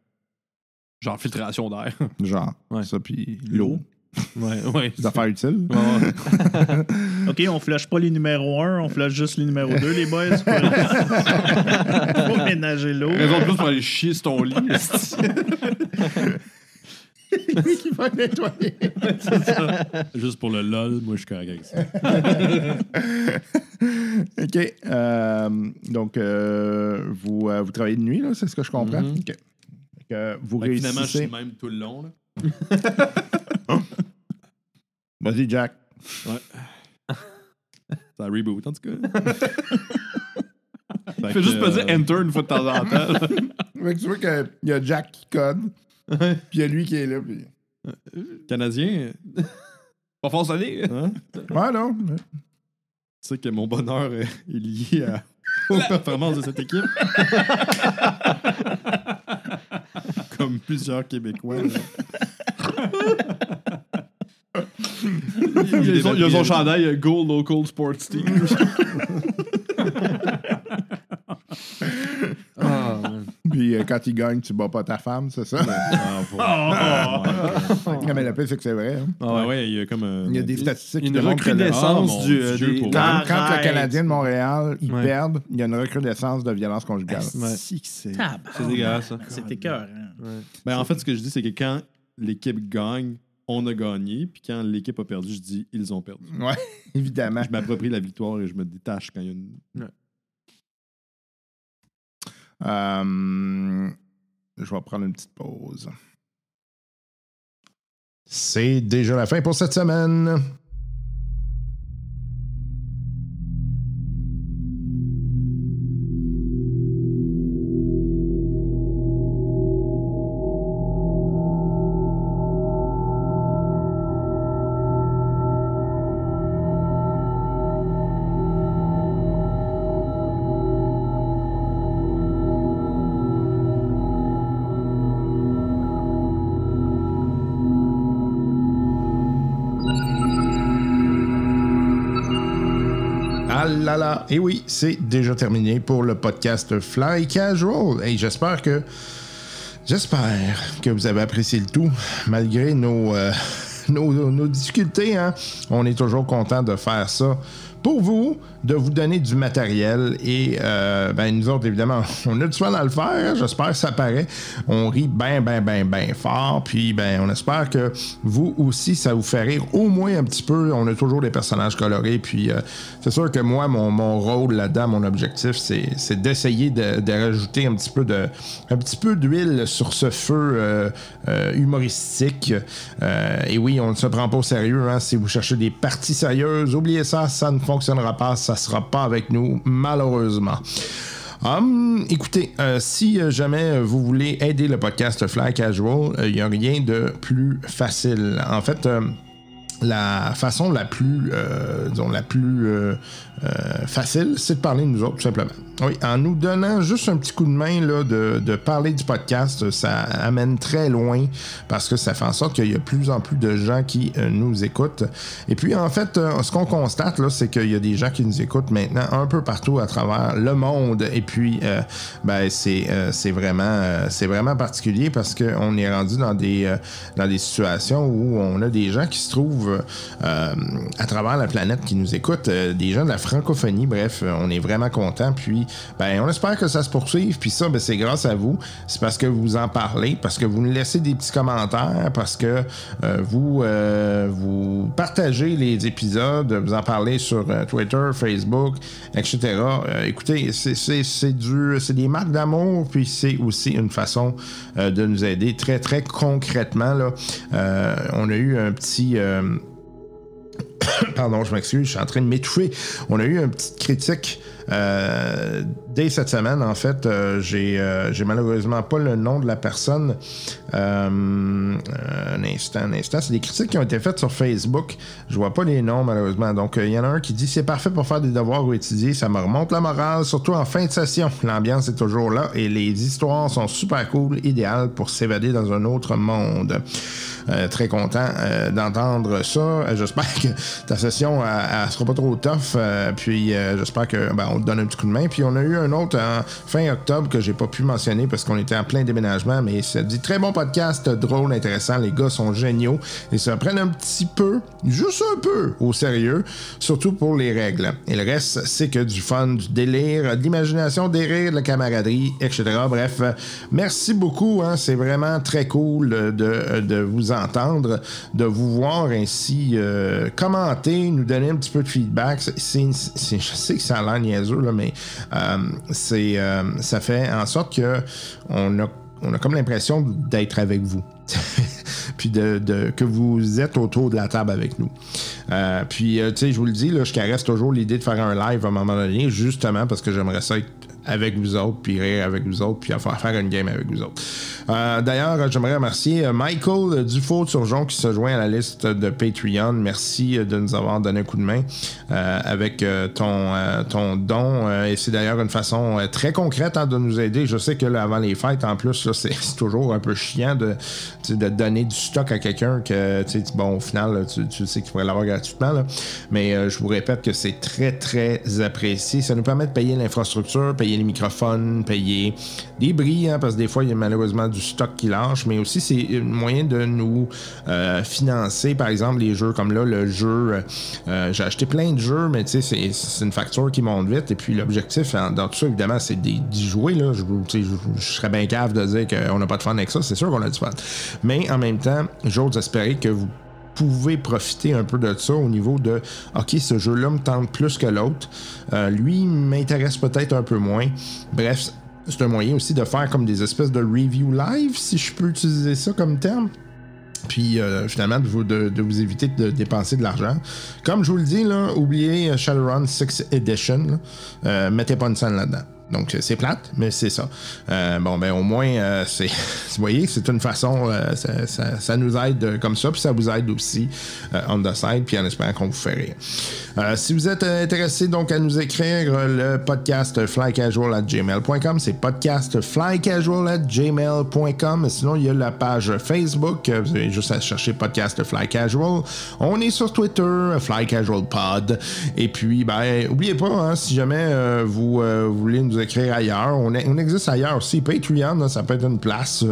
Speaker 9: Genre filtration d'air.
Speaker 2: Genre,
Speaker 9: Ouais.
Speaker 2: ça, puis l'eau.
Speaker 9: ouais, ouais.
Speaker 2: Des affaires utiles.
Speaker 9: Ouais, ouais.
Speaker 4: OK, on flush pas les numéros 1, on flush juste les numéros 2, les boys. Pour, pour ménager l'eau.
Speaker 9: Raison de plus pour aller chier sur ton lit. esti.
Speaker 2: qui va nettoyer.
Speaker 5: Juste pour le lol, moi je suis correct avec ça.
Speaker 2: OK. euh, donc, euh, vous, euh, vous travaillez de nuit, là, c'est ce que je comprends?
Speaker 5: Mhm.
Speaker 2: OK. Fait que euh, vous
Speaker 9: Ben,
Speaker 5: Fait que finalement, je suis
Speaker 2: réussissez.
Speaker 5: le même tout le long. là.
Speaker 2: Vas-y, Jack.
Speaker 5: Ça reboot, en tout cas.
Speaker 9: Il fait euh, juste pas dire
Speaker 5: euh,
Speaker 9: enter une fois de temps en temps. là.
Speaker 2: Fait que tu vois qu'il y a Jack qui code, puis il y a lui qui est là. Puis...
Speaker 5: Canadien,
Speaker 9: euh, Pas fonctionner.
Speaker 5: hein?
Speaker 2: Ouais, non.
Speaker 5: tu sais que mon bonheur euh, est lié à- aux performances de cette équipe. Comme plusieurs Québécois. là.
Speaker 9: Il y a son- il y a son
Speaker 5: Il-
Speaker 9: chandail euh, Go Local Sports Team.
Speaker 2: Puis euh, quand il gagne, tu bats pas ta femme, c'est ça?
Speaker 5: Ah, pour- Ah, ouais.
Speaker 2: Ah, mais la pire, c'est que c'est vrai. hein.
Speaker 5: Ah ouais, il y a comme un-
Speaker 2: Il y a des statistiques qui
Speaker 9: Une
Speaker 2: démontrent que le-
Speaker 5: Ah, mon
Speaker 9: recrudescence du. euh,
Speaker 5: Dieu,
Speaker 9: des-
Speaker 5: pour-
Speaker 2: quand, quand le
Speaker 4: Arrête.
Speaker 2: Canadien de Montréal, ils
Speaker 9: Ouais.
Speaker 2: perdent, il y a une recrudescence de violence conjugale.
Speaker 9: Ouais.
Speaker 5: Si que c'est-
Speaker 9: C'est
Speaker 4: Tabarnak,
Speaker 9: dégueulasse. hein.
Speaker 4: C'était cœur.
Speaker 5: Ben, en fait, ce que je dis, c'est que quand l'équipe gagne, on a gagné. Puis quand l'équipe a perdu, je dis ils ont perdu.
Speaker 2: Ouais, évidemment.
Speaker 5: Je m'approprie la victoire et je me détache quand il y a une.
Speaker 2: Euh, je vais prendre une petite pause.
Speaker 10: C'est déjà la fin pour cette semaine.
Speaker 2: Ah là là, et oui, c'est déjà terminé pour le podcast Fly Casual. Et j'espère que j'espère que vous avez apprécié le tout malgré nos euh, nos, nos difficultés. hein. On est toujours content de faire ça pour vous, de vous donner du matériel et euh, ben nous autres évidemment, on a du fun à le faire. hein. J'espère que ça paraît. On rit bien bien bien bien fort. Puis ben on espère que vous aussi ça vous fait rire au moins un petit peu. On a toujours des personnages colorés. Puis euh, c'est sûr que moi, mon, mon rôle là-dedans, mon objectif, c'est c'est d'essayer de, de rajouter un petit peu de un petit peu d'huile sur ce feu euh, euh, humoristique. Euh, et oui, on ne se prend pas au sérieux. hein. Si vous cherchez des parties sérieuses, oubliez ça, ça ne fonctionnera pas, ça sera pas avec nous, malheureusement. Hum, écoutez, euh, si euh, jamais euh, vous voulez aider le podcast Fly Casual, il n'y a rien de plus facile. En fait, euh, la façon la plus, euh, disons, la plus euh, euh, facile, c'est de parler de nous autres, tout simplement. Oui, en nous donnant juste un petit coup de main là, de, de parler du podcast, ça amène très loin parce que ça fait en sorte qu'il y a de plus en plus de gens qui euh, nous écoutent. Et puis, en fait, euh, ce qu'on constate, là, c'est qu'il y a des gens qui nous écoutent maintenant un peu partout à travers le monde. Et puis, euh, ben, c'est, euh, c'est vraiment, euh, c'est vraiment particulier parce qu'on est rendu dans des, euh, dans des situations où on a des gens qui se trouvent euh, à travers la planète qui nous écoutent, euh, des gens de la francophonie. Bref, euh, on est vraiment contents. Puis, ben, on espère que ça se poursuive. Puis ça, ben, c'est grâce à vous. C'est parce que vous en parlez, parce que vous nous laissez des petits commentaires, parce que euh, vous, euh, vous partagez les épisodes, vous en parlez sur euh, Twitter, Facebook, etc. Euh, écoutez, c'est- c'est c'est du, c'est des marques d'amour, puis c'est aussi une façon euh, de nous aider très, très concrètement. Là. Euh, on a eu un petit... euh, Pardon, je m'excuse, je suis en train de m'étouffer. On a eu une petite critique euh, dès cette semaine. En fait, euh, j'ai euh, j'ai malheureusement pas le nom de la personne. Euh, un instant, un instant. C'est des critiques qui ont été faites sur Facebook. Je vois pas les noms, malheureusement. Donc, euh, il y en a un qui dit C'est parfait pour faire des devoirs ou étudier. Ça me remonte la morale, surtout en fin de session. L'ambiance est toujours là et les histoires sont super cool, idéales pour s'évader dans un autre monde. Euh, très content euh, d'entendre ça. Euh, J'espère que ta session elle, elle sera pas trop tough. euh, puis euh, j'espère que ben, on te donne un petit coup de main. Puis on a eu un autre en fin octobre que j'ai pas pu mentionner parce qu'on était en plein déménagement, mais ça dit très bon podcast, drôle, intéressant. Les gars sont géniaux et se prennent un petit peu, juste un peu, au sérieux, surtout pour les règles. Et le reste, c'est que du fun, du délire, de l'imagination, des rires, de la camaraderie, etc. Bref, euh, merci beaucoup. hein, c'est vraiment très cool euh, de, euh, de vous entendre, de vous voir ainsi euh, commenter, nous donner un petit peu de feedback. C'est- c'est- c'est- je sais que ça a l'air niaiseux, là, mais euh, c'est, euh, ça fait en sorte que on a, on a comme l'impression d'être avec vous. puis de, de- que vous êtes autour de la table avec nous. Euh, puis, euh, tu sais, je vous le dis, là, je caresse toujours l'idée de faire un live à un moment donné, justement parce que j'aimerais ça être avec vous autres, puis rire avec vous autres, puis faire, faire une game avec vous autres. Euh, D'ailleurs, euh, j'aimerais remercier euh, Michael Dufault-Turgeon qui se joint à la liste de Patreon. Merci euh, de nous avoir donné un coup de main euh, avec euh, ton, euh, ton don. euh, et c'est d'ailleurs une façon euh, très concrète hein, de nous aider. Je sais que là, avant les fêtes, en plus, là, c'est c'est toujours un peu chiant de, tu sais, de donner du stock à quelqu'un que, tu sais, bon, au final, là, tu, tu sais qu'il pourrait l'avoir gratuitement. là. Mais euh, je vous répète que c'est très, très apprécié. Ça nous permet de payer l'infrastructure, payer les microphones, payer des bris, hein, parce que des fois, il y a malheureusement du stock qui lâche, mais aussi, c'est un moyen de nous euh, financer, par exemple, les jeux comme là, le jeu. euh, J'ai acheté plein de jeux, mais tu sais, c'est- c'est une facture qui monte vite. Et puis, l'objectif en- dans tout ça, évidemment, c'est d'y d'y jouer. Là. Je, vous- tu sais, je- je serais bien cave de dire qu'on n'a pas de fun avec ça. C'est sûr qu'on a du fun. Mais en même temps, j'ose espérer que vous pouvez profiter un peu de ça au niveau de OK, ce jeu-là me tente plus que l'autre. Euh, lui m'intéresse peut-être un peu moins. Bref, c'est un moyen aussi de faire comme des espèces de review live, si je peux utiliser ça comme terme. Puis euh, finalement, de vous, de- de vous éviter de dépenser de l'argent. Comme je vous le dis, là, oubliez euh, Shadowrun 6 Edition. là. Euh, mettez pas une scène là-dedans. Donc, euh, c'est plate, mais c'est ça. Euh, bon, ben, au moins, euh, c'est. Vous voyez, c'est une façon. euh, ça, ça- ça nous aide euh, comme ça, puis ça vous aide aussi euh, on the side, puis en espérant qu'on vous fait rire. Euh, si vous êtes euh, intéressé donc à nous écrire, euh, le podcast flycasual at gmail.com, c'est podcast flycasual at gmail.com. Sinon, il y a la page Facebook. euh, Vous avez juste à chercher podcast fly casual. On est sur Twitter, fly casual pod. Et puis, ben, oubliez pas, hein, si jamais euh, vous euh, voulez nous écrire ailleurs, on, est- on existe ailleurs aussi. Patreon, hein, ça peut être une place.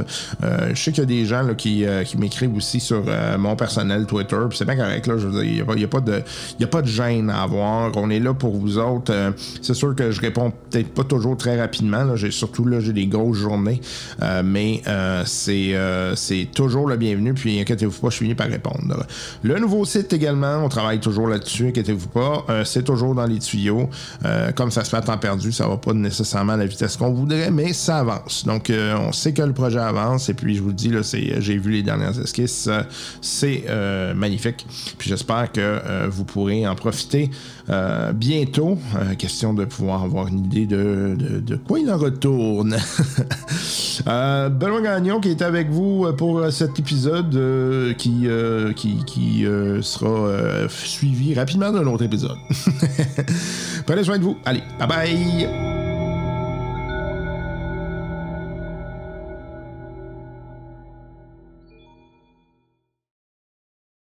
Speaker 2: Euh, je sais qu'il y a des gens là, qui, euh, qui m'écrivent aussi sur euh, mon personnel Twitter. puis C'est bien correct, là. Je veux dire, il n'y a, pas- il y a pas de- il y a pas de gêne à avoir. On est là pour vous autres. Euh, c'est sûr que je réponds peut-être pas toujours très rapidement. Là. J'ai, surtout là, j'ai des grosses journées. Euh, mais euh, c'est, euh, c'est toujours le bienvenu. Puis inquiétez-vous pas, je finis par répondre. Le nouveau site également, on travaille toujours là-dessus, inquiétez-vous pas. Euh, c'est toujours dans les tuyaux. Euh, comme ça se fait à temps perdu, ça va pas nécessairement à la vitesse qu'on voudrait, mais ça avance. Donc, euh, on sait que le projet avance. Et puis, je vous le dis, là, c'est, euh, j'ai vu les dernières esquisses. euh, c'est euh, magnifique. Puis, j'espère que euh, vous pourrez en profiter euh, bientôt. Euh, question de pouvoir avoir une idée de, de, de quoi il en retourne. Euh, Benoît Gagnon qui est avec vous euh, pour euh, cet épisode euh, qui, euh, qui, qui, euh, sera euh, suivi rapidement d'un autre épisode. Prenez soin de vous. Allez, bye bye.